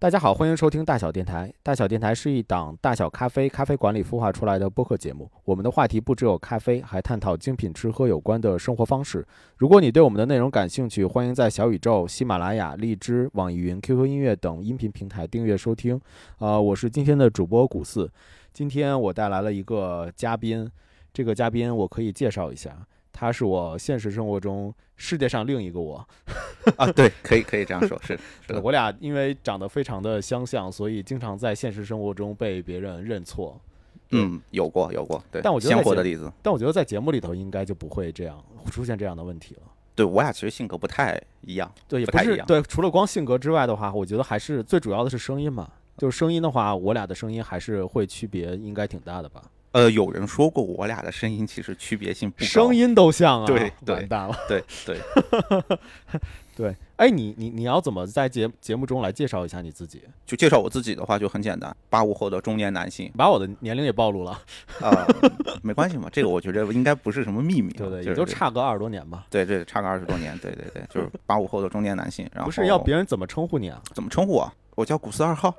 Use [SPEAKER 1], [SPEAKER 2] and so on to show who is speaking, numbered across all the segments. [SPEAKER 1] 大家好，欢迎收听大小电台。大小电台是一档大小咖啡咖啡馆里孵化出来的播客节目。我们的话题不只有咖啡，还探讨精品吃喝有关的生活方式。如果你对我们的内容感兴趣，欢迎在小宇宙、喜马拉雅、荔枝、网易云、QQ 音乐等音频平台订阅收听。呃，我是今天的主播古四，今天我带来了一个嘉宾，这个嘉宾我可以介绍一下，他是我现实生活中世界上另一个我。
[SPEAKER 2] 啊，对，可以可以这样说，是是的
[SPEAKER 1] 我俩因为长得非常的相像，所以经常在现实生活中被别人认错。
[SPEAKER 2] 嗯，有过有过，对，
[SPEAKER 1] 但我觉得
[SPEAKER 2] 鲜
[SPEAKER 1] 在
[SPEAKER 2] 活
[SPEAKER 1] 节
[SPEAKER 2] 的
[SPEAKER 1] 目
[SPEAKER 2] 例子，
[SPEAKER 1] 但我觉得在节目里头应该就不会这样出现这样的问题了。
[SPEAKER 2] 对我俩其实性格不太一样，
[SPEAKER 1] 对，也
[SPEAKER 2] 不
[SPEAKER 1] 不
[SPEAKER 2] 太一
[SPEAKER 1] 是
[SPEAKER 2] 样
[SPEAKER 1] 对，除了光性格之外的话，我觉得还是最主要的是声音嘛。就是声音的话，我俩的声音还是会区别应该挺大的吧？
[SPEAKER 2] 呃，有人说过我俩的声音其实区别性不高，
[SPEAKER 1] 声音都像啊，
[SPEAKER 2] 对对
[SPEAKER 1] 完蛋了。
[SPEAKER 2] 对对，
[SPEAKER 1] 对，哎，你你你要怎么在节节目中来介绍一下你自己？
[SPEAKER 2] 就介绍我自己的话就很简单，八五后的中年男性，
[SPEAKER 1] 把我的年龄也暴露了，
[SPEAKER 2] 啊，没关系嘛，这个我觉得应该不是什么秘密啊，
[SPEAKER 1] 对不对？
[SPEAKER 2] 是
[SPEAKER 1] 也就差个二十多年吧。
[SPEAKER 2] 对对差个二十多年，对对对，就是八五后的中年男性，然后
[SPEAKER 1] 不是要别人怎么称呼你 啊？
[SPEAKER 2] 怎么称呼我？我叫古四二号，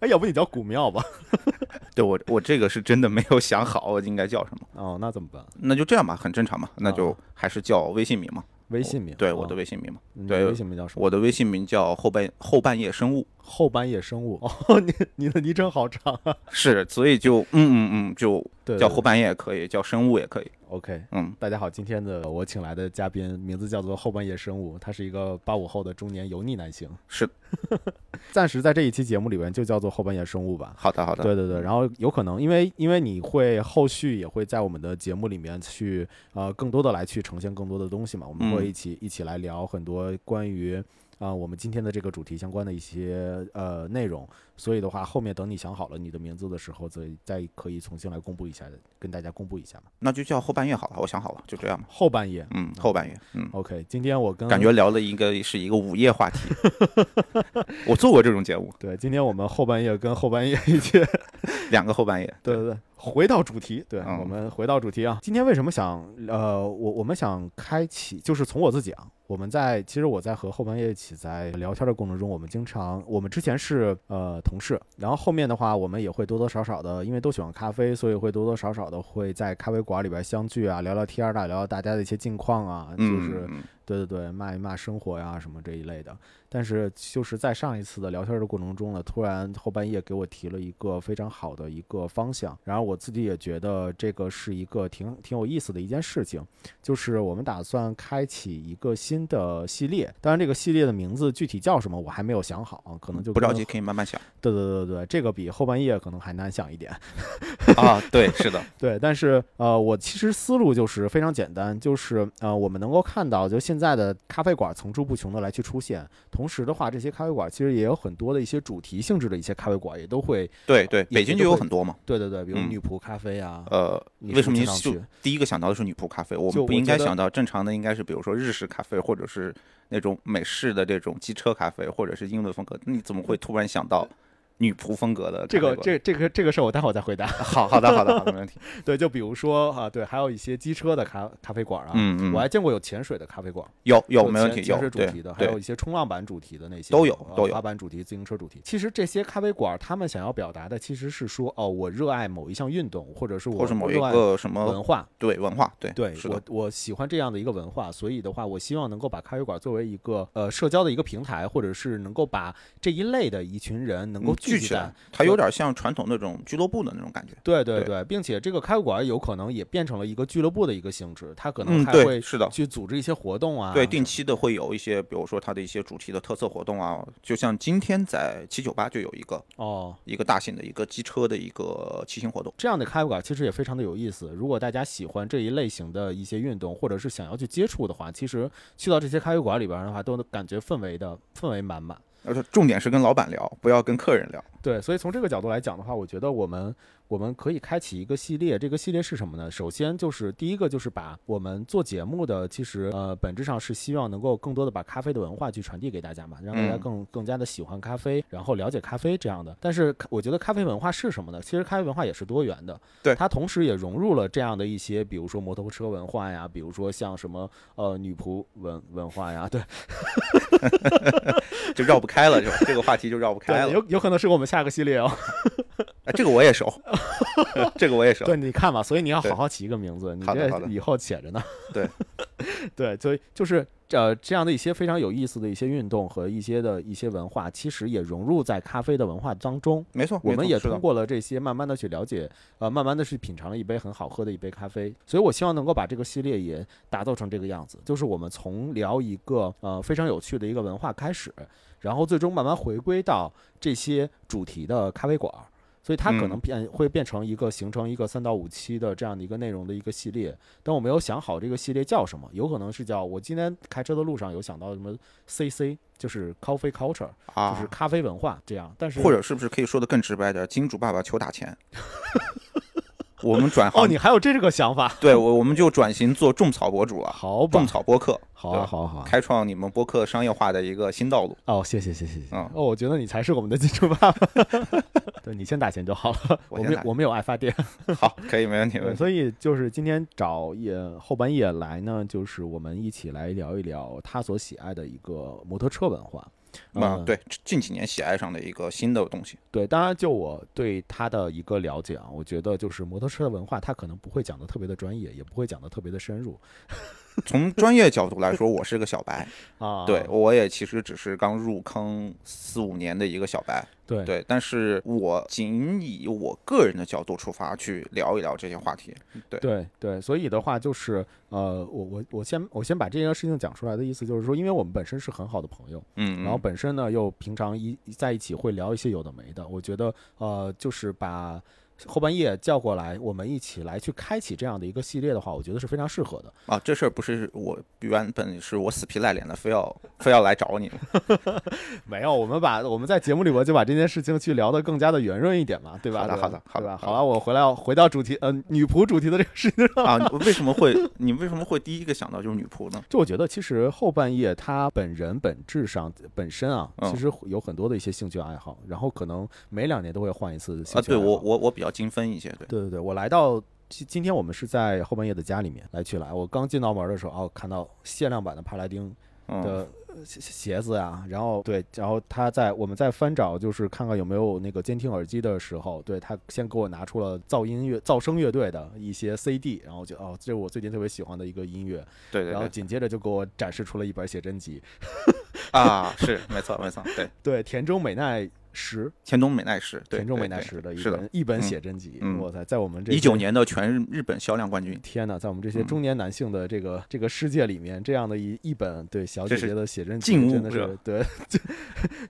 [SPEAKER 1] 哎，要不你叫古庙吧？
[SPEAKER 2] 对我我这个是真的没有想好我应该叫什么，
[SPEAKER 1] 哦，那怎么办？
[SPEAKER 2] 那就这样吧，很正常嘛，那就
[SPEAKER 1] 啊
[SPEAKER 2] 还是叫微信名嘛，
[SPEAKER 1] 微信名？
[SPEAKER 2] 对我的
[SPEAKER 1] 哦
[SPEAKER 2] 微信名嘛。
[SPEAKER 1] 你
[SPEAKER 2] 对
[SPEAKER 1] 的微信名叫什么？
[SPEAKER 2] 我的微信名叫后半后半夜生物，
[SPEAKER 1] 后半夜生物。 哦，你你的昵称好长啊。
[SPEAKER 2] 是，所以就嗯嗯嗯，就
[SPEAKER 1] 对，
[SPEAKER 2] 叫
[SPEAKER 1] 对
[SPEAKER 2] 后半夜也可以，叫生物也可以，
[SPEAKER 1] OK。
[SPEAKER 2] 嗯，
[SPEAKER 1] 大家好，今天的我请来的嘉宾名字叫做后半夜生物，他是一个八五后的中年油腻男性。
[SPEAKER 2] 是
[SPEAKER 1] 暂时在这一期节目里边就叫做后半夜生物吧。
[SPEAKER 2] 好的好的，
[SPEAKER 1] 对对对，然后有可能因为因为你会后续也会在我们的节目里面去呃更多的来去呈现更多的东西嘛，我们
[SPEAKER 2] 嗯
[SPEAKER 1] 会一起、一起来聊很多关于啊、我们今天的这个主题相关的一些呃内容，所以的话后面等你想好了你的名字的时候，再再可以重新来公布一下，跟大家公布一下嘛。
[SPEAKER 2] 那就叫后半夜好了，我想好了，就这样吧，
[SPEAKER 1] 后半夜
[SPEAKER 2] 嗯，后半夜，嗯，
[SPEAKER 1] ，OK，今天我跟
[SPEAKER 2] 感觉聊了一个是一个午夜话题， 我做过这种节目，
[SPEAKER 1] 对，今天我们后半夜跟后半夜一起，
[SPEAKER 2] 两个后 半夜，
[SPEAKER 1] 对对对，回到主题，对、
[SPEAKER 2] 嗯
[SPEAKER 1] 我们回到主题啊。今天为什么想呃，我我们想开启，就是从我自己啊，我们在其实我在和后半夜一起在聊天的过程中，我们经常我们之前是呃同事，然后后面的话我们也会多多少少的，因为都喜欢咖啡，所以会多多少少的会在咖啡馆里边相聚啊，聊聊天儿啊，聊聊大家的一些近况啊，就是、
[SPEAKER 2] 嗯，嗯
[SPEAKER 1] 对对对，骂一骂生活呀什么这一类的。但是就是在上一次的聊天的过程中呢，突然后半夜给我提了一个非常好的一个方向，然后我自己也觉得这个是一个挺挺有意思的一件事情，就是我们打算开启一个新的系列，当然这个系列的名字具体叫什么我还没有想好啊，可能就
[SPEAKER 2] 嗯不着
[SPEAKER 1] 跟
[SPEAKER 2] 急，。可以慢慢 想
[SPEAKER 1] 对对对对对，这个比后半夜可能还难想一点。
[SPEAKER 2] 啊，对，是的，
[SPEAKER 1] 对，但是呃，我其实思路就是非常简单，就是呃，我们能够看到，就现在的咖啡馆层出不穷的来去出现，同时的话，这些咖啡馆其实也有很多的一些主题性质的一些咖啡馆也都会，
[SPEAKER 2] 对对，
[SPEAKER 1] 也
[SPEAKER 2] 北京
[SPEAKER 1] 也都
[SPEAKER 2] 就有
[SPEAKER 1] 会
[SPEAKER 2] 很多嘛，
[SPEAKER 1] 对对对，比如
[SPEAKER 2] 嗯
[SPEAKER 1] 女仆咖啡啊，
[SPEAKER 2] 呃，
[SPEAKER 1] 你
[SPEAKER 2] 为
[SPEAKER 1] 是
[SPEAKER 2] 什
[SPEAKER 1] 不
[SPEAKER 2] 么
[SPEAKER 1] 是
[SPEAKER 2] 你
[SPEAKER 1] 经常
[SPEAKER 2] 就
[SPEAKER 1] 去
[SPEAKER 2] 第一个想到的是女仆咖啡？我
[SPEAKER 1] 就
[SPEAKER 2] 们不
[SPEAKER 1] 我
[SPEAKER 2] 应
[SPEAKER 1] 觉
[SPEAKER 2] 该
[SPEAKER 1] 得
[SPEAKER 2] 想到正常的，应该是比如说日式咖啡，或者是那种美式的这种机车咖啡，或者是英伦风格。那你怎么会突然想到女仆风格的咖啡
[SPEAKER 1] 这
[SPEAKER 2] 馆？
[SPEAKER 1] 个这这个这个事儿我待会儿再回答。
[SPEAKER 2] 好好的好的好的，没问题。啊
[SPEAKER 1] 对，就比如说啊，对，还有一些机车的咖咖啡馆啊，
[SPEAKER 2] 嗯
[SPEAKER 1] 我
[SPEAKER 2] 嗯，
[SPEAKER 1] 还见过有潜水的咖啡馆，
[SPEAKER 2] 有有
[SPEAKER 1] 就
[SPEAKER 2] 没问
[SPEAKER 1] 潜
[SPEAKER 2] 题，
[SPEAKER 1] 潜
[SPEAKER 2] 有
[SPEAKER 1] 水主题
[SPEAKER 2] 对
[SPEAKER 1] 的，还有
[SPEAKER 2] 对
[SPEAKER 1] 一些冲浪板主题的那些
[SPEAKER 2] 都有
[SPEAKER 1] 呃
[SPEAKER 2] 都有
[SPEAKER 1] 滑板主题、自行车主题。其实这些咖啡馆儿他们想要表达的其实是说，哦，我热爱某一项运动，或者是我
[SPEAKER 2] 或是某一
[SPEAKER 1] 热爱
[SPEAKER 2] 个什么
[SPEAKER 1] 文化。
[SPEAKER 2] 对文化，对
[SPEAKER 1] 对
[SPEAKER 2] 是
[SPEAKER 1] 我
[SPEAKER 2] 的，，
[SPEAKER 1] 我喜欢这样的一个文化，所以的话，我希望能够把咖啡馆作为一个呃社交的一个平台，或者是能够把这一类的一群人能够
[SPEAKER 2] 嗯聚
[SPEAKER 1] 集
[SPEAKER 2] 起
[SPEAKER 1] 在
[SPEAKER 2] 来，它有点像传统那种俱乐部的那种感觉。
[SPEAKER 1] 对对
[SPEAKER 2] 对
[SPEAKER 1] 对，并且这个咖啡馆有可能也变成了一个俱乐部的一个性质，它可能
[SPEAKER 2] 嗯，
[SPEAKER 1] 还
[SPEAKER 2] 对，
[SPEAKER 1] 会
[SPEAKER 2] 是的，
[SPEAKER 1] 去组织一些活动啊，
[SPEAKER 2] 对，定期的会有一些，比如说它的一些主题的特色活动啊，就像今天在七九八就有一个。
[SPEAKER 1] 哦，
[SPEAKER 2] 一个大型的一个机车的一个骑行活动。
[SPEAKER 1] 这样的咖啡馆其实也非常的有意思。如果大家喜欢这一类型的一些运动，或者是想要去接触的话，其实去到这些咖啡馆里边的话，都能感觉氛围的氛围满满。
[SPEAKER 2] 而且重点是跟老板聊，不要跟客人聊。
[SPEAKER 1] 对，所以从这个角度来讲的话，我觉得我们我们可以开启一个系列。这个系列是什么呢？首先就是第一个就是把我们做节目的，其实呃本质上是希望能够更多的把咖啡的文化去传递给大家嘛，让大家
[SPEAKER 2] 嗯
[SPEAKER 1] 更更加的喜欢咖啡，然后了解咖啡这样的。但是我觉得咖啡文化是什么呢？其实咖啡文化也是多元的，
[SPEAKER 2] 对
[SPEAKER 1] 它同时也融入了这样的一些，比如说摩托车文化呀，比如说像什么呃女仆文文化呀，对。
[SPEAKER 2] 就绕不开 了，是吧？这个话题就绕不开
[SPEAKER 1] 对，
[SPEAKER 2] 了。
[SPEAKER 1] 有有可能是我们下个系列哦。
[SPEAKER 2] 哎，这个我也熟， 这个我也熟。
[SPEAKER 1] 对，你看吧，所以你要
[SPEAKER 2] 对
[SPEAKER 1] 好好起一个名字，你
[SPEAKER 2] 好的
[SPEAKER 1] 这
[SPEAKER 2] 好的
[SPEAKER 1] 以后写着呢。
[SPEAKER 2] 对，
[SPEAKER 1] 对，所以就是呃这样的一些非常有意思的一些运动和一些的一些文化，其实也融入在咖啡的文化当中。
[SPEAKER 2] 没错，
[SPEAKER 1] 我
[SPEAKER 2] 没
[SPEAKER 1] 们
[SPEAKER 2] 错
[SPEAKER 1] 也嗯
[SPEAKER 2] 是的
[SPEAKER 1] 通过了这些，慢慢的去了解，呃，慢慢的去品尝了一杯很好喝的一杯咖啡。所以我希望能够把这个系列也打造成这个样子，就是我们从聊一个呃非常有趣的一个文化开始，然后最终慢慢回归到这些主题的咖啡馆儿。所以它可能
[SPEAKER 2] 嗯
[SPEAKER 1] 变会变成一个形成一个三到五期的这样的一个内容的一个系列，但我没有想好这个系列叫什么，有可能是叫我今天开车的路上有想到什么 CC，就是 Coffee Culture，就
[SPEAKER 2] 啊，
[SPEAKER 1] 是咖啡文化这样，但是
[SPEAKER 2] 或者是不是可以说的更直白点儿？金主爸爸求打 钱，我们转行，
[SPEAKER 1] 哦，你还有这个想法？
[SPEAKER 2] 对我我们就转型做种草博主了，啊
[SPEAKER 1] 好吧
[SPEAKER 2] 种，草播客，
[SPEAKER 1] 好
[SPEAKER 2] 对
[SPEAKER 1] 啊，
[SPEAKER 2] 吧
[SPEAKER 1] 好啊，好啊。
[SPEAKER 2] 开创你们播客商业化的一个 新道路。
[SPEAKER 1] 哦，谢谢，谢谢，谢谢。
[SPEAKER 2] 嗯
[SPEAKER 1] 哦，我觉得你才是我们的金主爸爸。 对你先打钱就好了，我
[SPEAKER 2] 我先
[SPEAKER 1] 们有
[SPEAKER 2] 打
[SPEAKER 1] 我们有爱发电。
[SPEAKER 2] 好，可以，没问题，没问题。
[SPEAKER 1] 所以就是今天找也后半夜来呢，就是我们一起来聊一聊他所喜爱的一个摩托车文化。
[SPEAKER 2] 啊
[SPEAKER 1] 嗯，
[SPEAKER 2] 对，近几年喜爱上的一个新的东西。
[SPEAKER 1] 对，当然就我对他的一个了解啊，我觉得就是摩托车的文化，他可能不会讲的特别的专业，也不会讲的特别的深入
[SPEAKER 2] 从专业角度来说，我是个小白，
[SPEAKER 1] 啊。
[SPEAKER 2] 对我也其实只是刚入坑四五年的一个小白，
[SPEAKER 1] 对
[SPEAKER 2] 对，但是我仅以我个人的角度出发去聊一聊这些话题。对，
[SPEAKER 1] 对对，所以的话就是，呃，我我我先我先把这件事情讲出来的意思就是说，因为我们本身是很好的朋友，
[SPEAKER 2] 嗯，
[SPEAKER 1] 然后本身呢又平常一在一起会聊一些有的没的，我觉得呃就是把后半夜叫过来，我们一起来去开启这样的一个系列的话，我觉得是非常适合的。
[SPEAKER 2] 啊，这事儿不是我原本是我死皮赖脸的，非要非要来找 你，
[SPEAKER 1] 没有，我们把我们在节目里边就把这件事情去聊得更加的圆润一点嘛，对吧？
[SPEAKER 2] 好的
[SPEAKER 1] 对吧
[SPEAKER 2] 好的好
[SPEAKER 1] 对
[SPEAKER 2] 的
[SPEAKER 1] 吧？
[SPEAKER 2] 好
[SPEAKER 1] 好
[SPEAKER 2] 的
[SPEAKER 1] 了，我回来要回到主题，呃，女仆主题的这个事情上。
[SPEAKER 2] 啊，为什么会你为什么会第一个想到就是女仆呢？
[SPEAKER 1] 就我觉得，其实后半夜他本人本质上本身啊，
[SPEAKER 2] 嗯
[SPEAKER 1] 其实有很多的一些兴趣爱好，然后可能每两年都会换一次兴趣
[SPEAKER 2] 啊，
[SPEAKER 1] 爱好。
[SPEAKER 2] 对我我我比较精分一些，对，
[SPEAKER 1] 对对对，我来到今今天我们是在后半夜的家里面来去来，我刚进到门的时候，哦，看到限量版的帕拉丁
[SPEAKER 2] 嗯，
[SPEAKER 1] 的呃鞋鞋子啊，然后对，然后他在我们在翻找，就是看看有没有那个监听耳机的时候，对他先给我拿出了噪音乐、噪声乐队的一些 CD，然后我觉得哦，这是我最近特别喜欢的一个音乐，
[SPEAKER 2] 对对
[SPEAKER 1] 然后
[SPEAKER 2] 对，
[SPEAKER 1] 紧接着就给我展示出了一本写真集，
[SPEAKER 2] 啊，是没错没错，对，
[SPEAKER 1] 对，田中美奈实，
[SPEAKER 2] 田中美奈实，对，
[SPEAKER 1] 田中
[SPEAKER 2] 对
[SPEAKER 1] 美奈
[SPEAKER 2] 对
[SPEAKER 1] 实的一
[SPEAKER 2] 是的
[SPEAKER 1] 本一本
[SPEAKER 2] 嗯
[SPEAKER 1] 写真集，
[SPEAKER 2] 嗯
[SPEAKER 1] 我操，在我们这
[SPEAKER 2] 一九
[SPEAKER 1] 些
[SPEAKER 2] 年的全日日本销量冠军，
[SPEAKER 1] 天呐，在我们这些
[SPEAKER 2] 嗯
[SPEAKER 1] 中年男性的这个、这个世界里面，这样的一一本对小姐
[SPEAKER 2] 这
[SPEAKER 1] 姐
[SPEAKER 2] 是
[SPEAKER 1] 的写真集
[SPEAKER 2] 禁物
[SPEAKER 1] 真的
[SPEAKER 2] 是
[SPEAKER 1] 是
[SPEAKER 2] 吧
[SPEAKER 1] 对，就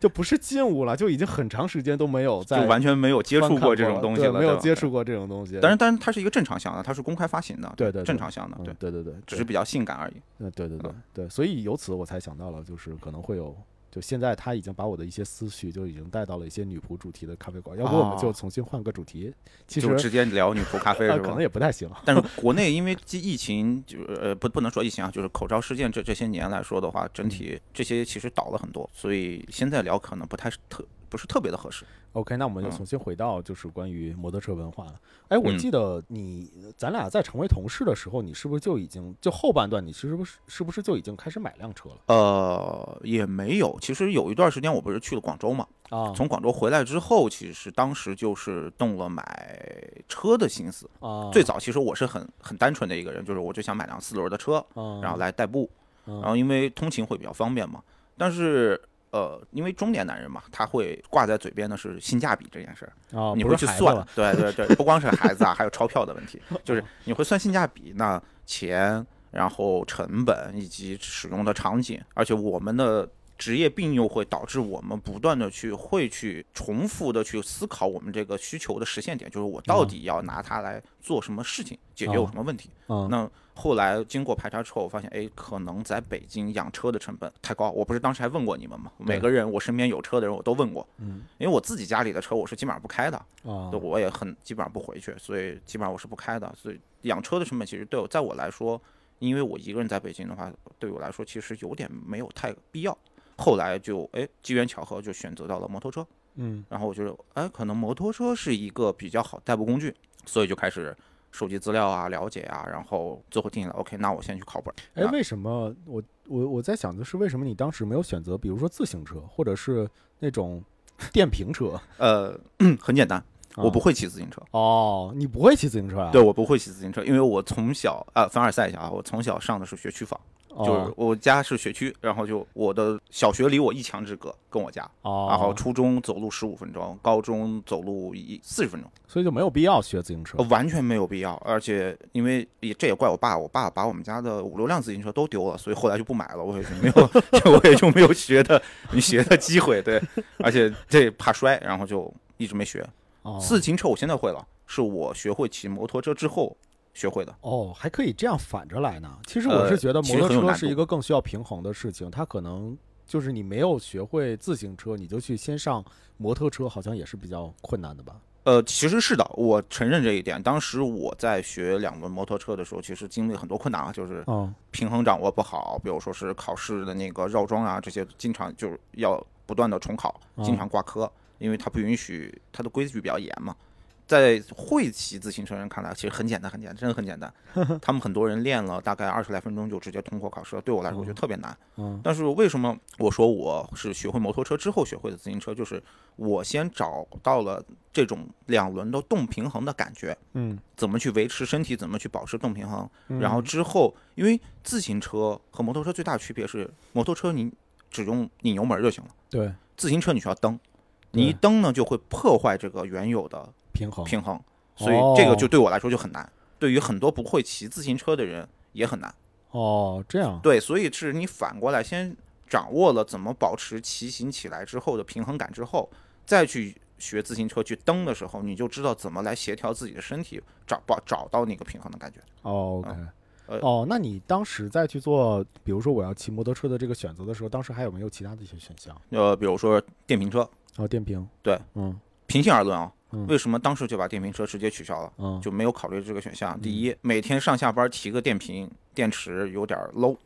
[SPEAKER 1] 就不是禁物了，就已经很长时间都没有
[SPEAKER 2] 就
[SPEAKER 1] 在
[SPEAKER 2] 完全没有接
[SPEAKER 1] 翻
[SPEAKER 2] 触
[SPEAKER 1] 看
[SPEAKER 2] 过这种东西
[SPEAKER 1] 对
[SPEAKER 2] 了，
[SPEAKER 1] 没有
[SPEAKER 2] 对吧
[SPEAKER 1] 接。触过这种东西。
[SPEAKER 2] 但是，但是它是一个正常向的，它是公开发行的，
[SPEAKER 1] 对对对
[SPEAKER 2] 正常向的，
[SPEAKER 1] 嗯
[SPEAKER 2] 对，
[SPEAKER 1] 对对对，
[SPEAKER 2] 只是比较性感而已。
[SPEAKER 1] 嗯对对对对，所以由此我才想到了，就是可能会有。就现在，他已经把我的一些思绪就已经带到了一些女仆主题的咖啡馆，要不我们就
[SPEAKER 2] 哦
[SPEAKER 1] 重新换个主题。其实
[SPEAKER 2] 就直接聊女仆咖啡
[SPEAKER 1] 呃，
[SPEAKER 2] 是
[SPEAKER 1] 可
[SPEAKER 2] 吧
[SPEAKER 1] 能？也不太 行。
[SPEAKER 2] 但是国内因为疫疫情，就呃不不能说疫情啊，就是口罩事件这这些年来说的话，整
[SPEAKER 1] 嗯
[SPEAKER 2] 体这些其实倒了很多，所以现在聊可能不太是特不是特别的合适。
[SPEAKER 1] OK，那我们就
[SPEAKER 2] 嗯
[SPEAKER 1] 重新回到就是关于摩托车文化了。哎，我
[SPEAKER 2] 嗯
[SPEAKER 1] 记得你咱俩在成为同事的时候，你是不是就已经就后半段，你是不是是不是就已经开始买辆车了
[SPEAKER 2] 呃，也没有，其实有一段时间我不是去了广州嘛，
[SPEAKER 1] 啊？
[SPEAKER 2] 从广州回来之后，其实当时就是动了买车的心思。
[SPEAKER 1] 啊，
[SPEAKER 2] 最早其实我是很很单纯的一个人，就是我就想买辆四轮的车，
[SPEAKER 1] 啊，
[SPEAKER 2] 然后来代步，
[SPEAKER 1] 嗯
[SPEAKER 2] 然后因为通勤会比较方便嘛。但是呃，因为中年男人嘛，他会挂在嘴边的是性价比这件事儿，
[SPEAKER 1] 啊，
[SPEAKER 2] 你
[SPEAKER 1] 不
[SPEAKER 2] 会
[SPEAKER 1] 是
[SPEAKER 2] 去
[SPEAKER 1] 孩子
[SPEAKER 2] 算
[SPEAKER 1] 了，
[SPEAKER 2] 对对对，不光是孩子啊，还有钞票的问 题，就是你会算性价比，那钱，然后成本以及使用的场景，而且我们的。职业病又会导致我们不断的去会去重复的去思考我们这个需求的实现点，就是我
[SPEAKER 1] 哦
[SPEAKER 2] 到底要拿它来做什么事情，解决我什么问题。
[SPEAKER 1] 嗯，
[SPEAKER 2] 那后来经过排查之后，我发现，哎，可能在北京养车的成本太高。我不是当时还问过你们吗？每个人，我身边有车的人我都问过，
[SPEAKER 1] 嗯，
[SPEAKER 2] 因为我自己家里的车我是基本上不开的，
[SPEAKER 1] 哦
[SPEAKER 2] 对，我也很基本上不回去，所以基本上我是不开的。所以养车的成本其实对我在我来说，因为我一个人在北京的话，对我来说其实有点没有太必要。后来就哎机缘巧合就选择到了摩托车，
[SPEAKER 1] 嗯，
[SPEAKER 2] 然后我觉得哎可能摩托车是一个比较好代步工具，所以就开始收集资料啊、了解啊，然后最后定下来 OK，那我先去考本儿。
[SPEAKER 1] 哎，
[SPEAKER 2] 啊
[SPEAKER 1] 为什么我我我在想的是，为什么你当时没有选择，比如说自行车，或者是那 种电瓶车？
[SPEAKER 2] 呃， 很简单，我
[SPEAKER 1] 啊
[SPEAKER 2] 不会骑自行车。
[SPEAKER 1] 哦，你不会骑自行车啊？
[SPEAKER 2] 对，我不会骑自行车，因为我从小啊，凡尔赛一下啊，我从小上的是学区房，
[SPEAKER 1] 哦，
[SPEAKER 2] 就是我家是学区，然后就我的小学离我一墙之隔，跟我家，
[SPEAKER 1] 哦，
[SPEAKER 2] 然后初中走路十五分钟，高中走路一四十分钟，
[SPEAKER 1] 所以就没有必要学自行车
[SPEAKER 2] 呃。完全没有必要。而且因为也这也怪我爸，我爸把我们家的五六辆自行车都丢了，所以后来就不买了，我也就没有， 我也就没有学的学的机会。对，而且这怕摔，然后就一直没学。
[SPEAKER 1] 哦，
[SPEAKER 2] 自行车我现在会了，是我学会骑摩托车之后学会的。
[SPEAKER 1] 哦，还可以这样反着来呢。其实
[SPEAKER 2] 呃
[SPEAKER 1] 我是觉得
[SPEAKER 2] 其
[SPEAKER 1] 摩
[SPEAKER 2] 实
[SPEAKER 1] 托
[SPEAKER 2] 很有
[SPEAKER 1] 车
[SPEAKER 2] 难
[SPEAKER 1] 是一
[SPEAKER 2] 度
[SPEAKER 1] 个更需要平衡的事情，它可能就是你没有学会自行车，你就去先上摩托车，好像也是比较困难的吧？
[SPEAKER 2] 呃，其实是的，我承认这一点。当时我在学两轮摩托车的时候，其实经历很多困难啊，就是
[SPEAKER 1] 哦，
[SPEAKER 2] 平衡掌握不好，比如说是考试的那个绕桩啊，这些经常就是要不断的重考，经常挂科，因为它不允许，它的规矩比较严嘛。在会骑自行车人看来，其实很简单，很简单，真的很简单。他们很多人练了大概二十来分钟就直接通过考试了，对我来说就特别难。
[SPEAKER 1] 嗯
[SPEAKER 2] 但是为什么我说我是学会摩托车之后学会的自行车？就是我先找到了这种两轮的动平衡的感觉，
[SPEAKER 1] 嗯，
[SPEAKER 2] 怎么去维持身体，怎么去保持动平衡。然后之后，因为自行车和摩托车最大的区别是，摩托车你只用拧油门就行了，
[SPEAKER 1] 嗯对
[SPEAKER 2] 自行车你需要蹬，你一
[SPEAKER 1] 对
[SPEAKER 2] 蹬呢就会破坏这个原有的
[SPEAKER 1] 平衡
[SPEAKER 2] 平衡，所以这
[SPEAKER 1] 哦
[SPEAKER 2] 个就对我来说就很难。对于很多不会骑自行车的人也很难。
[SPEAKER 1] 哦，这样
[SPEAKER 2] 对，所以是你反过来先掌握了怎么保持骑行起来之后的平衡感之后，再去学自行车去蹬的时候，你就知道怎么来协调自己的身体，找保找到那个平衡的感觉。
[SPEAKER 1] 哦，OK。
[SPEAKER 2] 呃
[SPEAKER 1] 哦，那你当时在去做，比如说我要骑摩托车的这个选择的时候，当时还有没有其他的一些选项？
[SPEAKER 2] 呃，比如说电瓶车，
[SPEAKER 1] 哦，电瓶。
[SPEAKER 2] 对，
[SPEAKER 1] 嗯
[SPEAKER 2] 平心而论啊
[SPEAKER 1] 嗯，
[SPEAKER 2] 为什么当时就把电瓶车直接取消了？
[SPEAKER 1] 嗯，
[SPEAKER 2] 就没有考虑这个选项。第一，每天上下班提个电瓶电池有点 low，、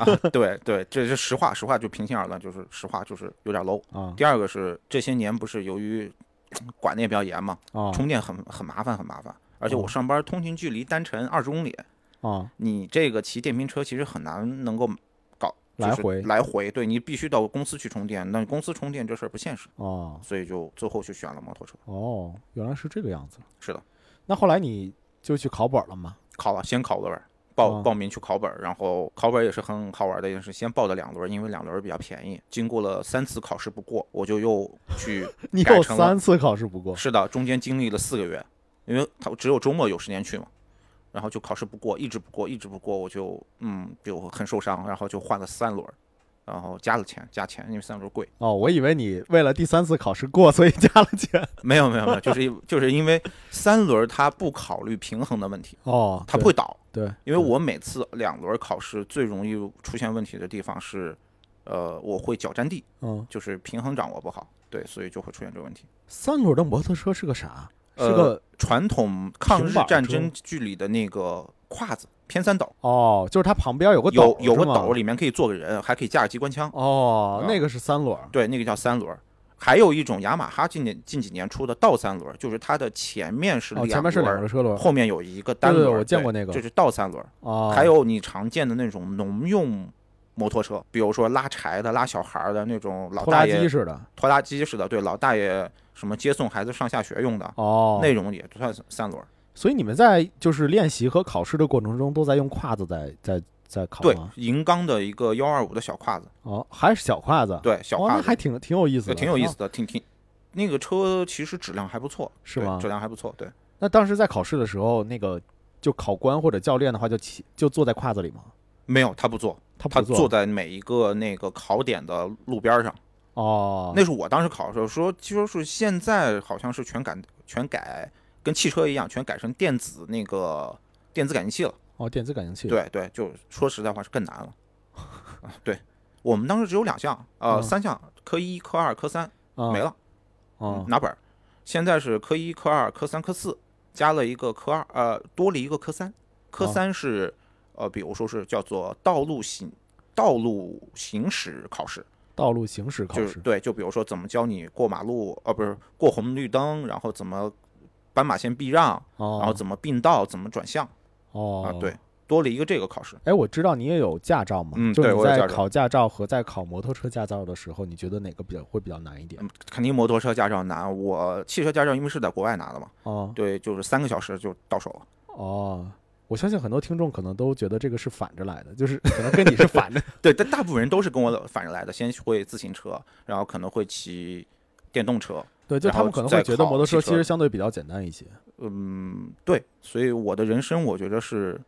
[SPEAKER 2] 啊、对对，这是实话，实话就平心而论，就是实话就是有点 low。
[SPEAKER 1] 啊
[SPEAKER 2] 第二个是这些年不是由于 管得也比较严嘛，
[SPEAKER 1] 啊
[SPEAKER 2] 充电很很麻烦，很麻烦。而且
[SPEAKER 1] 哦
[SPEAKER 2] 我上班通勤距离单程二十公里，
[SPEAKER 1] 啊！
[SPEAKER 2] 你这个骑电瓶车其实很难能够搞
[SPEAKER 1] 来
[SPEAKER 2] 就是
[SPEAKER 1] 回
[SPEAKER 2] 来回，对你必须到公司去充电，那公司充电这事儿不现实，
[SPEAKER 1] 哦
[SPEAKER 2] 所以就最后就选了摩托车。
[SPEAKER 1] 哦，原来是这个样子。
[SPEAKER 2] 是的，
[SPEAKER 1] 那后来你就去考本了吗？
[SPEAKER 2] 考了先考了本儿，报
[SPEAKER 1] 哦
[SPEAKER 2] 报名去考本儿，然后考本儿也是很好玩的一件事，先报的两轮儿，因为两轮儿比较便宜。经过了三次考试不过，我就又去
[SPEAKER 1] 你
[SPEAKER 2] 改
[SPEAKER 1] 有
[SPEAKER 2] 成了
[SPEAKER 1] 三次考试不过，
[SPEAKER 2] 是的，中间经历了四个月，因为他只有周末有时间去嘛，然后就考试不过，一直不过，一直不过，我就嗯就很受伤，然后就换了三轮儿，然后加了钱，加钱，因为三轮儿贵。
[SPEAKER 1] 哦，我以为你为了第三次考试过，所以加了钱。
[SPEAKER 2] 没有没有没有，就是因就是因为三轮儿它不考虑平衡的问题，
[SPEAKER 1] 哦，
[SPEAKER 2] 它
[SPEAKER 1] 对
[SPEAKER 2] 不会倒，
[SPEAKER 1] 对，
[SPEAKER 2] 因为我每次两轮儿考试最容易出现问题的地方是，呃，我会脚沾地，
[SPEAKER 1] 嗯，
[SPEAKER 2] 就是平衡掌握不好，对，所以就会出现这个问题。
[SPEAKER 1] 三轮的摩托车是个啥？是
[SPEAKER 2] 呃
[SPEAKER 1] 个
[SPEAKER 2] 传统抗日
[SPEAKER 1] 平板
[SPEAKER 2] 战
[SPEAKER 1] 车
[SPEAKER 2] 争剧里的那个胯子偏三斗，
[SPEAKER 1] 哦，就是它旁边有个
[SPEAKER 2] 呃有
[SPEAKER 1] 斗，
[SPEAKER 2] 有个
[SPEAKER 1] 是吗
[SPEAKER 2] 斗，里面可以坐个人，还可以架着机关枪。
[SPEAKER 1] 哦，
[SPEAKER 2] 啊
[SPEAKER 1] 那个是三轮。
[SPEAKER 2] 对，那个叫三轮儿。还有一种雅马哈近年近几年出的倒三轮儿，就是它的前面是
[SPEAKER 1] 哦，
[SPEAKER 2] 两
[SPEAKER 1] 前面是两
[SPEAKER 2] 轮儿，
[SPEAKER 1] 个车轮。
[SPEAKER 2] 后面有一个单轮儿。
[SPEAKER 1] 对对对我见过那个
[SPEAKER 2] 这是倒三轮儿。
[SPEAKER 1] 哦，
[SPEAKER 2] 还有你常见的那种农用摩托车，比如说拉柴的、拉小孩儿的那种老
[SPEAKER 1] 拖拉
[SPEAKER 2] 大
[SPEAKER 1] 机
[SPEAKER 2] 爷
[SPEAKER 1] 似的。
[SPEAKER 2] 拖拉机似的，对，老大爷什么接送孩子上下学用的
[SPEAKER 1] 哦，
[SPEAKER 2] 那种也算是三轮儿。
[SPEAKER 1] 所以你们在就是练习和考试的过程中都在用胯子在在在考
[SPEAKER 2] 对
[SPEAKER 1] 吗？，
[SPEAKER 2] 银钢的一个幺二五的小胯子，
[SPEAKER 1] 哦，还是小胯子。
[SPEAKER 2] 对，小
[SPEAKER 1] 哦，
[SPEAKER 2] 胯
[SPEAKER 1] 那
[SPEAKER 2] 子
[SPEAKER 1] 还挺挺有意思
[SPEAKER 2] 对，
[SPEAKER 1] 的，
[SPEAKER 2] 挺有意
[SPEAKER 1] 哦
[SPEAKER 2] 思。的，挺挺。那个车其实质量还不错，
[SPEAKER 1] 是
[SPEAKER 2] 对
[SPEAKER 1] 吗
[SPEAKER 2] 质量还不错，对，
[SPEAKER 1] 那当时在考试的时候，那个就考官或者教练的话，就骑就坐在胯子里吗？
[SPEAKER 2] 没有他不坐，
[SPEAKER 1] 他
[SPEAKER 2] 他
[SPEAKER 1] 不
[SPEAKER 2] 坐在每一个那个考点的路边上。
[SPEAKER 1] 哦，
[SPEAKER 2] 那是我当时考的时候说，据说是现在好像是全改全改，跟汽车一样，全改成电子那个电子感应器了。
[SPEAKER 1] 哦电子感应器
[SPEAKER 2] 对对，就说实在话是更难了。啊，对我们当时只有两项，
[SPEAKER 1] 嗯
[SPEAKER 2] 呃，三项，科一、科二、科三
[SPEAKER 1] 啊
[SPEAKER 2] 没了，
[SPEAKER 1] 啊
[SPEAKER 2] 拿本儿。现在是科一、科二、科三、科四，加了一个科二，呃，多了一个科三。科
[SPEAKER 1] 哦
[SPEAKER 2] 三是呃，比如说是叫做道路行道路行驶考试，
[SPEAKER 1] 道路行驶考
[SPEAKER 2] 就是
[SPEAKER 1] 试
[SPEAKER 2] 对，就比如说怎么教你过马路，呃，不是过红绿灯，然后怎么斑马线避让，
[SPEAKER 1] 哦，
[SPEAKER 2] 然后怎么并道，怎么转向
[SPEAKER 1] 哦
[SPEAKER 2] 啊，对，多了一个这个考试。
[SPEAKER 1] 哎，我知道你也有驾照嘛？
[SPEAKER 2] 嗯
[SPEAKER 1] 就
[SPEAKER 2] 对
[SPEAKER 1] 你
[SPEAKER 2] 我有
[SPEAKER 1] 在
[SPEAKER 2] 驾照
[SPEAKER 1] 考驾照和在考摩托车驾照的时候，你觉得哪个比较会比较难一点？
[SPEAKER 2] 嗯肯定摩托车驾照难，我汽车驾照因为是在国外拿的嘛，
[SPEAKER 1] 哦
[SPEAKER 2] 对，就是三个小时就到手了。
[SPEAKER 1] 哦，我相信很多听众可能都觉得这个是反着来的，就是可能跟你是反 着。
[SPEAKER 2] 对，但大部分人都是跟我反着来的，先会自行车，然后可能会骑电动车。
[SPEAKER 1] 对，就
[SPEAKER 2] 然
[SPEAKER 1] 他们
[SPEAKER 2] 后
[SPEAKER 1] 可能
[SPEAKER 2] 再
[SPEAKER 1] 会觉得
[SPEAKER 2] 考
[SPEAKER 1] 摩托
[SPEAKER 2] 汽
[SPEAKER 1] 车其
[SPEAKER 2] 车
[SPEAKER 1] 实相对比较简单一些。
[SPEAKER 2] 嗯，对，所以我的人生我觉得是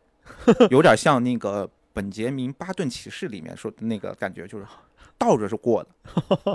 [SPEAKER 2] 有点像那个本杰明·巴顿骑士里面说的那个感觉，就是倒着是过的。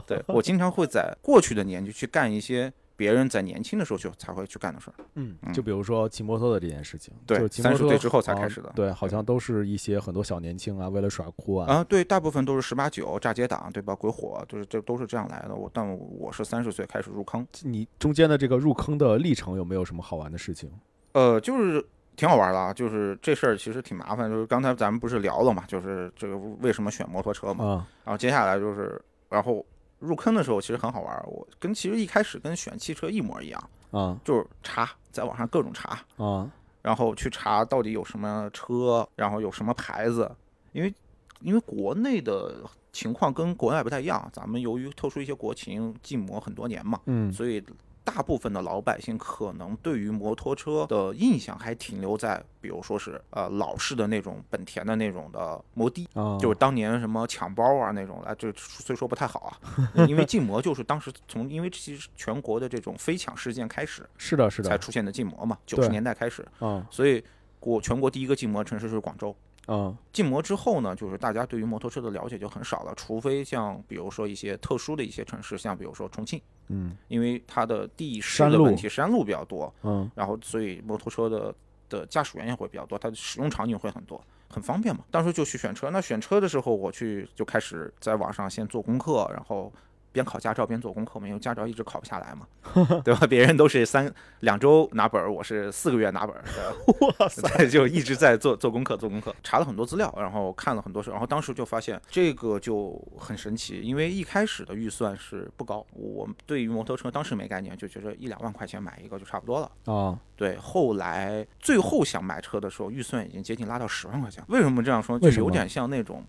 [SPEAKER 2] 对我经常会在过去的年纪去干一些别人在年轻的时候就才会去干的事儿。
[SPEAKER 1] 嗯
[SPEAKER 2] 嗯
[SPEAKER 1] 就比如说骑摩托的这件事情，
[SPEAKER 2] 对
[SPEAKER 1] 就是骑摩
[SPEAKER 2] 30
[SPEAKER 1] 托
[SPEAKER 2] 岁之后才
[SPEAKER 1] 好
[SPEAKER 2] 开始的
[SPEAKER 1] 对，好像都是一些很多小年轻啊，为了耍酷啊。
[SPEAKER 2] 啊、对，大部分都是十八九炸街党，对吧？鬼火，就是这都是这样来的。我，但我是三十岁开始入坑，
[SPEAKER 1] 你中间的这个入坑的历程有没有什么好玩的事情？
[SPEAKER 2] 呃，就是挺好玩的啊。就是这事儿其实挺麻烦，就是刚才咱们不是聊了嘛，就是这个为什么选摩托车嘛。
[SPEAKER 1] 啊
[SPEAKER 2] 然后接下来就是，然后入坑的时候其实很好玩儿，我跟其实一开始跟选汽车一模一样，
[SPEAKER 1] 啊
[SPEAKER 2] 就是查，在网上各种查，
[SPEAKER 1] 啊！
[SPEAKER 2] 然后去查到底有什么车，然后有什么牌子，因为因为国内的情况跟国外不太一样，咱们由于特殊一些国情禁摩很多年嘛，
[SPEAKER 1] 嗯
[SPEAKER 2] 所以。大部分的老百姓可能对于摩托车的印象还停留在，比如说是呃老式的那种本田的那种的摩的，
[SPEAKER 1] 啊，
[SPEAKER 2] 就是当年什么抢包啊那种的，这虽说不太好 啊，因为禁摩就是当时从因为其实全国的这种非抢事件开始
[SPEAKER 1] 是的，是
[SPEAKER 2] 才
[SPEAKER 1] 的，
[SPEAKER 2] 出现的禁摩嘛，九
[SPEAKER 1] 对
[SPEAKER 2] 十年代开始，
[SPEAKER 1] 啊
[SPEAKER 2] 所以国全国第一个禁摩城市是广州。
[SPEAKER 1] 啊
[SPEAKER 2] 禁摩之后呢，就是大家对于摩托车的了解就很少了，除非像比如说一些特殊的一些城市，像比如说重庆，
[SPEAKER 1] 嗯
[SPEAKER 2] 因为它的地势
[SPEAKER 1] 山
[SPEAKER 2] 的
[SPEAKER 1] 路
[SPEAKER 2] 问题，山路比较多，
[SPEAKER 1] 嗯
[SPEAKER 2] 然后所以摩托车的的驾驶员也会比较多，它的使用场景会很多，很方便嘛。当时就去选车，那选车的时候，我去就开始在网上先做功课，然后边考驾照边做功课嘛，因为驾照一直考不下来嘛，对吧？别人都是三两周拿本儿，我是四个月拿本儿，对吧对就一直在做做功课，做功课，查了很多资料，然后看了很多事，然后当时就发现这个就很神奇，因为一开始的预算是不高，我对于摩托车当时没概念，就觉得一两万块钱买一个就差不多了。
[SPEAKER 1] 啊
[SPEAKER 2] 对，后来最后想买车的时候，预算已经接近拉到十万块钱。为什么这样说？就
[SPEAKER 1] 为什么
[SPEAKER 2] 有点像那种，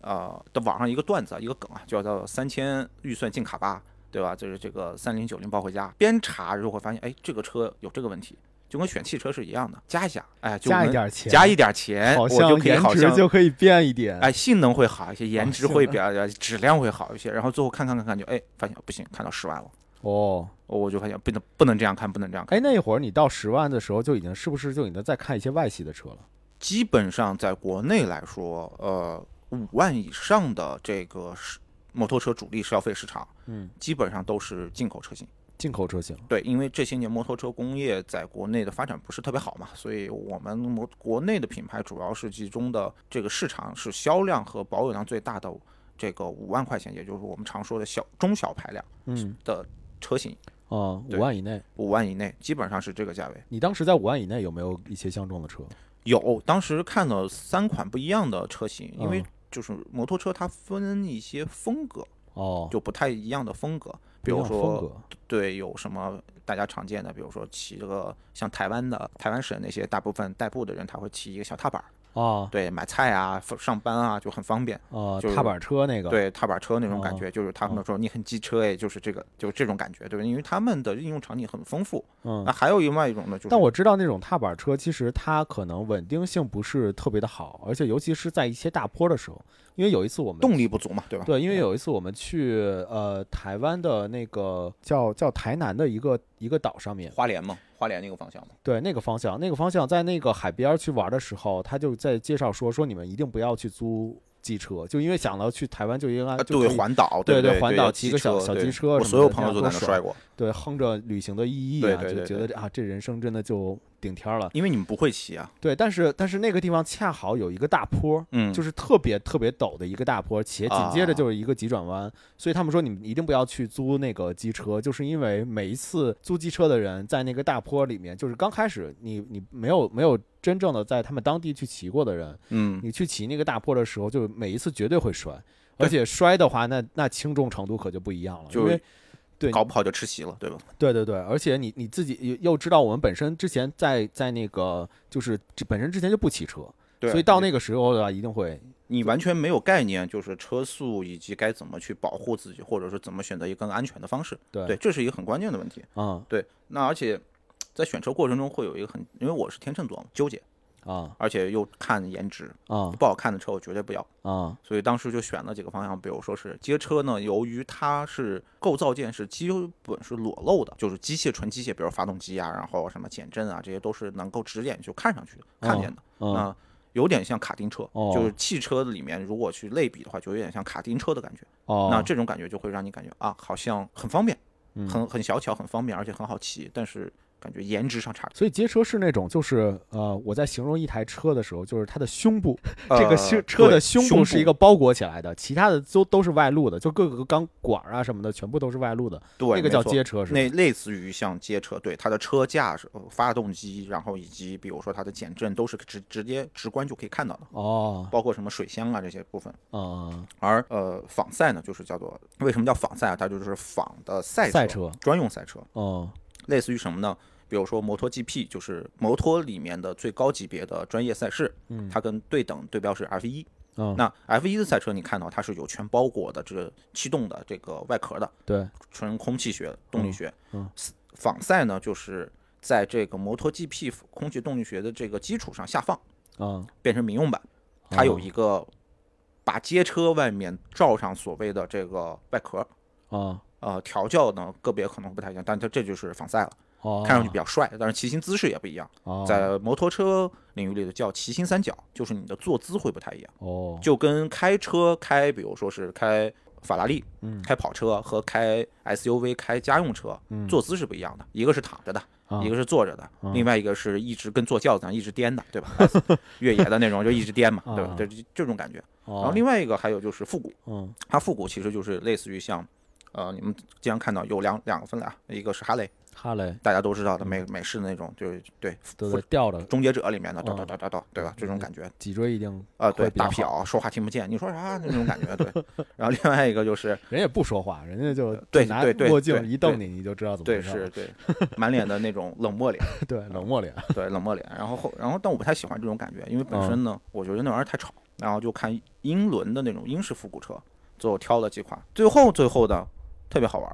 [SPEAKER 2] 呃，的网上一个段子啊，一个梗啊，叫做“三千预算进卡巴”，对吧？就是这个三零九零抱回家，边查就会发现，哎，这个车有这个问题，就跟选汽车是一样的，加一下，哎，就
[SPEAKER 1] 加一
[SPEAKER 2] 能
[SPEAKER 1] 点钱，
[SPEAKER 2] 加一点钱，
[SPEAKER 1] 好
[SPEAKER 2] 我就
[SPEAKER 1] 像
[SPEAKER 2] 可以
[SPEAKER 1] 颜
[SPEAKER 2] 好
[SPEAKER 1] 值
[SPEAKER 2] 像
[SPEAKER 1] 就可以变一点。
[SPEAKER 2] 哎，性能会好一些，颜值
[SPEAKER 1] 性
[SPEAKER 2] 会
[SPEAKER 1] 能
[SPEAKER 2] 比较，质量会好一些，然后最后看看看看就哎，发现不行，看到十万了，
[SPEAKER 1] 哦，
[SPEAKER 2] 我就发现不能不能这样看，不能这样看。
[SPEAKER 1] 哎，那一会儿你到十万的时候，就已经是不是就已经在看一些外系的车了？
[SPEAKER 2] 基本上在国内来说，呃，五万以上的这个是摩托车主力消费市场，
[SPEAKER 1] 嗯，
[SPEAKER 2] 基本上都是进口车型。
[SPEAKER 1] 进口车型
[SPEAKER 2] 对，因为这些年摩托车工业在国内的发展不是特别好嘛，所以我们摩国内的品牌主要是集中的这个市场是销量和保有量最大的这个五万块钱，也就是我们常说的小中小排量，
[SPEAKER 1] 嗯，
[SPEAKER 2] 的车型，
[SPEAKER 1] 啊，五
[SPEAKER 2] 对
[SPEAKER 1] 万以内。
[SPEAKER 2] 五万以内基本上是这个价位。
[SPEAKER 1] 你当时在五万以内有没有一些相中的车？
[SPEAKER 2] 有，当时看了三款不一样的车型，因为
[SPEAKER 1] 嗯
[SPEAKER 2] 就是摩托车它分一些风格，
[SPEAKER 1] 哦，
[SPEAKER 2] 就不太一样的风格。比
[SPEAKER 1] 不一
[SPEAKER 2] 如
[SPEAKER 1] 样风
[SPEAKER 2] 说，
[SPEAKER 1] 格
[SPEAKER 2] 对，有什么大家常见的，比如说骑这个像台湾的台湾省那些大部分代步的人，他会骑一个小踏板儿，
[SPEAKER 1] 啊
[SPEAKER 2] 对，买菜啊、上班啊就很方便。
[SPEAKER 1] 啊，
[SPEAKER 2] 就是
[SPEAKER 1] 踏板车那个，
[SPEAKER 2] 对踏板车那种感
[SPEAKER 1] 哦
[SPEAKER 2] 觉，就是他们说你很机车哎，就是这个，就这种感觉，对吧？因为他们的应用场景很丰富。
[SPEAKER 1] 嗯
[SPEAKER 2] 那。还有另外一种呢，就是
[SPEAKER 1] 但我知道那种踏板车，其实它可能稳定性不是特别的好，而且尤其是在一些大坡的时候，因为有一次我们
[SPEAKER 2] 动力不足嘛，对吧？
[SPEAKER 1] 对，因为有一次我们去呃台湾的那个叫叫台南的一个一个岛上面，
[SPEAKER 2] 花莲嘛，花莲那个方向嘛。
[SPEAKER 1] 对那个方向，那个方向在那个海边儿去玩的时候，他就在介绍说说你们一定不要去租机车，就因为想到去台湾就应该
[SPEAKER 2] 啊，
[SPEAKER 1] 就可
[SPEAKER 2] 对，
[SPEAKER 1] 以
[SPEAKER 2] 环岛，
[SPEAKER 1] 对
[SPEAKER 2] 对，
[SPEAKER 1] 环
[SPEAKER 2] 对
[SPEAKER 1] 岛
[SPEAKER 2] 要
[SPEAKER 1] 骑个小小
[SPEAKER 2] 对
[SPEAKER 1] 机车
[SPEAKER 2] 我
[SPEAKER 1] 什么
[SPEAKER 2] 所有
[SPEAKER 1] 的
[SPEAKER 2] 朋
[SPEAKER 1] 那样
[SPEAKER 2] 友都
[SPEAKER 1] 多
[SPEAKER 2] 在那
[SPEAKER 1] 爽
[SPEAKER 2] 摔过，
[SPEAKER 1] 对哼着旅行的意义
[SPEAKER 2] 对
[SPEAKER 1] 啊，
[SPEAKER 2] 对
[SPEAKER 1] 就
[SPEAKER 2] 对
[SPEAKER 1] 觉得这啊这人生真的就顶天儿了。
[SPEAKER 2] 因为你们不会骑啊，
[SPEAKER 1] 对，但是但是那个地方恰好有一个大坡，
[SPEAKER 2] 嗯，
[SPEAKER 1] 就是是特别特别陡的一个大坡，且紧接着
[SPEAKER 2] 啊
[SPEAKER 1] 就是一个急转弯，所以他们说你们一定不要去租那个机车，就是因为每一次租机车的人在那个大坡里面，就是刚开始你你没有没有真正的在他们当地去骑过的人，
[SPEAKER 2] 嗯，
[SPEAKER 1] 你去骑那个大坡的时候，就是每一次绝对会摔，
[SPEAKER 2] 对
[SPEAKER 1] 而且摔的话，那那轻重程度可就不一样了，
[SPEAKER 2] 就
[SPEAKER 1] 因为对
[SPEAKER 2] 搞不好就吃席了，对吧？
[SPEAKER 1] 对对对，而且你你自己又又知道，我们本身之前在在那个就是这本身之前就不骑车，
[SPEAKER 2] 对，
[SPEAKER 1] 所以到
[SPEAKER 2] 你
[SPEAKER 1] 那个时候的话，一定会
[SPEAKER 2] 你完全没有概念，就是车速以及该怎么去保护自己，或者说怎么选择一个更安全的方式，
[SPEAKER 1] 对
[SPEAKER 2] 对，这是一个很关键的问题。
[SPEAKER 1] 嗯
[SPEAKER 2] 对，那而且在选车过程中会有一个很，因为我是天秤座嘛，纠结，
[SPEAKER 1] 啊
[SPEAKER 2] 而且又看颜值，
[SPEAKER 1] 啊
[SPEAKER 2] 不好看的车我绝对不要。
[SPEAKER 1] 啊
[SPEAKER 2] 所以当时就选了几个方向，比如说是街车呢，由于它是构造件是基本是裸露的，就是机械纯机械，比如发动机啊，然后什么减震啊，这些都是能够直眼就看上去看见的。
[SPEAKER 1] 嗯
[SPEAKER 2] 那有点像卡丁车，
[SPEAKER 1] 哦
[SPEAKER 2] 就是汽车里面如果去类比的话，就有点像卡丁车的感觉。
[SPEAKER 1] 哦，
[SPEAKER 2] 那这种感觉就会让你感觉啊，好像很方便，
[SPEAKER 1] 嗯
[SPEAKER 2] 很很小巧，很方便，而且很好骑，但是感觉颜值上差。
[SPEAKER 1] 所以街车是那种，就是呃，我在形容一台车的时候，就是它的胸部，
[SPEAKER 2] 呃
[SPEAKER 1] 这个车车
[SPEAKER 2] 对
[SPEAKER 1] 的
[SPEAKER 2] 胸
[SPEAKER 1] 部是一个包裹起来的，其他的都都是外露的，就各个钢管啊什么的，全部都是外露的，
[SPEAKER 2] 对，
[SPEAKER 1] 那个
[SPEAKER 2] 没
[SPEAKER 1] 叫
[SPEAKER 2] 错
[SPEAKER 1] 街车是吧？
[SPEAKER 2] 那类似于像街车，对它的车架是、呃发动机，然后以及比如说它的减震都是直直接直观就可以看到的，
[SPEAKER 1] 哦，
[SPEAKER 2] 包括什么水箱啊这些部分。
[SPEAKER 1] 嗯，
[SPEAKER 2] 而呃仿赛呢，就是叫做为什么叫仿赛啊？它就是仿的赛
[SPEAKER 1] 赛车
[SPEAKER 2] 专用赛车，
[SPEAKER 1] 哦，
[SPEAKER 2] 类似于什么呢？比如说摩托 GP，就是摩托里面的最高级别的专业赛事，
[SPEAKER 1] 嗯
[SPEAKER 2] 它跟对等对标是 F 一。
[SPEAKER 1] 嗯，
[SPEAKER 2] 那 F 一的赛车你看到它是有全包裹的这个气动的这个外壳的，
[SPEAKER 1] 对，
[SPEAKER 2] 纯空气学、动力学。
[SPEAKER 1] 嗯
[SPEAKER 2] 仿赛呢，就是在这个摩托 GP 空气动力学的这个基础上下放，
[SPEAKER 1] 嗯，
[SPEAKER 2] 变成民用版。它有
[SPEAKER 1] 哦
[SPEAKER 2] 一个把街车外面罩上所谓的这个外壳，
[SPEAKER 1] 哦
[SPEAKER 2] 呃，调教呢个别可能不太一样，但它这就是仿赛了，
[SPEAKER 1] 哦，
[SPEAKER 2] 看上去比较帅，但是骑行姿势也不一样。
[SPEAKER 1] 哦
[SPEAKER 2] 在摩托车领域里的叫骑行三角，就是你的坐姿会不太一样。
[SPEAKER 1] 哦，
[SPEAKER 2] 就跟开车开，比如说是开法拉利、
[SPEAKER 1] 嗯
[SPEAKER 2] 开跑车和开 SUV、开家用车，
[SPEAKER 1] 嗯
[SPEAKER 2] 坐姿是不一样的，一个是躺着的，
[SPEAKER 1] 啊
[SPEAKER 2] 一个是坐着的，
[SPEAKER 1] 啊
[SPEAKER 2] 另外一个是一直跟坐轿子上一直颠的，对吧？越野的那种就一直颠嘛，对吧
[SPEAKER 1] 啊？哦
[SPEAKER 2] 对，这这种感觉。
[SPEAKER 1] 然
[SPEAKER 2] 然后另外一个还有就是复古，
[SPEAKER 1] 嗯
[SPEAKER 2] 它复古其实就是类似于像。呃，你们经常看到有两两个分类啊，一个是哈雷，
[SPEAKER 1] 哈雷
[SPEAKER 2] 大家都知道的美
[SPEAKER 1] 嗯
[SPEAKER 2] 美式那种，就是对
[SPEAKER 1] 都在吊着，
[SPEAKER 2] 终结者里面的，叨
[SPEAKER 1] 啊
[SPEAKER 2] 叨叨叨叨，对吧？这种感觉，
[SPEAKER 1] 脊椎一定
[SPEAKER 2] 啊，
[SPEAKER 1] 会
[SPEAKER 2] 对，
[SPEAKER 1] 比较
[SPEAKER 2] 大
[SPEAKER 1] 好
[SPEAKER 2] 瞟说话听不见，你 说啥那种感觉，对。然后另外一个就是，
[SPEAKER 1] 人也不说话，人家就就
[SPEAKER 2] 呃对
[SPEAKER 1] 拿
[SPEAKER 2] 对对
[SPEAKER 1] 墨
[SPEAKER 2] 对
[SPEAKER 1] 镜一瞪你，你就知道怎么
[SPEAKER 2] 对，
[SPEAKER 1] 回事
[SPEAKER 2] 是
[SPEAKER 1] 了，
[SPEAKER 2] 对，满脸的那种冷漠脸，
[SPEAKER 1] 对，冷漠脸，
[SPEAKER 2] 对，冷漠脸。然后后，然后，但我不太喜欢这种感觉，因为
[SPEAKER 1] 嗯
[SPEAKER 2] 本身呢，我觉得那玩意儿太吵。然后就看英伦的那种英式复古车，最后挑了几款，最后最后的特别好玩，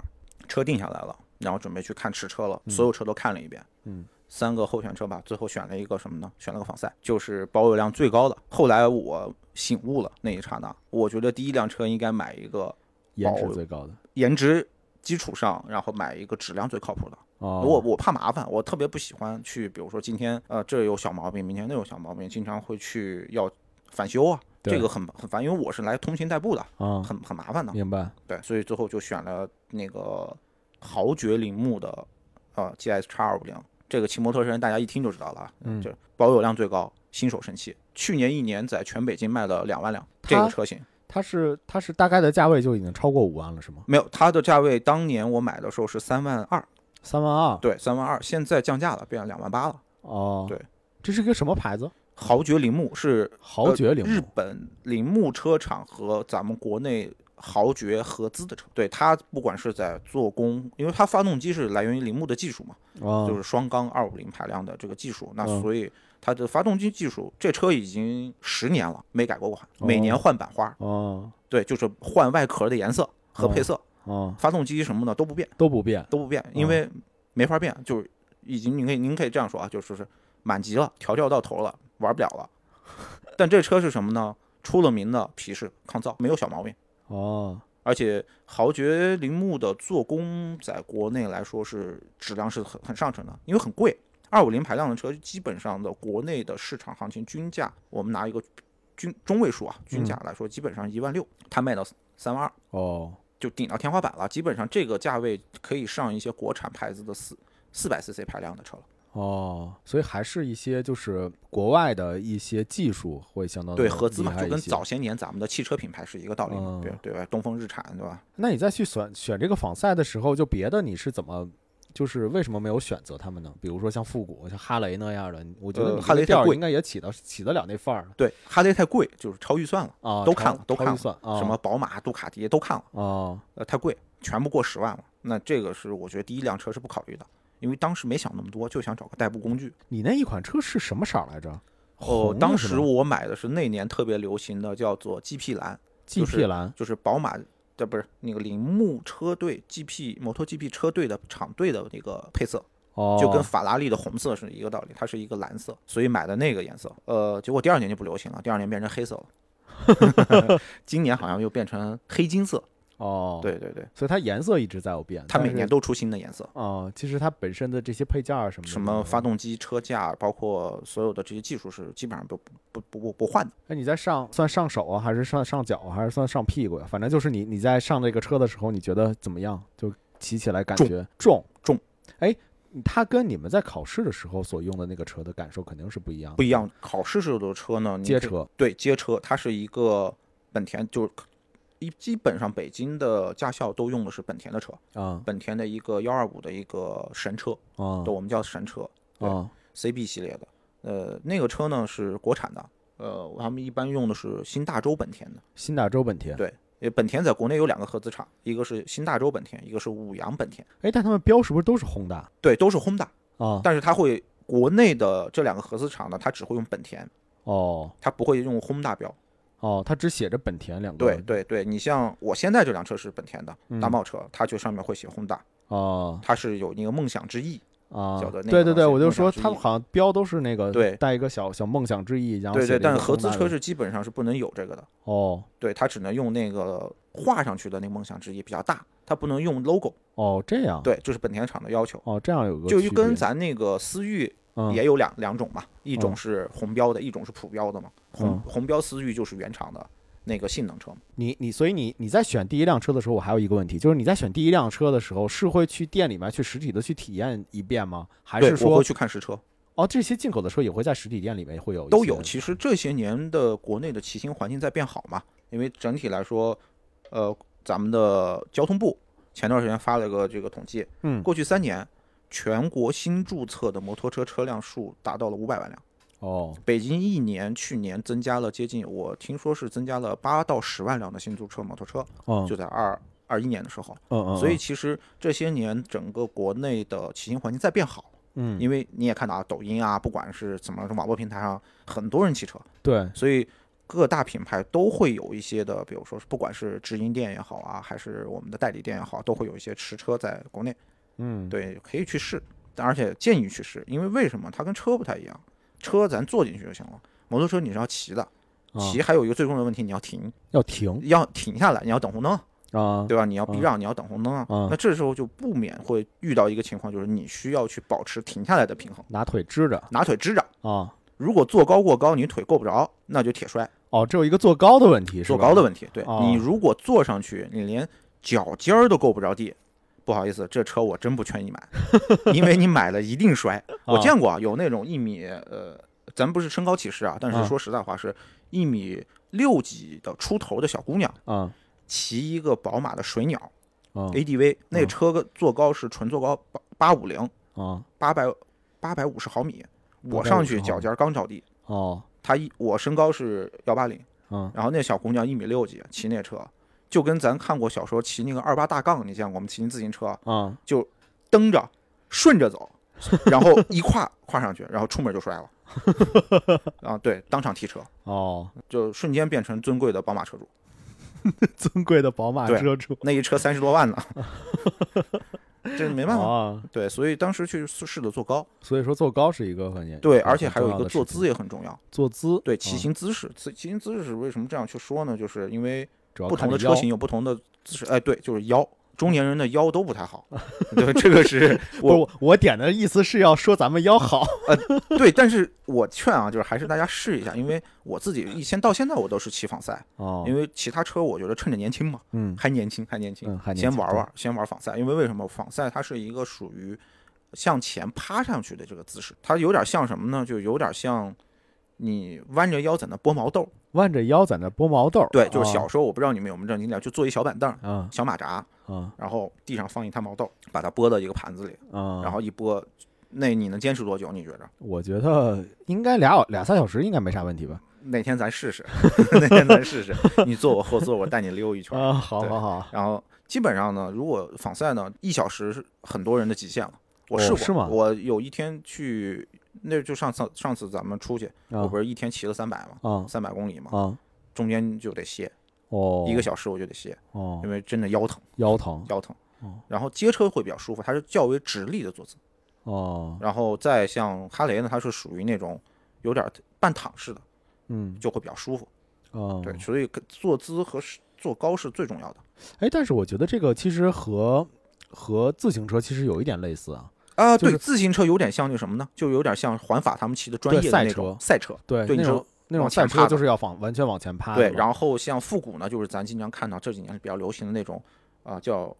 [SPEAKER 2] 车定下来了，然后准备去看试车了，所有车都看了一遍，
[SPEAKER 1] 嗯，
[SPEAKER 2] 三个候选车吧，最后选了一个什么呢？选了个仿赛，就是保有量最高的。后来我醒悟了那一刹那，我觉得第一辆车应该买一个。
[SPEAKER 1] 颜值
[SPEAKER 2] 保
[SPEAKER 1] 最高的。
[SPEAKER 2] 颜值基础上，然后买一个质量最靠谱的。
[SPEAKER 1] 哦，
[SPEAKER 2] 我我怕麻烦，我特别不喜欢去，比如说今天呃这有小毛病，明天那有小毛病，经常会去要返修啊，
[SPEAKER 1] 对
[SPEAKER 2] 这个很很烦，因为我是来通勤代步的，
[SPEAKER 1] 啊，
[SPEAKER 2] 很很麻烦的。
[SPEAKER 1] 明白。
[SPEAKER 2] 对，所以最后就选了那个豪爵铃木的呃 GS 叉二五零，这个骑摩托车人大家一听就知道了啊，
[SPEAKER 1] 嗯
[SPEAKER 2] 就保有量最高，新手神器，去年一年在全北京卖了两万辆，这
[SPEAKER 1] 它
[SPEAKER 2] 个车型。
[SPEAKER 1] 它是它是大概的价位就已经超过五万了，是吗？
[SPEAKER 2] 没有，它的价位当年我买的时候是三万二，
[SPEAKER 1] 三万二。
[SPEAKER 2] 对，三万二，现在降价了，变两万八了。
[SPEAKER 1] 哦，
[SPEAKER 2] 对，
[SPEAKER 1] 这是一个什么牌子？
[SPEAKER 2] 豪爵铃木是
[SPEAKER 1] 豪爵铃
[SPEAKER 2] 呃日
[SPEAKER 1] 木。
[SPEAKER 2] 本铃木车厂和咱们国内豪爵合资的车。对它，不管是在做工，因为它发动机是来源于铃木的技术嘛，
[SPEAKER 1] 哦，
[SPEAKER 2] 就是双缸二五零排量的这个技术，那
[SPEAKER 1] 嗯
[SPEAKER 2] 所以它的发动机技术，这车已经十年了，没改过款，
[SPEAKER 1] 哦
[SPEAKER 2] 每年换版花，
[SPEAKER 1] 哦
[SPEAKER 2] 对，就是换外壳的颜色和配色，
[SPEAKER 1] 哦，
[SPEAKER 2] 发动机什么的都不变。
[SPEAKER 1] 都不变。
[SPEAKER 2] 都不变，
[SPEAKER 1] 嗯
[SPEAKER 2] 因为没法变，就是已经您可以您可以这样说啊，就是是满级了，调教到头了，玩不了了。但这车是什么呢？出了名的皮实抗造，没有小毛病。
[SPEAKER 1] 哦，
[SPEAKER 2] 而且豪爵铃木的做工在国内来说是质量是很很上乘的，因为很贵。二五零排量的车基本上的国内的市场行情均价，我们拿一个均中位数啊，均价来说，基本上一万六，它卖到三万二，
[SPEAKER 1] 哦，
[SPEAKER 2] 就顶到天花板了。基本上这个价位可以上一些国产牌子的四四百 cc 排量的车了。
[SPEAKER 1] 哦，所以还是一些就是国外的一些技术会相当
[SPEAKER 2] 对，
[SPEAKER 1] 地
[SPEAKER 2] 合资嘛
[SPEAKER 1] 哦厉，害
[SPEAKER 2] 就
[SPEAKER 1] 一
[SPEAKER 2] 跟
[SPEAKER 1] 些
[SPEAKER 2] 早些年咱们的汽车品牌是一个道理
[SPEAKER 1] 嗯
[SPEAKER 2] 嘛，对对吧？东风日产对吧？
[SPEAKER 1] 那你再去选选这个仿赛的时候，就别的你是怎么，就是为什么没有选择他们呢？比如说像复古、像哈雷那样的，你我觉得
[SPEAKER 2] 呃
[SPEAKER 1] 你这
[SPEAKER 2] 哈
[SPEAKER 1] 个
[SPEAKER 2] 雷太
[SPEAKER 1] 调儿
[SPEAKER 2] 贵
[SPEAKER 1] 应该也起到起得了那范儿了
[SPEAKER 2] 对，哈雷太贵，就是超预算了，
[SPEAKER 1] 啊，
[SPEAKER 2] 都
[SPEAKER 1] 超
[SPEAKER 2] 看了都
[SPEAKER 1] 超
[SPEAKER 2] 看
[SPEAKER 1] 预
[SPEAKER 2] 了
[SPEAKER 1] 算啊，
[SPEAKER 2] 什么宝马、杜卡迪都看了，
[SPEAKER 1] 啊？
[SPEAKER 2] 呃，太贵，全部过十万了。那这个是我觉得第一辆车是不考虑的，因为当时没想那么多，就想找个代步工具。
[SPEAKER 1] 你那一款车是什么色儿来着？
[SPEAKER 2] 哦
[SPEAKER 1] 红，的
[SPEAKER 2] 当
[SPEAKER 1] 是
[SPEAKER 2] 时
[SPEAKER 1] 吗
[SPEAKER 2] 我买的是那年特别流行的叫做 GP 蓝，就
[SPEAKER 1] GP
[SPEAKER 2] 是
[SPEAKER 1] 蓝
[SPEAKER 2] 就是宝马的不是那个铃木车队 GP 摩托 GP 车队的厂队的那个配色，
[SPEAKER 1] 哦，
[SPEAKER 2] 就跟法拉利的红色是一个道理，它是一个蓝色，所以买的那个颜色。呃，结果第二年就不流行了，第二年变成黑色了， 今年好像又变成黑金色。
[SPEAKER 1] 哦，，
[SPEAKER 2] 对对对，
[SPEAKER 1] 所以它颜色一直在有变，
[SPEAKER 2] 它
[SPEAKER 1] 但
[SPEAKER 2] 每
[SPEAKER 1] 是
[SPEAKER 2] 年都出新的颜色。
[SPEAKER 1] 哦，其实它本身的这些配件儿啊什么的
[SPEAKER 2] 什
[SPEAKER 1] 都没
[SPEAKER 2] 么
[SPEAKER 1] 有
[SPEAKER 2] 发动机、车架，包括所有的这些技术是基本上都不不不不不换的。
[SPEAKER 1] 哎那你在上算上手啊，还是上上脚啊，还是算上屁股呀、反正就是你你在上这个车的时候，你觉得怎么样？就骑起来感觉重
[SPEAKER 2] 重。
[SPEAKER 1] 哎，它跟你们在考试的时候所用的那个车的感受肯定是不一样的。
[SPEAKER 2] 不一样，考试时候的车呢，你
[SPEAKER 1] 啊街
[SPEAKER 2] 可以
[SPEAKER 1] 车
[SPEAKER 2] 对街车，它是一个本田，就是一基本上北京的驾校都用的是本田的车，
[SPEAKER 1] 啊
[SPEAKER 2] 本田的一个幺二五的一个神车，
[SPEAKER 1] 啊
[SPEAKER 2] 对，我们叫神车对
[SPEAKER 1] 啊
[SPEAKER 2] CB 系列的。呃，那个车呢是国产的，呃，他们一般用的是新大洲本田的。
[SPEAKER 1] 新大洲本田。
[SPEAKER 2] 对，因为本田在国内有两个合资厂，一个是新大洲本田，一个是五羊本田，
[SPEAKER 1] 哎，但他们标是不是都是 Honda
[SPEAKER 2] 对，都是 Honda，
[SPEAKER 1] 啊？
[SPEAKER 2] 但是它会国内的这两个合资厂呢，它只会用本田，
[SPEAKER 1] 哦
[SPEAKER 2] 它不会用 Honda 标。
[SPEAKER 1] 哦，它只写着本田两个。
[SPEAKER 2] 对对对，你像我现在这辆车是本田的
[SPEAKER 1] 嗯
[SPEAKER 2] 大贸车，它就上面会写 Honda，
[SPEAKER 1] 哦
[SPEAKER 2] 它是有那个梦想之翼。
[SPEAKER 1] 啊
[SPEAKER 2] 小的那，个
[SPEAKER 1] 对对
[SPEAKER 2] 好
[SPEAKER 1] 对，
[SPEAKER 2] 像
[SPEAKER 1] 我就
[SPEAKER 2] 梦想
[SPEAKER 1] 说
[SPEAKER 2] 之
[SPEAKER 1] 他们
[SPEAKER 2] 翼
[SPEAKER 1] 好像标都是那个
[SPEAKER 2] 对
[SPEAKER 1] 带一个小小梦想之翼，然后
[SPEAKER 2] 对
[SPEAKER 1] 写着
[SPEAKER 2] 对，
[SPEAKER 1] 一
[SPEAKER 2] 但是
[SPEAKER 1] 个
[SPEAKER 2] 合资
[SPEAKER 1] Honda
[SPEAKER 2] 车
[SPEAKER 1] 的
[SPEAKER 2] 是基本上是不能有这个的，
[SPEAKER 1] 哦
[SPEAKER 2] 对，它只能用那个画上去的那个梦想之翼比较大，它不能用 logo。
[SPEAKER 1] 哦这样
[SPEAKER 2] 对，这是本田厂的要求。
[SPEAKER 1] 哦这样有个
[SPEAKER 2] 就
[SPEAKER 1] 区
[SPEAKER 2] 跟
[SPEAKER 1] 别
[SPEAKER 2] 咱那个思域
[SPEAKER 1] 嗯
[SPEAKER 2] 也有两、两种嘛，一
[SPEAKER 1] 嗯
[SPEAKER 2] 种是红标的，一种是普标的嘛。红、
[SPEAKER 1] 嗯
[SPEAKER 2] 红标思域就是原厂的那个性能车嘛。
[SPEAKER 1] 你你所以你你在选第一辆车的时候，我还有一个问题，就是你在选第一辆车的时候，是会去店里面去实体的去体验一遍吗？还
[SPEAKER 2] 对
[SPEAKER 1] 是
[SPEAKER 2] 我
[SPEAKER 1] 说
[SPEAKER 2] 会去看实车，
[SPEAKER 1] 哦这些进口的车也会在实体店里面会有一
[SPEAKER 2] 都
[SPEAKER 1] 些
[SPEAKER 2] 有。其实这些年的国内的骑行环境在变好嘛，因为整体来说，呃，咱们的交通部前段时间发了个这个统计，
[SPEAKER 1] 嗯
[SPEAKER 2] 过去三年全国新注册的摩托车车辆数达到了五百万辆。
[SPEAKER 1] 哦
[SPEAKER 2] 北京一年去年增加了接近，我听说是增加了八到十万辆的新注册摩托车，
[SPEAKER 1] 嗯
[SPEAKER 2] 就在二二一年的时候。
[SPEAKER 1] 嗯嗯，
[SPEAKER 2] 所以其实这些年整个国内的骑行环境在变好，
[SPEAKER 1] 嗯
[SPEAKER 2] 因为你也看到啊，抖音啊，不管是怎么网络平台上，很多人骑车，
[SPEAKER 1] 嗯对
[SPEAKER 2] 所以各大品牌都会有一些的，比如说是不管是直营店也好啊，还是我们的代理店也好，都会有一些实车在国内，
[SPEAKER 1] 嗯
[SPEAKER 2] 对，可以去试，但而且建议去试，因为为什么它跟车不太一样？车咱坐进去就行了，摩托车你是要骑的，
[SPEAKER 1] 啊
[SPEAKER 2] 骑还有一个最重要的问题，你要停，
[SPEAKER 1] 要停
[SPEAKER 2] 要停下来，你要等红灯。
[SPEAKER 1] 啊
[SPEAKER 2] 对吧？你要避
[SPEAKER 1] 嗯
[SPEAKER 2] 让，你要等红灯啊。
[SPEAKER 1] 嗯
[SPEAKER 2] 那这时候就不免会遇到一个情况，就是你需要去保持停下来的平衡，
[SPEAKER 1] 拿腿支着
[SPEAKER 2] 拿腿支着。
[SPEAKER 1] 啊
[SPEAKER 2] 如果坐高过高，你腿够不着，那就铁摔，
[SPEAKER 1] 哦这有一个坐高的问题是
[SPEAKER 2] 坐
[SPEAKER 1] 吧？
[SPEAKER 2] 高的问题。对、
[SPEAKER 1] 哦
[SPEAKER 2] 你如果坐上去，你连脚尖儿都够不着地，不好意思，这车我真不劝你买，因为你买了一定摔。我
[SPEAKER 1] 啊
[SPEAKER 2] 见过啊，有那种一米呃，咱不是身高歧视啊，但
[SPEAKER 1] 嗯
[SPEAKER 2] 是说实在话，是一米六几的出头的小姑娘
[SPEAKER 1] 啊
[SPEAKER 2] 骑一个宝马的水鸟。
[SPEAKER 1] 啊
[SPEAKER 2] ADV 那
[SPEAKER 1] 嗯
[SPEAKER 2] 车个坐高是纯坐高八八五零
[SPEAKER 1] 啊
[SPEAKER 2] 八百八百五十毫米，我
[SPEAKER 1] 850
[SPEAKER 2] 上去
[SPEAKER 1] 毫
[SPEAKER 2] 脚
[SPEAKER 1] 米
[SPEAKER 2] 尖儿刚着地，
[SPEAKER 1] 哦
[SPEAKER 2] 他一我身高是幺八零，
[SPEAKER 1] 嗯
[SPEAKER 2] 然后那小姑娘一米六几，骑那车就跟咱看过小时候骑那个二八大杠，你见过我们骑那自行车
[SPEAKER 1] 啊
[SPEAKER 2] 蹬着顺着走，然后一跨跨上去，然后出门就摔了，啊对，当场提车，
[SPEAKER 1] 哦
[SPEAKER 2] 就瞬间变成尊贵的宝马车主，
[SPEAKER 1] 尊贵的宝马
[SPEAKER 2] 对
[SPEAKER 1] 遮住
[SPEAKER 2] 那一车三十多万呢，这没办法，
[SPEAKER 1] 啊，
[SPEAKER 2] 对，所以当时去试试的坐高。
[SPEAKER 1] 所以说坐高是一个很严
[SPEAKER 2] 对，
[SPEAKER 1] 很
[SPEAKER 2] 而且还
[SPEAKER 1] 重
[SPEAKER 2] 有一
[SPEAKER 1] 要
[SPEAKER 2] 个
[SPEAKER 1] 的
[SPEAKER 2] 坐
[SPEAKER 1] 事情
[SPEAKER 2] 姿也很重要。
[SPEAKER 1] 坐姿
[SPEAKER 2] 对，骑
[SPEAKER 1] 嗯
[SPEAKER 2] 行姿势，骑骑行姿势为什么这样去说呢？就是因为
[SPEAKER 1] 主要
[SPEAKER 2] 不
[SPEAKER 1] 看
[SPEAKER 2] 同的
[SPEAKER 1] 你腰
[SPEAKER 2] 车型有不同的姿势。哎，对，就是腰中年人的腰都不太好， 对，这个是我
[SPEAKER 1] 不我点的意思是要说咱们腰好，
[SPEAKER 2] 对，但是我劝啊，就是还是大家试一下，因为我自己以前到现在我都是骑仿赛，
[SPEAKER 1] 哦
[SPEAKER 2] 因为其他车我觉得趁着年轻嘛，
[SPEAKER 1] 嗯
[SPEAKER 2] 还年轻，还年轻，
[SPEAKER 1] 嗯还年
[SPEAKER 2] 先
[SPEAKER 1] 轻
[SPEAKER 2] 玩玩，先玩仿赛，因为为什么仿赛它是一个属于向前趴上去的这个姿势，它有点像什么呢？就有点像你弯着腰在那剥毛豆，
[SPEAKER 1] 弯着腰在那剥毛豆儿，
[SPEAKER 2] 对，就是
[SPEAKER 1] 哦
[SPEAKER 2] 小时嗯候我不知道你们有没有正经点，就坐一小板凳，
[SPEAKER 1] 啊
[SPEAKER 2] 小马扎，
[SPEAKER 1] 啊
[SPEAKER 2] 然后地上放一摊毛豆，嗯把它拨到一个盘子里，
[SPEAKER 1] 啊！
[SPEAKER 2] 然后一拨，那你能坚持多久？你觉着？
[SPEAKER 1] 我觉得应该俩小俩仨小时应该没啥问题吧？
[SPEAKER 2] 哪天咱 试试，哪天咱试试，你坐我后座，我带你溜一圈儿。
[SPEAKER 1] 啊，好
[SPEAKER 2] 对
[SPEAKER 1] 好好，
[SPEAKER 2] 然后基本上呢，如果仿赛呢，一小时是很多人的极限了。我试
[SPEAKER 1] 哦
[SPEAKER 2] 过，
[SPEAKER 1] 是吗
[SPEAKER 2] 我有一天去，那就上次上次咱们出去，我
[SPEAKER 1] 啊
[SPEAKER 2] 不是一天骑了三百嘛，
[SPEAKER 1] 啊
[SPEAKER 2] 三百公里嘛，
[SPEAKER 1] 啊
[SPEAKER 2] 中间就得歇
[SPEAKER 1] 哦，
[SPEAKER 2] 一个小时，我就得歇，
[SPEAKER 1] 哦
[SPEAKER 2] 因为真的腰疼，
[SPEAKER 1] 腰疼
[SPEAKER 2] 腰疼
[SPEAKER 1] 哦。
[SPEAKER 2] 然后街车会比较舒服，它是较为直立的坐姿。
[SPEAKER 1] 哦，
[SPEAKER 2] 然后再像哈雷呢，它是属于那种有点半躺式的，
[SPEAKER 1] 嗯
[SPEAKER 2] 就会比较舒服。
[SPEAKER 1] 哦，
[SPEAKER 2] 对，所以跟坐姿和是坐高是最重要的
[SPEAKER 1] 哎，但是我觉得这个其实和和自行车其实有一点类似啊，
[SPEAKER 2] 啊。
[SPEAKER 1] 就是
[SPEAKER 2] 对，自行车有点像那什么呢？就有点像环法他们骑的专
[SPEAKER 1] 对
[SPEAKER 2] 业的
[SPEAKER 1] 赛
[SPEAKER 2] 那种
[SPEAKER 1] 车
[SPEAKER 2] 赛车。
[SPEAKER 1] 对
[SPEAKER 2] 对，
[SPEAKER 1] 那
[SPEAKER 2] 你
[SPEAKER 1] 种
[SPEAKER 2] 说
[SPEAKER 1] 那种
[SPEAKER 2] 往
[SPEAKER 1] 赛
[SPEAKER 2] 前
[SPEAKER 1] 车
[SPEAKER 2] 趴
[SPEAKER 1] 就是要往完全往前趴的嘛，
[SPEAKER 2] 对，然后像复古呢，就是咱经常看到这几年比较流行的那种啊、叫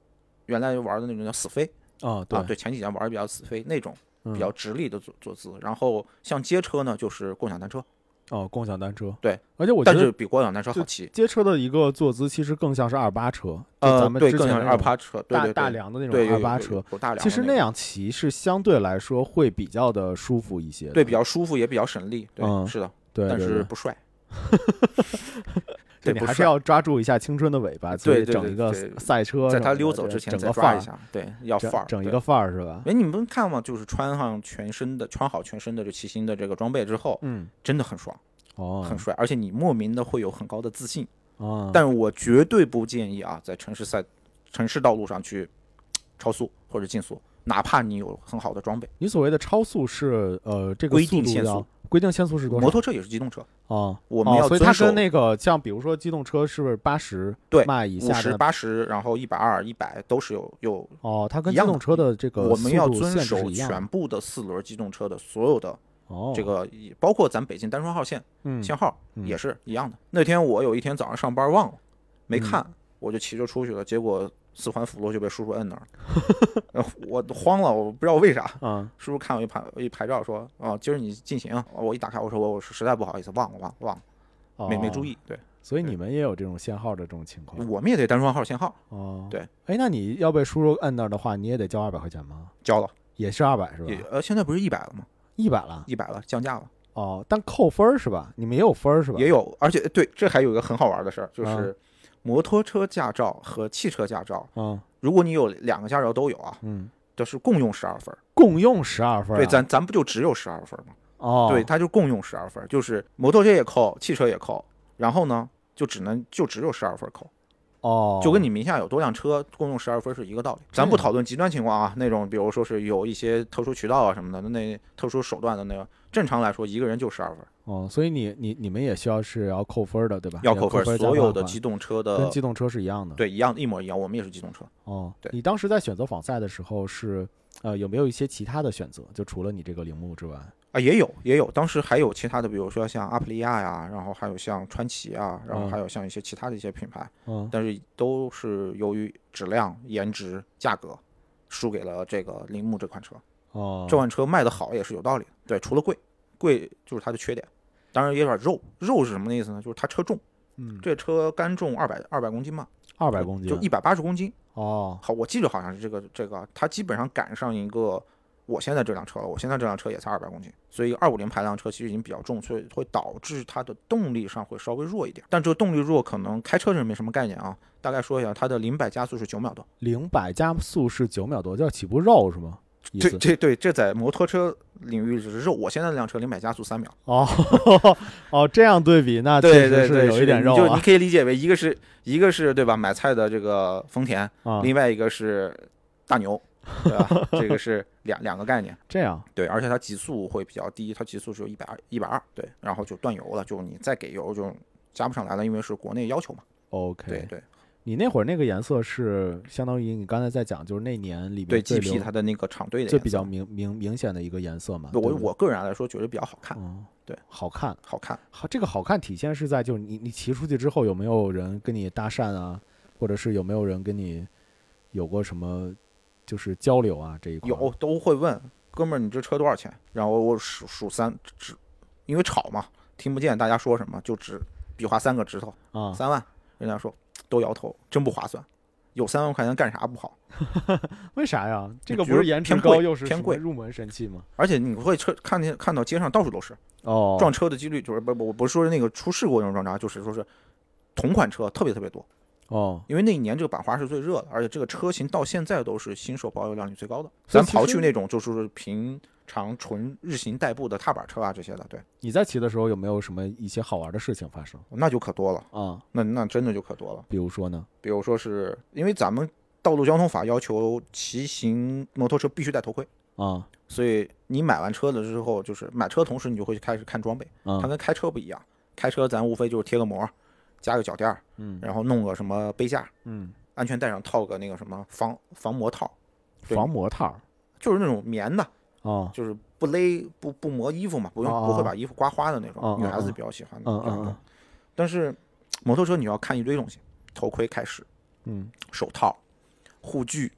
[SPEAKER 2] 原来玩的那种叫死飞
[SPEAKER 1] 啊
[SPEAKER 2] 啊，
[SPEAKER 1] 对
[SPEAKER 2] 对，前几年玩的比较死飞那种
[SPEAKER 1] 嗯
[SPEAKER 2] 比较直立的坐坐姿。然后像街车呢，就是共享单车，
[SPEAKER 1] 哦共享单车
[SPEAKER 2] 对，
[SPEAKER 1] 而且我觉
[SPEAKER 2] 但
[SPEAKER 1] 得
[SPEAKER 2] 是比共享单车好骑。
[SPEAKER 1] 街车的一个坐姿其实更像是二八车，就
[SPEAKER 2] 呃
[SPEAKER 1] 咱，们
[SPEAKER 2] 对，
[SPEAKER 1] 之
[SPEAKER 2] 更
[SPEAKER 1] 前
[SPEAKER 2] 像
[SPEAKER 1] 那
[SPEAKER 2] 是二
[SPEAKER 1] 种
[SPEAKER 2] 八车，对
[SPEAKER 1] 大
[SPEAKER 2] 对
[SPEAKER 1] 大
[SPEAKER 2] 对，
[SPEAKER 1] 梁的那
[SPEAKER 2] 对
[SPEAKER 1] 种
[SPEAKER 2] 有
[SPEAKER 1] 二八
[SPEAKER 2] 有
[SPEAKER 1] 车。
[SPEAKER 2] 有大梁的种，
[SPEAKER 1] 其实那样骑是相对来说会比较的舒服一些的，
[SPEAKER 2] 对比较舒服，也比较省力，
[SPEAKER 1] 嗯
[SPEAKER 2] 对，是的，
[SPEAKER 1] 对，
[SPEAKER 2] 但
[SPEAKER 1] 对
[SPEAKER 2] 是
[SPEAKER 1] 对
[SPEAKER 2] 不帅。
[SPEAKER 1] 就
[SPEAKER 2] 对
[SPEAKER 1] 你
[SPEAKER 2] 不
[SPEAKER 1] 还是
[SPEAKER 2] 帅
[SPEAKER 1] 要抓住一下青春的尾巴，所
[SPEAKER 2] 对
[SPEAKER 1] 以
[SPEAKER 2] 对
[SPEAKER 1] 整
[SPEAKER 2] 对
[SPEAKER 1] 一个
[SPEAKER 2] 对
[SPEAKER 1] 赛车什么的，
[SPEAKER 2] 在他溜走
[SPEAKER 1] 对
[SPEAKER 2] 之前
[SPEAKER 1] 整
[SPEAKER 2] 再
[SPEAKER 1] 个
[SPEAKER 2] 抓
[SPEAKER 1] 范
[SPEAKER 2] 一
[SPEAKER 1] 儿，
[SPEAKER 2] 下，对，要
[SPEAKER 1] 整
[SPEAKER 2] 范儿，
[SPEAKER 1] 整一
[SPEAKER 2] 对
[SPEAKER 1] 个。范儿是吧？
[SPEAKER 2] 哎，你们看嘛，就是穿上全身的、穿好全身的这骑行的这个装备之后，
[SPEAKER 1] 嗯，
[SPEAKER 2] 真的很爽，
[SPEAKER 1] 哦，
[SPEAKER 2] 很帅，而且你莫名的会有很高的自信。
[SPEAKER 1] 啊，
[SPEAKER 2] 但我绝对不建议啊，在城市赛、城市道路上去超速或者竞速，哪怕你有很好的装备。
[SPEAKER 1] 你所谓的超速是呃这个
[SPEAKER 2] 规
[SPEAKER 1] 速
[SPEAKER 2] 定
[SPEAKER 1] 度
[SPEAKER 2] 限
[SPEAKER 1] 要
[SPEAKER 2] 速，
[SPEAKER 1] 规定限速是多
[SPEAKER 2] 摩
[SPEAKER 1] 少
[SPEAKER 2] 托车也是机动车，
[SPEAKER 1] 啊？
[SPEAKER 2] 我们
[SPEAKER 1] 哦
[SPEAKER 2] 要
[SPEAKER 1] 所以它跟
[SPEAKER 2] 遵守
[SPEAKER 1] 那个像比如说机动车是不是八十
[SPEAKER 2] 对
[SPEAKER 1] 迈以
[SPEAKER 2] 五
[SPEAKER 1] 下
[SPEAKER 2] 十、
[SPEAKER 1] 的？
[SPEAKER 2] 八十，然后一百二、一百都是有有
[SPEAKER 1] 哦，它跟
[SPEAKER 2] 一
[SPEAKER 1] 机
[SPEAKER 2] 样的嗯
[SPEAKER 1] 动车的这个
[SPEAKER 2] 我们要
[SPEAKER 1] 速度
[SPEAKER 2] 遵
[SPEAKER 1] 限制是
[SPEAKER 2] 守
[SPEAKER 1] 一样的
[SPEAKER 2] 全部的四轮机动车的所有的
[SPEAKER 1] 哦，
[SPEAKER 2] 这个，包括咱北京单双号线
[SPEAKER 1] 嗯
[SPEAKER 2] 限号
[SPEAKER 1] 嗯
[SPEAKER 2] 也是一样的。那天我有一天早上上班忘了，没
[SPEAKER 1] 嗯
[SPEAKER 2] 看，我就骑着出去了，结果四环辅路就被叔叔摁那儿了 然后我慌了，我不知道为啥。
[SPEAKER 1] 啊
[SPEAKER 2] 叔叔看我一牌一牌照说，哦，今儿你进行啊。我一打开，我说我我实在不好意思，忘了忘了忘了，没没注
[SPEAKER 1] 意。
[SPEAKER 2] 意。对，
[SPEAKER 1] 哦所以你们也有这种限号的这种情况
[SPEAKER 2] 我们也得单双号限号
[SPEAKER 1] 哦。
[SPEAKER 2] 对，
[SPEAKER 1] 哎，那你要被叔叔摁那儿的话，你也得交二百块钱吗？
[SPEAKER 2] 交了，
[SPEAKER 1] 也是二百是吧
[SPEAKER 2] 也？呃现在不是一百了吗？
[SPEAKER 1] 一百了
[SPEAKER 2] 一百了，降价了。
[SPEAKER 1] 哦，但扣分儿是吧？你们也有分儿是吧？
[SPEAKER 2] 也有，而且对，这还有一个很好玩的事儿，就
[SPEAKER 1] 啊
[SPEAKER 2] 是摩托车驾照和汽车驾照，
[SPEAKER 1] 嗯
[SPEAKER 2] 如果你有两个驾照都有啊，
[SPEAKER 1] 嗯，
[SPEAKER 2] 就是共用十二分儿。
[SPEAKER 1] 共用十二分儿啊、
[SPEAKER 2] 对，咱咱不就只有十二分儿吗？
[SPEAKER 1] 哦，
[SPEAKER 2] 对，它就共用十二分儿，就是摩托车也扣，汽车也扣，然后呢，就只能就只有十二分儿扣，
[SPEAKER 1] 哦，嗯
[SPEAKER 2] 就跟你名下有多辆车共用十二分儿是一个道理。咱不
[SPEAKER 1] 这样
[SPEAKER 2] 讨论极端情况啊，那种比如说是有一些特殊渠道啊什么的，那特殊手段的那个，正常来说一个人就十二分儿，
[SPEAKER 1] 哦，所以你你你们也需要是啊要扣分儿的，对吧？
[SPEAKER 2] 要
[SPEAKER 1] 扣
[SPEAKER 2] 扣分儿，
[SPEAKER 1] 加
[SPEAKER 2] 所有
[SPEAKER 1] 罚
[SPEAKER 2] 的
[SPEAKER 1] 款
[SPEAKER 2] 机呃动车
[SPEAKER 1] 跟
[SPEAKER 2] 的
[SPEAKER 1] 机动车是一样的。
[SPEAKER 2] 对一样一模一样，我们也是机动车。
[SPEAKER 1] 哦，
[SPEAKER 2] 对
[SPEAKER 1] 你当时在选择仿赛的时候是呃有没有一些其他的选择？就除了你这个铃木之外，
[SPEAKER 2] 啊，也有也有，当时还有其他的，比如说像阿普利亚呀，然后还有像川崎啊，然后
[SPEAKER 1] 嗯
[SPEAKER 2] 还有像一些其他的一些品牌，
[SPEAKER 1] 嗯
[SPEAKER 2] 但是都是由于质量、颜值、价格输给了这个铃木这款车。
[SPEAKER 1] 哦，
[SPEAKER 2] 这款车卖的好也是有道理的，对，除了贵，贵就是它的缺点，当然也有点肉，肉是什么意思呢？就是它车重，
[SPEAKER 1] 嗯
[SPEAKER 2] 这车干重二百二百公斤嘛，
[SPEAKER 1] 二
[SPEAKER 2] 二
[SPEAKER 1] 百公斤啊
[SPEAKER 2] 就一百八十公斤，
[SPEAKER 1] 哦
[SPEAKER 2] 好，我记得好像是这个这个，它基本上赶上一个我现在这辆车了。我现在这辆车也才二百公斤，所以二五零排量车其实已经比较重，所以会导致它的动力上会稍微弱一点。但这个动力弱可能开车人没什么概念啊，大概说一下，它的零百加速是九秒多。
[SPEAKER 1] 零百加速是九秒多，叫起步肉是吗？意
[SPEAKER 2] 这
[SPEAKER 1] 思
[SPEAKER 2] 这对这在摩托车领域只是肉。我现在那辆车零百加速三秒，
[SPEAKER 1] 哦 哦，这样对比那确
[SPEAKER 2] 对
[SPEAKER 1] 实
[SPEAKER 2] 对
[SPEAKER 1] 是
[SPEAKER 2] 对，
[SPEAKER 1] 有
[SPEAKER 2] 是
[SPEAKER 1] 一点
[SPEAKER 2] 你
[SPEAKER 1] 肉
[SPEAKER 2] 就你
[SPEAKER 1] 啊
[SPEAKER 2] 可以理解为一个是一个是对吧，买菜的这个丰田，
[SPEAKER 1] 啊，
[SPEAKER 2] 另外一个是大牛，对吧？这个是两两个概念。
[SPEAKER 1] 这样
[SPEAKER 2] 对，而且它极速会比较低，它极速只有一百二一百二，对，然后就断油了，就你再给油就加不上来了，因为是国内要求嘛。
[SPEAKER 1] OK。
[SPEAKER 2] 对对，
[SPEAKER 1] 你那会儿那个颜色是相当于你刚才在讲，就是那年里
[SPEAKER 2] 对
[SPEAKER 1] 面最
[SPEAKER 2] GP
[SPEAKER 1] 流
[SPEAKER 2] 它的那个厂队的
[SPEAKER 1] 最
[SPEAKER 2] 颜
[SPEAKER 1] 比
[SPEAKER 2] 色
[SPEAKER 1] 较明明明显的一个颜色嘛。
[SPEAKER 2] 我
[SPEAKER 1] 对不对
[SPEAKER 2] 我个人来说觉得比较好看，
[SPEAKER 1] 嗯，
[SPEAKER 2] 对，
[SPEAKER 1] 好看，
[SPEAKER 2] 好看。
[SPEAKER 1] 好，这个好看体现是在就是你你骑出去之后有没有人跟你搭讪啊，或者是有没有人跟你有过什么就是交流啊这一块儿？
[SPEAKER 2] 有都会问哥们儿，你这车多少钱？然后我数数三，只因为吵嘛，听不见大家说什么，就只比划三个指头，
[SPEAKER 1] 啊，
[SPEAKER 2] 三万。人家说都摇头，真不划算。有三万块钱干啥不好？
[SPEAKER 1] 为啥呀？这
[SPEAKER 2] 就
[SPEAKER 1] 个
[SPEAKER 2] 觉
[SPEAKER 1] 不
[SPEAKER 2] 得
[SPEAKER 1] 是颜值
[SPEAKER 2] 偏
[SPEAKER 1] 高
[SPEAKER 2] 贵
[SPEAKER 1] 又是什
[SPEAKER 2] 偏
[SPEAKER 1] 么
[SPEAKER 2] 贵
[SPEAKER 1] 入门神器吗？
[SPEAKER 2] 而且你会车看见看到街上到处都是
[SPEAKER 1] 哦，
[SPEAKER 2] 撞车的几率，就是不不我不是说那个出事故那种撞车，啊就是说是同款车特别特别多。
[SPEAKER 1] 哦，
[SPEAKER 2] 因为那一年这个板花是最热的，而且这个车型到现在都是新手保有量里最高的。
[SPEAKER 1] 所以
[SPEAKER 2] 咱
[SPEAKER 1] 其实
[SPEAKER 2] 刨去那种就是平常纯日行代步的踏板车啊这些的，对，哦
[SPEAKER 1] 你在骑的时候有没有什么一些好玩的事情发生
[SPEAKER 2] 那就可多了，
[SPEAKER 1] 啊？
[SPEAKER 2] 那那真的就可多了。
[SPEAKER 1] 比如说呢？
[SPEAKER 2] 比如说是因为咱们道路交通法要求骑行摩托车必须戴头盔，
[SPEAKER 1] 啊
[SPEAKER 2] 所以你买完车了之后，就是买车同时你就会开始看装备，它
[SPEAKER 1] 啊
[SPEAKER 2] 跟开车不一样，开车咱无非就是贴个膜，加个脚垫儿，
[SPEAKER 1] 嗯
[SPEAKER 2] 然后弄个什么杯架，
[SPEAKER 1] 嗯，
[SPEAKER 2] 安全带上套个那个什么防防磨套，对
[SPEAKER 1] 防磨套儿
[SPEAKER 2] 就是那种棉的。
[SPEAKER 1] 啊
[SPEAKER 2] 就是不勒不不磨衣服嘛，不用、
[SPEAKER 1] 哦哦
[SPEAKER 2] 不会把衣服刮花的那种，
[SPEAKER 1] 哦哦
[SPEAKER 2] 女孩子比较喜欢的
[SPEAKER 1] 嗯
[SPEAKER 2] 这
[SPEAKER 1] 嗯
[SPEAKER 2] 种。
[SPEAKER 1] 嗯
[SPEAKER 2] 但是摩托车你要看一堆东西，头盔开始，
[SPEAKER 1] 嗯
[SPEAKER 2] 手套、护具，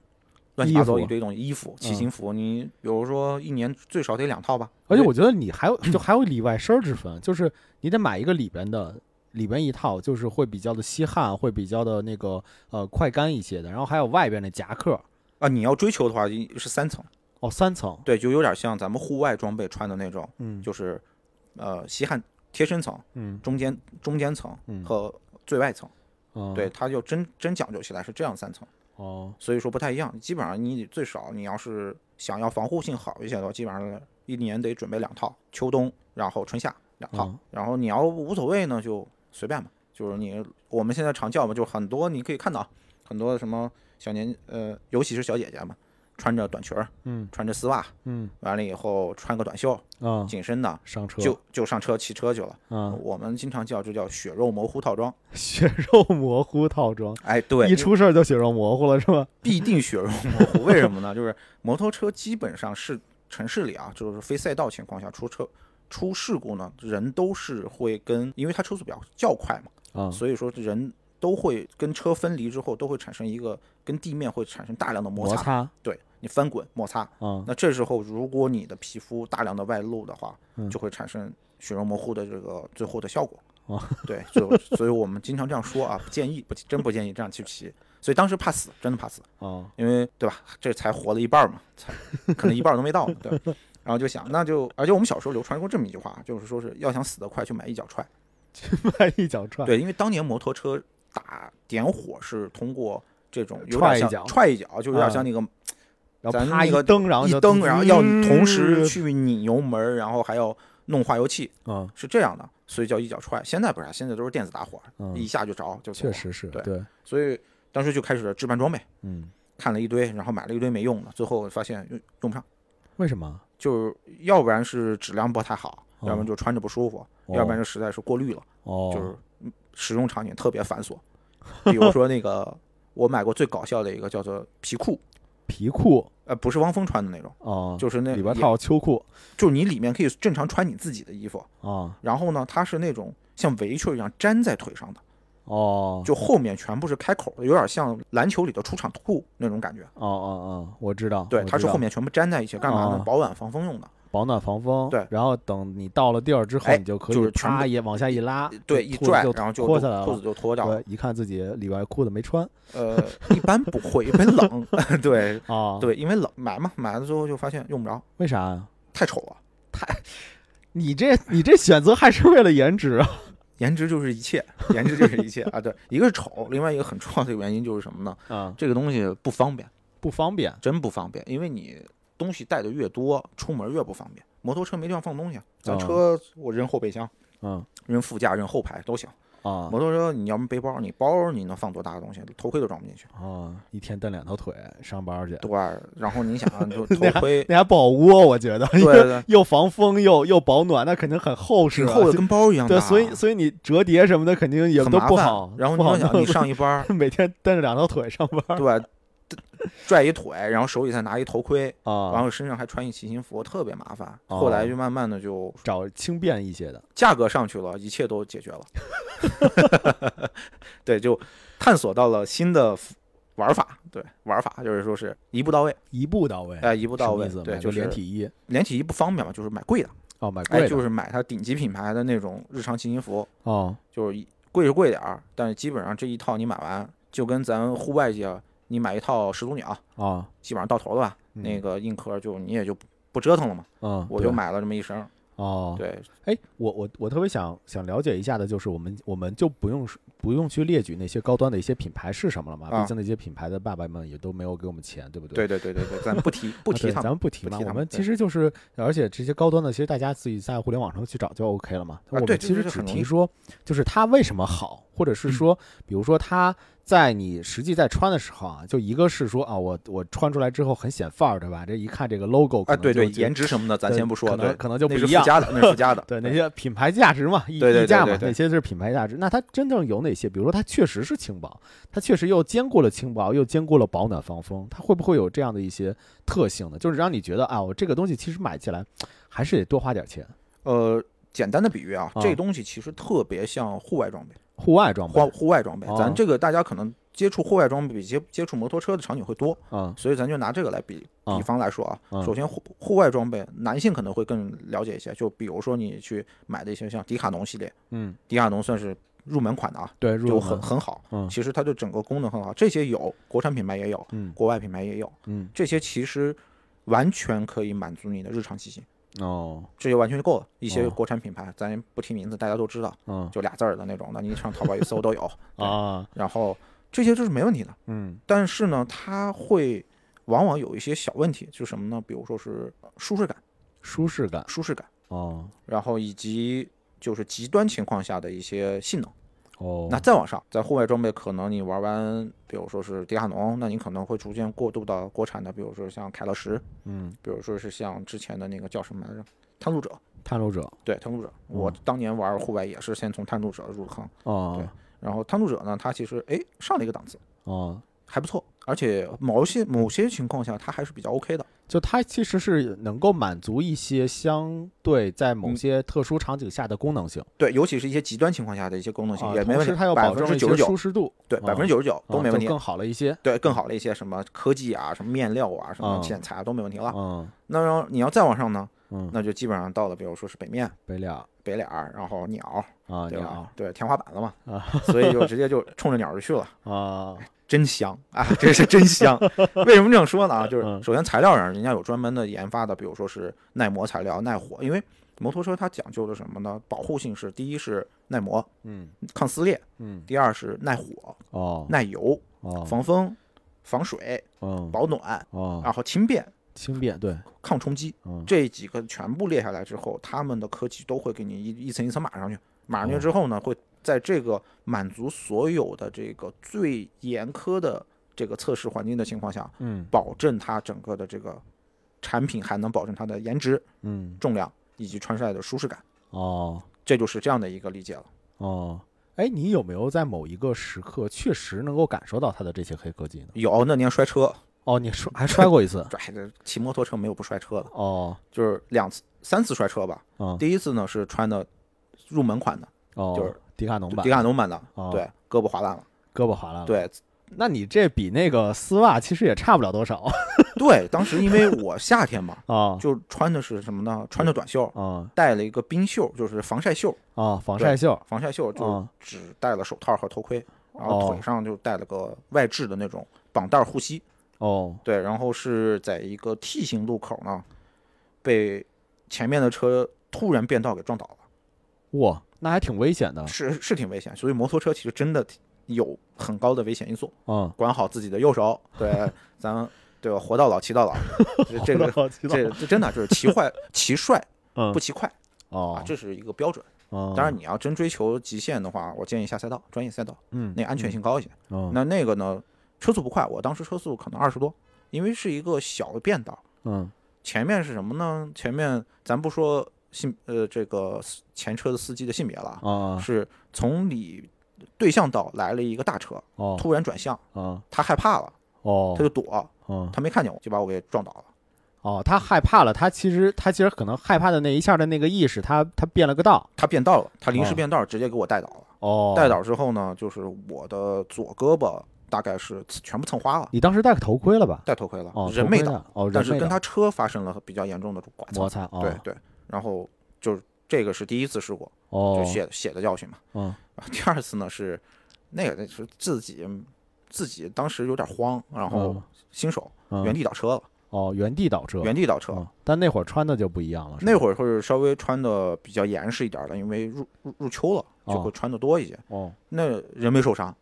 [SPEAKER 2] 乱七八糟
[SPEAKER 1] 衣服嗯
[SPEAKER 2] 一堆东西，衣服、骑行服，你比如说一年最少得两套吧。
[SPEAKER 1] 而哎且我觉得你还有 就还有里外身儿之分，就是你得买一个里边的。里边一套就是会比较的吸汗，会比较的那个呃快干一些的，然后还有外边的夹克
[SPEAKER 2] 啊，你要追求的话一是三层，
[SPEAKER 1] 哦，三层，
[SPEAKER 2] 对，就有点像咱们户外装备穿的那种，
[SPEAKER 1] 嗯
[SPEAKER 2] 就是呃吸汗贴身层、
[SPEAKER 1] 嗯
[SPEAKER 2] 中间中间层
[SPEAKER 1] 嗯
[SPEAKER 2] 和最外层，
[SPEAKER 1] 嗯，
[SPEAKER 2] 对，它就真真讲究起来是这样三层。
[SPEAKER 1] 哦
[SPEAKER 2] 所以说不太一样。基本上你最少你要是想要防护性好一些的话，基本上一年得准备两套，秋冬然后春夏两套。
[SPEAKER 1] 嗯
[SPEAKER 2] 然后你要无所谓呢，就随便吧。就是你我们现在常叫嘛，就很多你可以看到很多什么小年呃，尤其是小姐姐嘛，穿着短裙儿，
[SPEAKER 1] 嗯
[SPEAKER 2] 穿着丝袜，
[SPEAKER 1] 嗯
[SPEAKER 2] 完了以后穿个短袖
[SPEAKER 1] 啊
[SPEAKER 2] 紧身的，
[SPEAKER 1] 上车
[SPEAKER 2] 就就上车骑车去了。
[SPEAKER 1] 啊
[SPEAKER 2] 我们经常叫这叫血肉模糊套装。
[SPEAKER 1] 血肉模糊套装，
[SPEAKER 2] 哎，对，
[SPEAKER 1] 一出事 儿就血肉模糊了是吧？
[SPEAKER 2] 必定血肉模糊。为什么呢？就是摩托车基本上是城市里啊，就是非赛道情况下出车出事故呢，人都是会跟，因为它车速比较较快嘛，
[SPEAKER 1] 啊
[SPEAKER 2] 所以说人都会跟车分离之后，都会产生一个跟地面会产生大量的摩
[SPEAKER 1] 摩擦
[SPEAKER 2] 对你翻滚摩擦。
[SPEAKER 1] 啊
[SPEAKER 2] 那这时候如果你的皮肤大量的外露的话
[SPEAKER 1] 嗯，
[SPEAKER 2] 就会产生血肉模糊的这个最后的效果。
[SPEAKER 1] 哦
[SPEAKER 2] 对，所以所以我们经常这样说啊，不建议，不真不建议这样去骑。所以当时怕死，真的怕死。
[SPEAKER 1] 啊
[SPEAKER 2] 因为对吧，这才活了一半儿嘛，才可能一半儿都没到呢，对。然后就想，那就而且我们小时候流传过这么一句话，就是说是要想死得快，去买一脚踹。
[SPEAKER 1] 迈 一脚踹，
[SPEAKER 2] 对，因为当年摩托车打点火是通过这种有
[SPEAKER 1] 踹
[SPEAKER 2] 点
[SPEAKER 1] 一
[SPEAKER 2] 像
[SPEAKER 1] 脚
[SPEAKER 2] 踹一脚，就有点
[SPEAKER 1] 啊
[SPEAKER 2] 像那个
[SPEAKER 1] 然后
[SPEAKER 2] 咱
[SPEAKER 1] 啪
[SPEAKER 2] 那个
[SPEAKER 1] 蹬，然后
[SPEAKER 2] 一
[SPEAKER 1] 就
[SPEAKER 2] 蹬，然后要同时
[SPEAKER 1] 嗯
[SPEAKER 2] 去拧油门儿，然后还要弄化油器，
[SPEAKER 1] 啊，
[SPEAKER 2] 是这样的，所以叫一脚踹。现在不是啊，现在都是电子打火，
[SPEAKER 1] 嗯
[SPEAKER 2] 一下就着就走
[SPEAKER 1] 确
[SPEAKER 2] 了。
[SPEAKER 1] 实是
[SPEAKER 2] 对
[SPEAKER 1] 对，
[SPEAKER 2] 所以当时就开始置办装备，
[SPEAKER 1] 嗯，
[SPEAKER 2] 看了一堆，然后买了一堆没用的，最后发现用用不上。
[SPEAKER 1] 为什么？
[SPEAKER 2] 就是要不然是质量不太好，
[SPEAKER 1] 哦
[SPEAKER 2] 要不然就穿着不舒服，
[SPEAKER 1] 哦
[SPEAKER 2] 要不然就实在是过滤了，
[SPEAKER 1] 哦，
[SPEAKER 2] 就是使用场景特别繁琐。比如说那个我买过最搞笑的一个叫做皮裤，
[SPEAKER 1] 皮裤
[SPEAKER 2] 呃，不是汪峰穿的那种，
[SPEAKER 1] 啊，
[SPEAKER 2] 就是那
[SPEAKER 1] 里边
[SPEAKER 2] 也
[SPEAKER 1] 套秋裤
[SPEAKER 2] 就是你里面可以正常穿你自己的衣服，
[SPEAKER 1] 啊，
[SPEAKER 2] 然后呢，它是那种像围裙一样粘在腿上的，
[SPEAKER 1] 哦，
[SPEAKER 2] 就后面全部是开口的，有点像篮球里的出场裤那种感觉。
[SPEAKER 1] 哦哦哦，我知道，
[SPEAKER 2] 对，
[SPEAKER 1] 我
[SPEAKER 2] 它
[SPEAKER 1] 知
[SPEAKER 2] 是后
[SPEAKER 1] 道
[SPEAKER 2] 面全部粘在一起，干嘛呢
[SPEAKER 1] 哦？
[SPEAKER 2] 保暖防风用的。
[SPEAKER 1] 保暖防风，
[SPEAKER 2] 对
[SPEAKER 1] 然后等你到了地儿之后，
[SPEAKER 2] 哎
[SPEAKER 1] 你就可
[SPEAKER 2] 就
[SPEAKER 1] 以
[SPEAKER 2] 是全
[SPEAKER 1] 啪
[SPEAKER 2] 部
[SPEAKER 1] 也往下一拉，
[SPEAKER 2] 对，一
[SPEAKER 1] 裤子
[SPEAKER 2] 拽
[SPEAKER 1] 就，
[SPEAKER 2] 然后就
[SPEAKER 1] 脱下来
[SPEAKER 2] 裤
[SPEAKER 1] 了
[SPEAKER 2] 子。就脱掉了
[SPEAKER 1] 对，。一看自己里边裤子没穿
[SPEAKER 2] 呃，一般不会，因为 冷。对
[SPEAKER 1] 啊，，
[SPEAKER 2] 对，因为冷买嘛，买了之后就发现用不着，
[SPEAKER 1] 为啥呀？
[SPEAKER 2] 太丑了。
[SPEAKER 1] 你这你这选择还是为了颜值啊？
[SPEAKER 2] 颜值就是一切，颜值就是一切啊！对，一个是丑，另外一个很重要的原因就是什么呢？
[SPEAKER 1] 啊，
[SPEAKER 2] 这个东西不方便，
[SPEAKER 1] 不方便
[SPEAKER 2] 真不方便，因为你东西带的越多，出门越不方便。摩托车没地方放东西，咱
[SPEAKER 1] 哦
[SPEAKER 2] 车我扔后备箱，
[SPEAKER 1] 嗯
[SPEAKER 2] 扔副驾，扔后排都行。
[SPEAKER 1] 啊
[SPEAKER 2] 摩托车你要么背包，你包你能放多大的东西？头盔都装不进去。
[SPEAKER 1] 啊，一天蹬两条腿上班去，
[SPEAKER 2] 对，然后你想 啊，就头盔，
[SPEAKER 1] 那还不好窝，我觉得，
[SPEAKER 2] 对对对，
[SPEAKER 1] 又防风又又保暖，那肯定很厚实
[SPEAKER 2] 挺
[SPEAKER 1] 啊，
[SPEAKER 2] 厚 的，跟包一样大。
[SPEAKER 1] 对，所以所以你折叠什么的肯定也
[SPEAKER 2] 啊很
[SPEAKER 1] 都
[SPEAKER 2] 麻
[SPEAKER 1] 不
[SPEAKER 2] 烦
[SPEAKER 1] 好。
[SPEAKER 2] 然后
[SPEAKER 1] 不
[SPEAKER 2] 你
[SPEAKER 1] 好
[SPEAKER 2] 要想，
[SPEAKER 1] 弄，
[SPEAKER 2] 你上一班儿
[SPEAKER 1] 每天蹬着两条腿上班
[SPEAKER 2] 对吧？拽一腿，然后手里再拿一头盔，然
[SPEAKER 1] 啊，
[SPEAKER 2] 后身上还穿一骑行服，特别麻烦。
[SPEAKER 1] 哦
[SPEAKER 2] 后来就慢慢的就
[SPEAKER 1] 找轻便一些的
[SPEAKER 2] 价格上去了，一切都解决了。 对，就探索到了新的玩法。对，玩法就是说是一步到位，
[SPEAKER 1] 一步到位，
[SPEAKER 2] 哎，一步到
[SPEAKER 1] 什么
[SPEAKER 2] 位
[SPEAKER 1] 意思，
[SPEAKER 2] 对，
[SPEAKER 1] 买
[SPEAKER 2] 就
[SPEAKER 1] 个
[SPEAKER 2] 是
[SPEAKER 1] 连体衣
[SPEAKER 2] 连体衣不方便嘛，就是买贵的，
[SPEAKER 1] 哦，买贵
[SPEAKER 2] 哎，
[SPEAKER 1] 的
[SPEAKER 2] 就是买它顶级品牌的那种日常骑行服，
[SPEAKER 1] 哦
[SPEAKER 2] 就是一贵是贵点儿，但是基本上这一套你买完，就跟咱户外界你买一套始祖鸟，
[SPEAKER 1] 啊，
[SPEAKER 2] 基本上到头了吧？
[SPEAKER 1] 嗯
[SPEAKER 2] 那个硬壳就你也就不折腾了嘛，
[SPEAKER 1] 嗯，
[SPEAKER 2] 我就
[SPEAKER 1] 对
[SPEAKER 2] 买了这么一身儿。
[SPEAKER 1] 哦，
[SPEAKER 2] 对，
[SPEAKER 1] 哎，我我我特别想想了解一下的，就是我们我们就不用说不用去列举那些高端的一些品牌是什么了嘛，
[SPEAKER 2] 啊
[SPEAKER 1] 毕竟那些品牌的爸爸们也都没有给我们钱，对不对？
[SPEAKER 2] 对对对对对，咱不提不
[SPEAKER 1] 啊
[SPEAKER 2] 提
[SPEAKER 1] 对
[SPEAKER 2] 他
[SPEAKER 1] 咱
[SPEAKER 2] 们。
[SPEAKER 1] 们不提
[SPEAKER 2] 不
[SPEAKER 1] 嘛，
[SPEAKER 2] 提
[SPEAKER 1] 我
[SPEAKER 2] 他
[SPEAKER 1] 们
[SPEAKER 2] 们
[SPEAKER 1] 其
[SPEAKER 2] 对
[SPEAKER 1] 实就是，而且这些高端的，其实大家自己在互联网上去找就 OK 了嘛。我们
[SPEAKER 2] 啊对
[SPEAKER 1] 其
[SPEAKER 2] 对
[SPEAKER 1] 实
[SPEAKER 2] 对
[SPEAKER 1] 只
[SPEAKER 2] 很容
[SPEAKER 1] 提
[SPEAKER 2] 易嗯
[SPEAKER 1] 说，就是它为什么好，或者是说，比如说它在你实际在穿的时候啊，就一个是说啊，我我穿出来之后很显范儿，对吧？这一看这个 logo 可
[SPEAKER 2] 啊，
[SPEAKER 1] 能
[SPEAKER 2] 对对，
[SPEAKER 1] 就觉得
[SPEAKER 2] 颜值什么的咱
[SPEAKER 1] 对
[SPEAKER 2] 先不
[SPEAKER 1] 可
[SPEAKER 2] 说，
[SPEAKER 1] 能
[SPEAKER 2] 对，
[SPEAKER 1] 可能就不
[SPEAKER 2] 那是
[SPEAKER 1] 一
[SPEAKER 2] 附
[SPEAKER 1] 样。。
[SPEAKER 2] 加的，那是附加的
[SPEAKER 1] 对那些品牌价值嘛，溢
[SPEAKER 2] 对对
[SPEAKER 1] 溢价
[SPEAKER 2] 对
[SPEAKER 1] 嘛
[SPEAKER 2] 对，对
[SPEAKER 1] 那些是品牌价值。那它真正有哪些？比如说，它确实是轻薄，它确实又兼顾了轻薄，又兼顾了保暖防风，它会不会有这样的一些特性呢？就是让你觉得啊，我这个东西其实买起来还是得多花点钱。
[SPEAKER 2] 呃，简单的比喻啊，
[SPEAKER 1] 啊
[SPEAKER 2] 这东西其实特别像户外装备，
[SPEAKER 1] 户外装备
[SPEAKER 2] 户户外装备
[SPEAKER 1] 哦，
[SPEAKER 2] 咱这个大家可能接触户外装备比接接触摩托车的场景会多，
[SPEAKER 1] 啊，
[SPEAKER 2] 所以咱就拿这个来比
[SPEAKER 1] 啊
[SPEAKER 2] 比方来说
[SPEAKER 1] 啊
[SPEAKER 2] 啊，首先户户外装备，男性可能会更了解一些，就比如说你去买的一些像迪卡侬系列，
[SPEAKER 1] 嗯，
[SPEAKER 2] 迪卡侬算是入门款的啊，
[SPEAKER 1] 对，
[SPEAKER 2] 就
[SPEAKER 1] 入
[SPEAKER 2] 很
[SPEAKER 1] 门，
[SPEAKER 2] 很好。
[SPEAKER 1] 嗯
[SPEAKER 2] 其实它的整个功能很好，这些有国产品牌也有，
[SPEAKER 1] 嗯
[SPEAKER 2] 国外品牌也有，
[SPEAKER 1] 嗯，
[SPEAKER 2] 这些其实完全可以满足你的日常骑行，
[SPEAKER 1] 哦，
[SPEAKER 2] 这就完全就够了。一些
[SPEAKER 1] 哦
[SPEAKER 2] 国产品牌，咱不提名字，大家都知道，
[SPEAKER 1] 嗯
[SPEAKER 2] 就俩字儿的那种的，你上淘宝一搜 都有。对
[SPEAKER 1] 啊，
[SPEAKER 2] 然后这些就是没问题的，
[SPEAKER 1] 嗯
[SPEAKER 2] 但是呢，它会往往有一些小问题，就是什么呢？比如说是舒适感，
[SPEAKER 1] 舒适感
[SPEAKER 2] 舒适感，
[SPEAKER 1] 哦
[SPEAKER 2] 然后以及就是极端情况下的一些性能。
[SPEAKER 1] 哦，
[SPEAKER 2] 那再往上，在户外装备，可能你玩完，比如说是迪卡侬，那你可能会逐渐过渡到国产的，比如说像凯乐石，
[SPEAKER 1] 嗯，
[SPEAKER 2] 比如说是像之前的那个叫什么来着，探路者。
[SPEAKER 1] 探路者
[SPEAKER 2] 对，探路者，我
[SPEAKER 1] 嗯
[SPEAKER 2] 当年玩户外也是先从探路者入坑，
[SPEAKER 1] 哦
[SPEAKER 2] 对然后探路者呢，它其实哎上了一个档次，
[SPEAKER 1] 哦，
[SPEAKER 2] 还不错，而且某些某些情况下它还是比较 OK 的。
[SPEAKER 1] 就它其实是能够满足一些相对在某
[SPEAKER 2] 嗯
[SPEAKER 1] 些特殊场景下的功能性，
[SPEAKER 2] 对，尤其是一些极端情况下的一些功能性、
[SPEAKER 1] 啊
[SPEAKER 2] 也没
[SPEAKER 1] 同
[SPEAKER 2] 问题
[SPEAKER 1] 时它要，
[SPEAKER 2] 百
[SPEAKER 1] 保
[SPEAKER 2] 分
[SPEAKER 1] 证
[SPEAKER 2] 之
[SPEAKER 1] 一
[SPEAKER 2] 九十
[SPEAKER 1] 些
[SPEAKER 2] 九
[SPEAKER 1] 舒，适度，
[SPEAKER 2] 对，
[SPEAKER 1] 啊
[SPEAKER 2] 百分之九十九都
[SPEAKER 1] 啊
[SPEAKER 2] 没问
[SPEAKER 1] 就
[SPEAKER 2] 题。
[SPEAKER 1] 更好了一些。
[SPEAKER 2] 对，更好的一些什么科技啊、什么面料啊、什么
[SPEAKER 1] 啊
[SPEAKER 2] 剪裁啊都没问题了。
[SPEAKER 1] 嗯
[SPEAKER 2] 那然后你要再往上呢，
[SPEAKER 1] 嗯，
[SPEAKER 2] 那就基本上到了，比如说是北面、
[SPEAKER 1] 北了
[SPEAKER 2] 北脸儿，然后鸟，
[SPEAKER 1] 啊，
[SPEAKER 2] 对
[SPEAKER 1] 鸟
[SPEAKER 2] 吧？对，天花板了嘛
[SPEAKER 1] 啊，
[SPEAKER 2] 所以就直接就冲着鸟儿就去了。
[SPEAKER 1] 啊，
[SPEAKER 2] 真香啊， 真是真香！为什么这样说呢？啊，就
[SPEAKER 1] 嗯
[SPEAKER 2] 是首先材料上人家有专门的研发的，比如说是耐磨材料、耐火，因为摩托车它讲究的什么呢？保护性是第一是耐磨、
[SPEAKER 1] 嗯
[SPEAKER 2] 抗撕裂，
[SPEAKER 1] 嗯，
[SPEAKER 2] 第二是耐火、
[SPEAKER 1] 哦
[SPEAKER 2] 耐油、
[SPEAKER 1] 哦，
[SPEAKER 2] 防风、防水、
[SPEAKER 1] 嗯
[SPEAKER 2] 保暖，
[SPEAKER 1] 哦，
[SPEAKER 2] 然后轻便、
[SPEAKER 1] 轻便对，
[SPEAKER 2] 抗冲击。
[SPEAKER 1] 嗯
[SPEAKER 2] 这几个全部列下来之后，他们的科技都会给你一一层一层码上去，码
[SPEAKER 1] 哦
[SPEAKER 2] 上去之后呢，会在这个满足所有的这个最严苛的这个测试环境的情况下，
[SPEAKER 1] 嗯
[SPEAKER 2] 保证它整个的这个产品还能保证它的颜值、
[SPEAKER 1] 嗯
[SPEAKER 2] 重量以及穿戴的舒适感，
[SPEAKER 1] 哦
[SPEAKER 2] 这就是这样的一个理解了。
[SPEAKER 1] 哦，哎，你有没有在某一个时刻确实能够感受到它的这些黑科技呢？
[SPEAKER 2] 有呃那年摔车，？
[SPEAKER 1] 哦，你摔还摔过一次
[SPEAKER 2] 哎，这骑摩托车没有不摔车的，
[SPEAKER 1] 哦
[SPEAKER 2] 就是两次、三次摔车吧。
[SPEAKER 1] 嗯
[SPEAKER 2] 第一次呢是穿的入门款的，
[SPEAKER 1] 哦，
[SPEAKER 2] 就是
[SPEAKER 1] 迪卡侬
[SPEAKER 2] 就
[SPEAKER 1] 版
[SPEAKER 2] 迪，卡侬版的，
[SPEAKER 1] 哦
[SPEAKER 2] 对，胳膊划烂了，
[SPEAKER 1] 胳膊划烂了。，
[SPEAKER 2] 对，
[SPEAKER 1] 那你这比那个丝袜其实也差不了多少，
[SPEAKER 2] 对，当时因为我夏天嘛
[SPEAKER 1] 啊。
[SPEAKER 2] 就穿的是什么呢？穿着短袖，
[SPEAKER 1] 啊
[SPEAKER 2] 带了一个冰袖，就是防晒袖，
[SPEAKER 1] 啊，防
[SPEAKER 2] 对
[SPEAKER 1] 晒袖
[SPEAKER 2] 防晒袖就
[SPEAKER 1] 啊
[SPEAKER 2] 只戴了手套和头盔，然后
[SPEAKER 1] 哦
[SPEAKER 2] 腿上就戴了个外置的那种绑带护膝。
[SPEAKER 1] 哦
[SPEAKER 2] 对，然后是在一个 T 型路口呢，被前面的车突然变道给撞倒了，
[SPEAKER 1] 哇，那还挺危险的。
[SPEAKER 2] 是是挺危险。所以摩托车其实真的挺有很高的危险因素，
[SPEAKER 1] 嗯，
[SPEAKER 2] 管好自己的右手。对，咱们对吧？活到老，骑到 老，这这个
[SPEAKER 1] 好的好的
[SPEAKER 2] 这这真的就是骑坏骑帅
[SPEAKER 1] 嗯
[SPEAKER 2] 不骑快啊
[SPEAKER 1] 哦嗯
[SPEAKER 2] 啊，这是一个标准。
[SPEAKER 1] 当
[SPEAKER 2] 当然，你要真追求极限的话，我建议下赛道，专业赛道，
[SPEAKER 1] 嗯，
[SPEAKER 2] 那安全性高一些。
[SPEAKER 1] 嗯，
[SPEAKER 2] 那那个呢，车速不快，我当时车速可能二十多，因为是一个小的变道。
[SPEAKER 1] 嗯
[SPEAKER 2] 前面是什么呢？前面咱不说性呃这个司前车的司机的性别了啊，
[SPEAKER 1] 啊
[SPEAKER 2] 是从你对向道来了一个大车，
[SPEAKER 1] 哦
[SPEAKER 2] 突然转向，
[SPEAKER 1] 啊
[SPEAKER 2] 他害怕了，
[SPEAKER 1] 哦
[SPEAKER 2] 他就躲，
[SPEAKER 1] 哦
[SPEAKER 2] 他没看见我，就把我给撞倒了。
[SPEAKER 1] 哦，他害怕了，他其实他其实可能害怕的那一下的那个意识，他他变了个道
[SPEAKER 2] 他变道了，他临时
[SPEAKER 1] 哦
[SPEAKER 2] 变道，直接给我带倒了。
[SPEAKER 1] 哦，
[SPEAKER 2] 带倒之后呢，就是我的左胳膊大概是全部蹭花了，
[SPEAKER 1] 你当时戴个头盔了吧？
[SPEAKER 2] 戴头盔了
[SPEAKER 1] 哦，，
[SPEAKER 2] 人
[SPEAKER 1] 头
[SPEAKER 2] 没
[SPEAKER 1] 盔
[SPEAKER 2] 倒，
[SPEAKER 1] 的哦，人
[SPEAKER 2] 但是
[SPEAKER 1] 没
[SPEAKER 2] 跟
[SPEAKER 1] 倒
[SPEAKER 2] 他车发生了比较严重的剐蹭
[SPEAKER 1] 摩。擦哦
[SPEAKER 2] 对对，然后就是这个是第一次事故，就
[SPEAKER 1] 哦，
[SPEAKER 2] 血血的教训嘛。
[SPEAKER 1] 嗯
[SPEAKER 2] 啊第二次呢是那个那是自己自己当时有点慌，然后
[SPEAKER 1] 嗯
[SPEAKER 2] 新手
[SPEAKER 1] 嗯
[SPEAKER 2] 原地倒车了，
[SPEAKER 1] 哦原地倒车
[SPEAKER 2] 原地倒车。
[SPEAKER 1] 嗯但那会儿穿的就不一样了，
[SPEAKER 2] 那
[SPEAKER 1] 儿
[SPEAKER 2] 会儿会稍微穿的比较严实一点的，因为入入入秋了，就
[SPEAKER 1] 哦
[SPEAKER 2] 会穿的多一些。
[SPEAKER 1] 哦
[SPEAKER 2] 那人没受伤，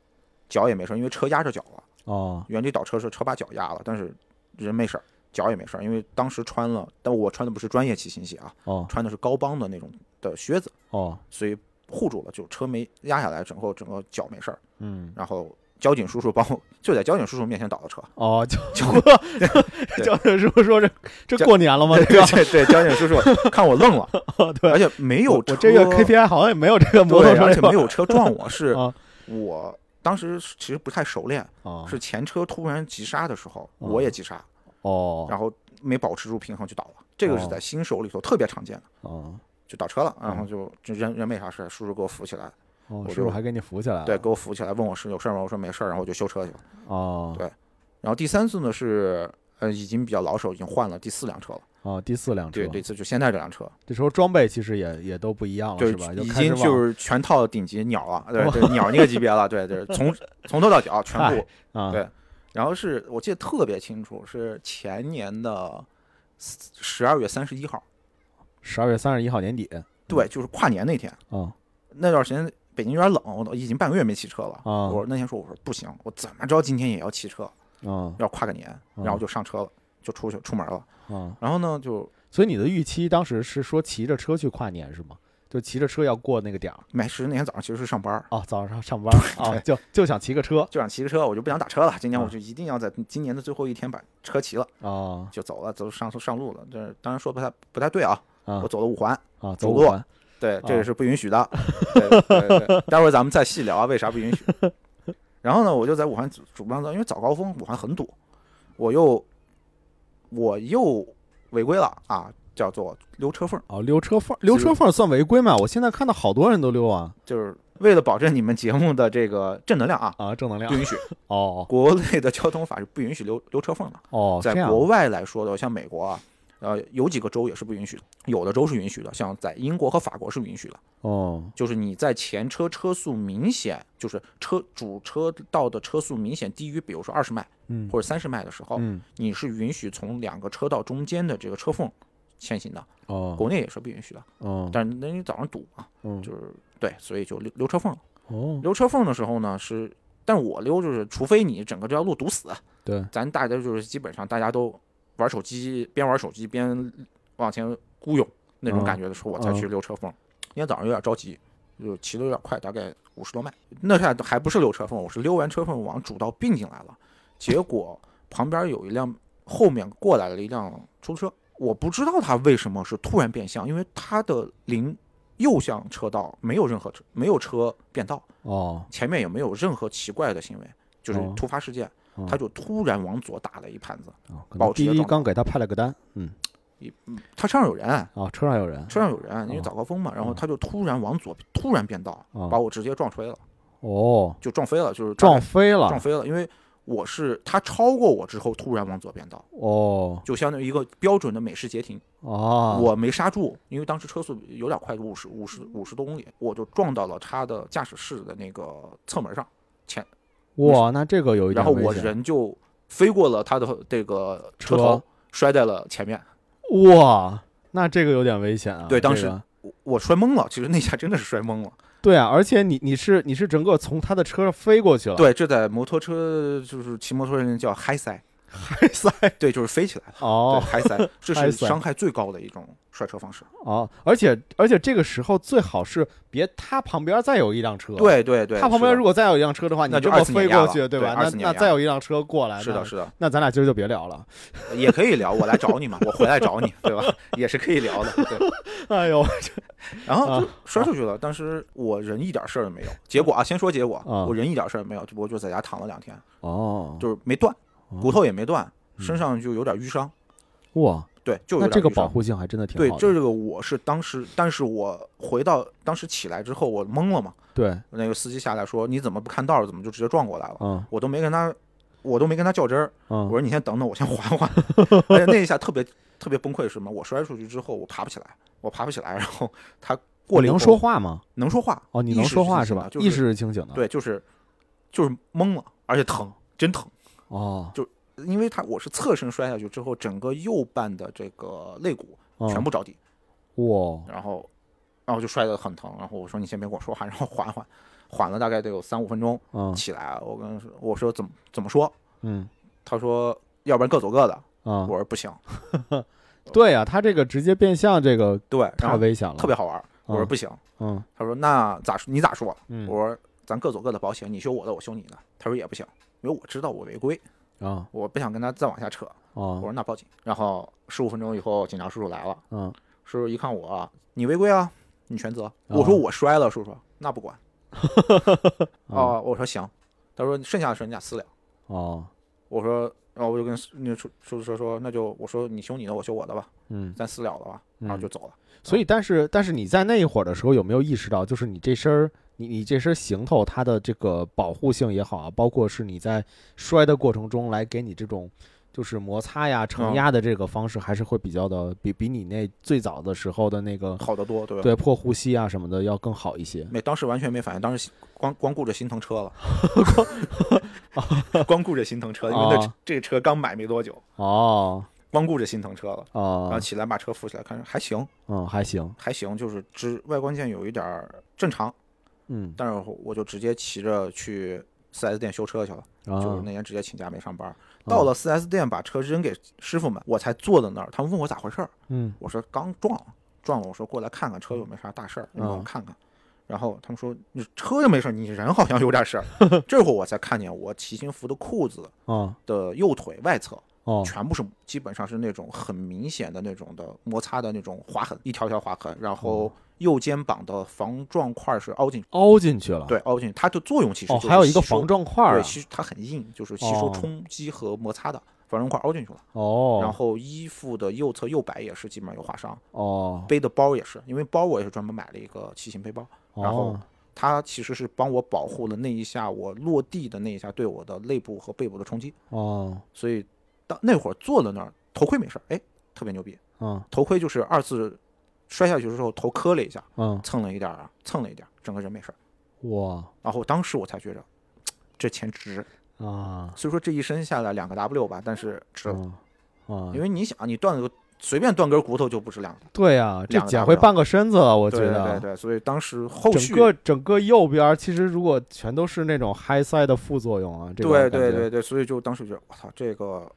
[SPEAKER 2] 脚也没事儿，因为车压着脚了。
[SPEAKER 1] 哦
[SPEAKER 2] 原地倒车是车把脚压了，但是人没事儿，脚也没事儿，因为当时穿了，但我穿的不是专业骑行鞋啊，
[SPEAKER 1] 哦
[SPEAKER 2] 穿的是高帮的那种的靴子，
[SPEAKER 1] 哦
[SPEAKER 2] 所以护住了，就车没压下来，整个整个脚没事儿。
[SPEAKER 1] 嗯
[SPEAKER 2] 然后交警叔叔帮我，就在交警叔叔面前倒的车。
[SPEAKER 1] 哦， 就
[SPEAKER 2] 就对
[SPEAKER 1] 就就是说说这这
[SPEAKER 2] 这
[SPEAKER 1] 过年了吗？
[SPEAKER 2] 对
[SPEAKER 1] 这个
[SPEAKER 2] 对对，交警叔叔看我愣了，
[SPEAKER 1] 对
[SPEAKER 2] 而且没有
[SPEAKER 1] 我
[SPEAKER 2] 车，
[SPEAKER 1] 我这个 KPI 好像也没有这个摩托
[SPEAKER 2] 对，
[SPEAKER 1] 车，
[SPEAKER 2] 而且没有车撞 我，是
[SPEAKER 1] 啊
[SPEAKER 2] 我当时是其实不太熟练，
[SPEAKER 1] 哦
[SPEAKER 2] 是前车突然急刹的时候，
[SPEAKER 1] 哦
[SPEAKER 2] 我也急刹，
[SPEAKER 1] 哦
[SPEAKER 2] 然后没保持住平衡就倒了。这个是
[SPEAKER 1] 哦
[SPEAKER 2] 在新手里头特别常见的，
[SPEAKER 1] 哦
[SPEAKER 2] 就倒车了，然后就就人人没啥事，叔叔给我扶起来，
[SPEAKER 1] 哦，
[SPEAKER 2] 我
[SPEAKER 1] 师傅
[SPEAKER 2] 就
[SPEAKER 1] 还给你扶起来了，
[SPEAKER 2] 对，给我扶起来，问我是有事儿吗？我说没事儿，然后我就修车去了。
[SPEAKER 1] 哦
[SPEAKER 2] 对然后第三次呢是。呃，已经比较老手，已经换了第四辆车了。
[SPEAKER 1] 哦，第四辆车
[SPEAKER 2] 对，这次就现在这辆车，
[SPEAKER 1] 这时候装备其实也也都不一样了，
[SPEAKER 2] 对，
[SPEAKER 1] 是哦吧？就
[SPEAKER 2] 已
[SPEAKER 1] 开始哦
[SPEAKER 2] 经
[SPEAKER 1] 往
[SPEAKER 2] 就是全套顶级鸟了，对对，鸟那个级别了，对对，从从头 到脚全部。
[SPEAKER 1] 啊，
[SPEAKER 2] 对然后是我记得特别清楚，是前年的十二月三十一号，
[SPEAKER 1] 嗯十二月三十一号年底
[SPEAKER 2] 对，就是跨年那天。
[SPEAKER 1] 啊
[SPEAKER 2] 那段时间北京有点冷，我都已经半个月没骑车了。
[SPEAKER 1] 啊
[SPEAKER 2] 我那天说我说不行，我怎么着今天也要骑车，
[SPEAKER 1] 啊
[SPEAKER 2] 要跨个年，
[SPEAKER 1] 嗯
[SPEAKER 2] 然后就上车了，就出去出门了。
[SPEAKER 1] 啊！
[SPEAKER 2] 然后呢，就
[SPEAKER 1] 所以你的预期当时是说骑着车去跨年是吗？就骑着车要过那个点儿
[SPEAKER 2] 没十那天早上其实是上班儿，
[SPEAKER 1] 哦，早上上班 儿哦，就就想骑个车
[SPEAKER 2] 就想骑个车，我就不想打车了。今年我
[SPEAKER 1] 嗯
[SPEAKER 2] 就一定要在今年的最后一天把车骑了。
[SPEAKER 1] 啊
[SPEAKER 2] 就走了，走上上路了。这当然说不太不太对啊，
[SPEAKER 1] 啊
[SPEAKER 2] 我走了五环，
[SPEAKER 1] 啊，
[SPEAKER 2] 走
[SPEAKER 1] 走
[SPEAKER 2] 路
[SPEAKER 1] 五环哦
[SPEAKER 2] 对，这个是不允许的。对对对，待会儿咱们再细聊啊，为啥不允许？然后呢，我就在五环主主张走，因为早高峰五环很堵，我又我又违规了啊，叫做溜车缝，
[SPEAKER 1] 哦，溜车缝溜车缝算违规吗？我现在看到好多人都溜啊
[SPEAKER 2] 就是为了保证你们节目的这个正能量啊，
[SPEAKER 1] 啊，正能量
[SPEAKER 2] 不允许，
[SPEAKER 1] 哦
[SPEAKER 2] 国内的交通法是不允许溜溜车缝的。
[SPEAKER 1] 哦，
[SPEAKER 2] 在
[SPEAKER 1] 这样
[SPEAKER 2] 国外来说的，像美国啊，呃，有几个州也是不允许的，有的州是允许的，像在英国和法国是允许的。
[SPEAKER 1] 哦
[SPEAKER 2] 就是你在前车车速明显，就是车主车道的车速明显低于，比如说二十迈
[SPEAKER 1] 嗯
[SPEAKER 2] 或者三十迈的时候，
[SPEAKER 1] 嗯
[SPEAKER 2] 你是允许从两个车道中间的这个车缝前行的。
[SPEAKER 1] 哦
[SPEAKER 2] 国内也是不允许的，
[SPEAKER 1] 哦
[SPEAKER 2] 但是那你早上堵嘛，
[SPEAKER 1] 嗯
[SPEAKER 2] 就是对，所以就溜溜车缝了。
[SPEAKER 1] 哦
[SPEAKER 2] 溜车缝的时候呢是，但我溜就是，除非你整个这条路堵死，
[SPEAKER 1] 对
[SPEAKER 2] 咱大家就是基本上大家都玩手机，边玩手机边往前孤勇那种
[SPEAKER 1] 嗯
[SPEAKER 2] 感觉的时候，我才去
[SPEAKER 1] 嗯
[SPEAKER 2] 溜车缝。今天早上有点着急，就骑的有点快，大概五十多迈。那下还不是溜车缝，我是溜完车缝往主道并进来了，结果旁边有一辆后面过来了一辆出租车，我不知道他为什么是突然变向，因为他的临右向车道没有任何车，没有车变道，
[SPEAKER 1] 哦
[SPEAKER 2] 前面也没有任何奇怪的行为，就是
[SPEAKER 1] 哦
[SPEAKER 2] 突发事件，
[SPEAKER 1] 哦
[SPEAKER 2] 他就突然往左打了一盘子。
[SPEAKER 1] 哦可能
[SPEAKER 2] 保持
[SPEAKER 1] 第
[SPEAKER 2] 着
[SPEAKER 1] 一
[SPEAKER 2] 状态
[SPEAKER 1] 刚给他派了个单嗯
[SPEAKER 2] 他车上有人，
[SPEAKER 1] 啊，车上有人
[SPEAKER 2] 车上有人，啊因为
[SPEAKER 1] 哦
[SPEAKER 2] 早高峰嘛，然后
[SPEAKER 1] 哦
[SPEAKER 2] 他就突然往左，突然变道
[SPEAKER 1] 哦，
[SPEAKER 2] 把我直接撞飞了，
[SPEAKER 1] 哦
[SPEAKER 2] 就撞飞了，就是大概
[SPEAKER 1] 撞飞了
[SPEAKER 2] 撞飞了，因为我是他超过我之后突然往左变道，
[SPEAKER 1] 哦
[SPEAKER 2] 就相当于一个标准的美式截停，
[SPEAKER 1] 哦，
[SPEAKER 2] 我没刹住，因为当时车速有点快，五十五十五十多公里，我就撞到了他的驾驶室的那个侧门上，
[SPEAKER 1] 哇，那这个有一点
[SPEAKER 2] 然后
[SPEAKER 1] 危
[SPEAKER 2] 我
[SPEAKER 1] 险
[SPEAKER 2] 人就飞过了他的这个车头
[SPEAKER 1] 车，
[SPEAKER 2] 摔在了前面，
[SPEAKER 1] 哇，那这个有点危险啊！
[SPEAKER 2] 对当
[SPEAKER 1] 这
[SPEAKER 2] 时
[SPEAKER 1] 个
[SPEAKER 2] 我我摔懵了，其实那下真的是摔懵了。
[SPEAKER 1] 对啊，而且你你是你是整个从他的车上飞过去了，
[SPEAKER 2] 对，这在摩托车就是骑摩托车人叫嗨塞，
[SPEAKER 1] 嗨塞
[SPEAKER 2] 对，就是飞起来了，对，
[SPEAKER 1] 哦
[SPEAKER 2] 嗨塞，这
[SPEAKER 1] 嗨
[SPEAKER 2] 是
[SPEAKER 1] 塞
[SPEAKER 2] 伤害最高的一种摔车方式。
[SPEAKER 1] 哦，而且而且这个时候最好是别他旁边再有一辆车，，
[SPEAKER 2] 对对对，
[SPEAKER 1] 他旁边
[SPEAKER 2] 是的
[SPEAKER 1] 如果再有一辆车的话，你
[SPEAKER 2] 那就
[SPEAKER 1] 这么
[SPEAKER 2] 二次碾
[SPEAKER 1] 飞
[SPEAKER 2] 压
[SPEAKER 1] 过
[SPEAKER 2] 了
[SPEAKER 1] 去，
[SPEAKER 2] 对
[SPEAKER 1] 吧？
[SPEAKER 2] 二
[SPEAKER 1] 那
[SPEAKER 2] 次碾
[SPEAKER 1] 那
[SPEAKER 2] 压
[SPEAKER 1] 再有一辆车过来，
[SPEAKER 2] 是的，
[SPEAKER 1] 那
[SPEAKER 2] 是的，
[SPEAKER 1] 那咱俩今儿就别聊了。
[SPEAKER 2] 也可以聊，我来找你嘛，我回来找你，对吧？也是可以聊的。 对，
[SPEAKER 1] 哎 呦，
[SPEAKER 2] 然后
[SPEAKER 1] 啊
[SPEAKER 2] 就摔出去了，但是我人一点事儿都没有。结果啊，先说结果，
[SPEAKER 1] 啊
[SPEAKER 2] 我人一点事儿没有，只不过就在家躺了两天，
[SPEAKER 1] 哦，
[SPEAKER 2] 就是没断，骨头也没断，
[SPEAKER 1] 嗯
[SPEAKER 2] 身上就有点淤伤。
[SPEAKER 1] 哇，
[SPEAKER 2] 对，就有
[SPEAKER 1] 那
[SPEAKER 2] 点
[SPEAKER 1] 这个
[SPEAKER 2] 淤伤
[SPEAKER 1] 保护性还真的挺
[SPEAKER 2] 对
[SPEAKER 1] 好的。
[SPEAKER 2] 这个我是当时，但是我回到当时起来之后，我懵了嘛。
[SPEAKER 1] 对，
[SPEAKER 2] 那个司机下来说：“你怎么不看道儿？怎么就直接撞过来了？”
[SPEAKER 1] 嗯
[SPEAKER 2] 我都没跟他，我都没跟他较真儿。我
[SPEAKER 1] 嗯，
[SPEAKER 2] 说：“你先等等，我先缓 缓。”而且那一下特别特别崩溃，是什么？我摔出去之后，我爬不起来，我爬不起来。然后他
[SPEAKER 1] 你
[SPEAKER 2] 过了一
[SPEAKER 1] 能
[SPEAKER 2] 会儿
[SPEAKER 1] 说话吗？
[SPEAKER 2] 能说话
[SPEAKER 1] 哦，你
[SPEAKER 2] 意
[SPEAKER 1] 能
[SPEAKER 2] 识
[SPEAKER 1] 说
[SPEAKER 2] 是
[SPEAKER 1] 话是
[SPEAKER 2] 清醒
[SPEAKER 1] 吧
[SPEAKER 2] 的？就
[SPEAKER 1] 意
[SPEAKER 2] 是
[SPEAKER 1] 识是清醒的。
[SPEAKER 2] 对，就是就是懵了，而且疼，真疼。
[SPEAKER 1] 哦，
[SPEAKER 2] 因为他我是侧身摔下去之后，整个右半的这个肋骨
[SPEAKER 1] 嗯
[SPEAKER 2] 全部着地，
[SPEAKER 1] 哇，
[SPEAKER 2] 然后然后就摔得很疼。然后我说：“你先别跟我说话，然 后缓缓。”缓了大概得有三五分钟，
[SPEAKER 1] 嗯
[SPEAKER 2] 起来，啊我跟他说我说怎么怎么说？
[SPEAKER 1] 嗯
[SPEAKER 2] 他说要不然各走各的，
[SPEAKER 1] 啊
[SPEAKER 2] 我，说不行，
[SPEAKER 1] 对啊，他这个直接变相这个
[SPEAKER 2] 对，然
[SPEAKER 1] 太
[SPEAKER 2] 后
[SPEAKER 1] 危险了，
[SPEAKER 2] 特别好玩儿，我说
[SPEAKER 1] 嗯
[SPEAKER 2] 不行，
[SPEAKER 1] 嗯
[SPEAKER 2] 他说那咋说你咋说？
[SPEAKER 1] 嗯
[SPEAKER 2] 我说咱各走各的保险，你修我的，我修你的。他说也不行，因为我知道我违规，
[SPEAKER 1] 啊
[SPEAKER 2] 我不想跟他再往下扯。我
[SPEAKER 1] 啊
[SPEAKER 2] 说那报警。然后十五分钟以后，警察叔叔来了，
[SPEAKER 1] 嗯
[SPEAKER 2] 叔叔一看我，你违规啊，你全责。我说我摔了，叔叔那不管。
[SPEAKER 1] 哦
[SPEAKER 2] 哦，我说行。他说剩下的事你俩私了。
[SPEAKER 1] 哦
[SPEAKER 2] 我说，然后我就跟那叔叔叔说说，那就我说你修你的，我修我的吧，
[SPEAKER 1] 嗯，
[SPEAKER 2] 咱私了了吧，然后就走了。
[SPEAKER 1] 所以，但是，但是你在那一会儿的时候，有没有意识到，就是你这身儿，你你这身行头，它的这个保护性也好啊，包括是你在摔的过程中来给你这种就是摩擦呀、承
[SPEAKER 2] 嗯
[SPEAKER 1] 压的这个方式，还是会比较的，比比你那最早的时候的那个
[SPEAKER 2] 好得多， 对吧？
[SPEAKER 1] 对破护膝啊什么的要更好一些。
[SPEAKER 2] 没，当时完全没反应，当时心光光顾着心疼车了，光顾着心疼车，因为那
[SPEAKER 1] 啊
[SPEAKER 2] 这个车刚买没多久，
[SPEAKER 1] 哦
[SPEAKER 2] 光顾着心疼车了。然
[SPEAKER 1] 哦
[SPEAKER 2] 后，起来把车扶起来，看还行，
[SPEAKER 1] 嗯，还行，
[SPEAKER 2] 还行，就是只外观件有一点儿正常，
[SPEAKER 1] 嗯
[SPEAKER 2] 但是我就直接骑着去 4S 店修车去了，
[SPEAKER 1] 啊
[SPEAKER 2] 就是那天直接请假没上班。
[SPEAKER 1] 嗯
[SPEAKER 2] 到了 4S 店把车扔给师傅们，我才坐在那儿，他们问我咋回事儿，
[SPEAKER 1] 嗯
[SPEAKER 2] 我说刚撞了，撞了，我说过来看看车有没啥大事儿，你帮我
[SPEAKER 1] 嗯
[SPEAKER 2] 看看。然后他们说你车又没事儿，你人好像有点 事儿。这会儿我才看见我骑行服的裤子
[SPEAKER 1] 啊
[SPEAKER 2] 的右腿外侧
[SPEAKER 1] 哦
[SPEAKER 2] 全部是基本上是那种很明显的那种的摩擦的那种划痕，一条条划痕。然
[SPEAKER 1] 哦
[SPEAKER 2] 后右肩膀的防撞块是凹进去，
[SPEAKER 1] 凹进去了。
[SPEAKER 2] 对，凹进去，它的作用其实
[SPEAKER 1] 啊哦，
[SPEAKER 2] 就是
[SPEAKER 1] 还有一个
[SPEAKER 2] 吸收
[SPEAKER 1] 防撞块儿
[SPEAKER 2] 对，
[SPEAKER 1] 啊
[SPEAKER 2] 吸它很硬，就是吸收
[SPEAKER 1] 哦
[SPEAKER 2] 冲击和摩擦的防撞块凹进去了。然
[SPEAKER 1] 哦
[SPEAKER 2] 后衣服的右侧右摆也是基本上有划伤。
[SPEAKER 1] 哦
[SPEAKER 2] 背的包也是，因为包我也是专门买了一个骑行背包，然后
[SPEAKER 1] 哦
[SPEAKER 2] 它其实是帮我保护了那一下我落地的那一下对我的肋部和背部的冲击，
[SPEAKER 1] 哦
[SPEAKER 2] 所以当那会儿坐在那儿，头盔没事儿，哎，特别牛逼，
[SPEAKER 1] 嗯
[SPEAKER 2] 头盔就是二次摔下去之后头磕了一下，
[SPEAKER 1] 嗯
[SPEAKER 2] 蹭了一点儿啊，蹭了一点儿，整个人没事儿，
[SPEAKER 1] 哇
[SPEAKER 2] 然后当时我才觉着。嘖这钱值，
[SPEAKER 1] 啊
[SPEAKER 2] 所以说这一身下来两个 W 吧，但是值了，
[SPEAKER 1] 嗯啊
[SPEAKER 2] 因为你想，你断个随便断根骨头就不值两个，
[SPEAKER 1] 对呀，这
[SPEAKER 2] 两个
[SPEAKER 1] 捡
[SPEAKER 2] 大
[SPEAKER 1] 回
[SPEAKER 2] 不了
[SPEAKER 1] 半个身子了，我觉
[SPEAKER 2] 对对
[SPEAKER 1] 得。啊
[SPEAKER 2] 对，所以当时后续
[SPEAKER 1] 整个整个右边儿其实如果全都是那种嗨塞的副作用啊，这个
[SPEAKER 2] 对
[SPEAKER 1] 感
[SPEAKER 2] 对
[SPEAKER 1] 觉
[SPEAKER 2] 对对，所以就当时觉得我操，这个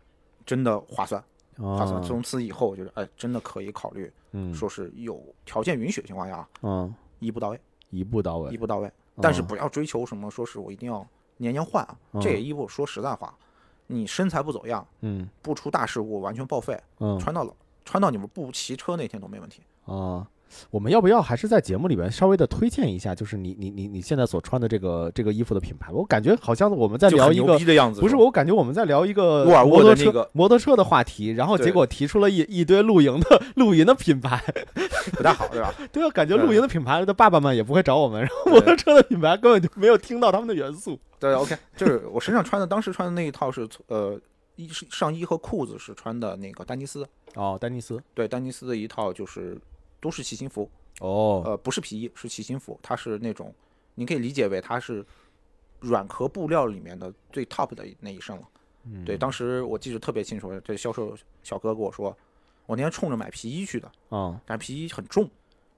[SPEAKER 2] 真的划算，划算。
[SPEAKER 1] 啊，
[SPEAKER 2] 从此以后，我觉得哎，真的可以考虑，
[SPEAKER 1] 嗯
[SPEAKER 2] 说是有条件允许的情况下，
[SPEAKER 1] 嗯，
[SPEAKER 2] 一步到位，
[SPEAKER 1] 一步到
[SPEAKER 2] 一
[SPEAKER 1] 位，
[SPEAKER 2] 步到位，但是
[SPEAKER 1] 嗯
[SPEAKER 2] 不要追求什么，说是我一定要年年换啊，这
[SPEAKER 1] 嗯
[SPEAKER 2] 也衣服说实在话，你身材不走样，
[SPEAKER 1] 嗯
[SPEAKER 2] 不出大事故完全报废，
[SPEAKER 1] 嗯
[SPEAKER 2] 穿到老。穿到你们不骑车那天都没问题。
[SPEAKER 1] 啊。我们要不要还是在节目里面稍微的推荐一下，就是你你你你现在所穿的这个这个衣服的品牌？我感觉好像我们在
[SPEAKER 2] 就
[SPEAKER 1] 聊
[SPEAKER 2] 很
[SPEAKER 1] 一
[SPEAKER 2] 牛
[SPEAKER 1] 个
[SPEAKER 2] 逼的样子，
[SPEAKER 1] 不是，
[SPEAKER 2] 吧
[SPEAKER 1] 我感觉我们在聊一个
[SPEAKER 2] 沃尔沃
[SPEAKER 1] 摩托
[SPEAKER 2] 的
[SPEAKER 1] 车
[SPEAKER 2] 那个
[SPEAKER 1] 摩托车的话题，然后结
[SPEAKER 2] 对
[SPEAKER 1] 果提出了一一堆露营的 露营的品牌，
[SPEAKER 2] 不太好，对吧？
[SPEAKER 1] 对啊，感觉露营的品牌的爸爸们也不会 找我们，然后摩
[SPEAKER 2] 对
[SPEAKER 1] 托车的品牌根本就没有听到他们的元素。
[SPEAKER 2] 对，OK，就是 我身上穿的，当时穿的那一套是从呃衣上衣和裤子是穿的那个丹尼斯，
[SPEAKER 1] 哦，丹尼斯，
[SPEAKER 2] 对，丹尼斯的一套就是都市骑行服，
[SPEAKER 1] 哦，
[SPEAKER 2] 呃，不是皮衣，是骑行服，它是那种你可以理解为它是软壳布料里面的最 top 的那一身了。对，当时我记得特别清楚，这销售小哥跟我说，我那天冲着买皮衣去的，
[SPEAKER 1] 啊
[SPEAKER 2] 但皮衣很重，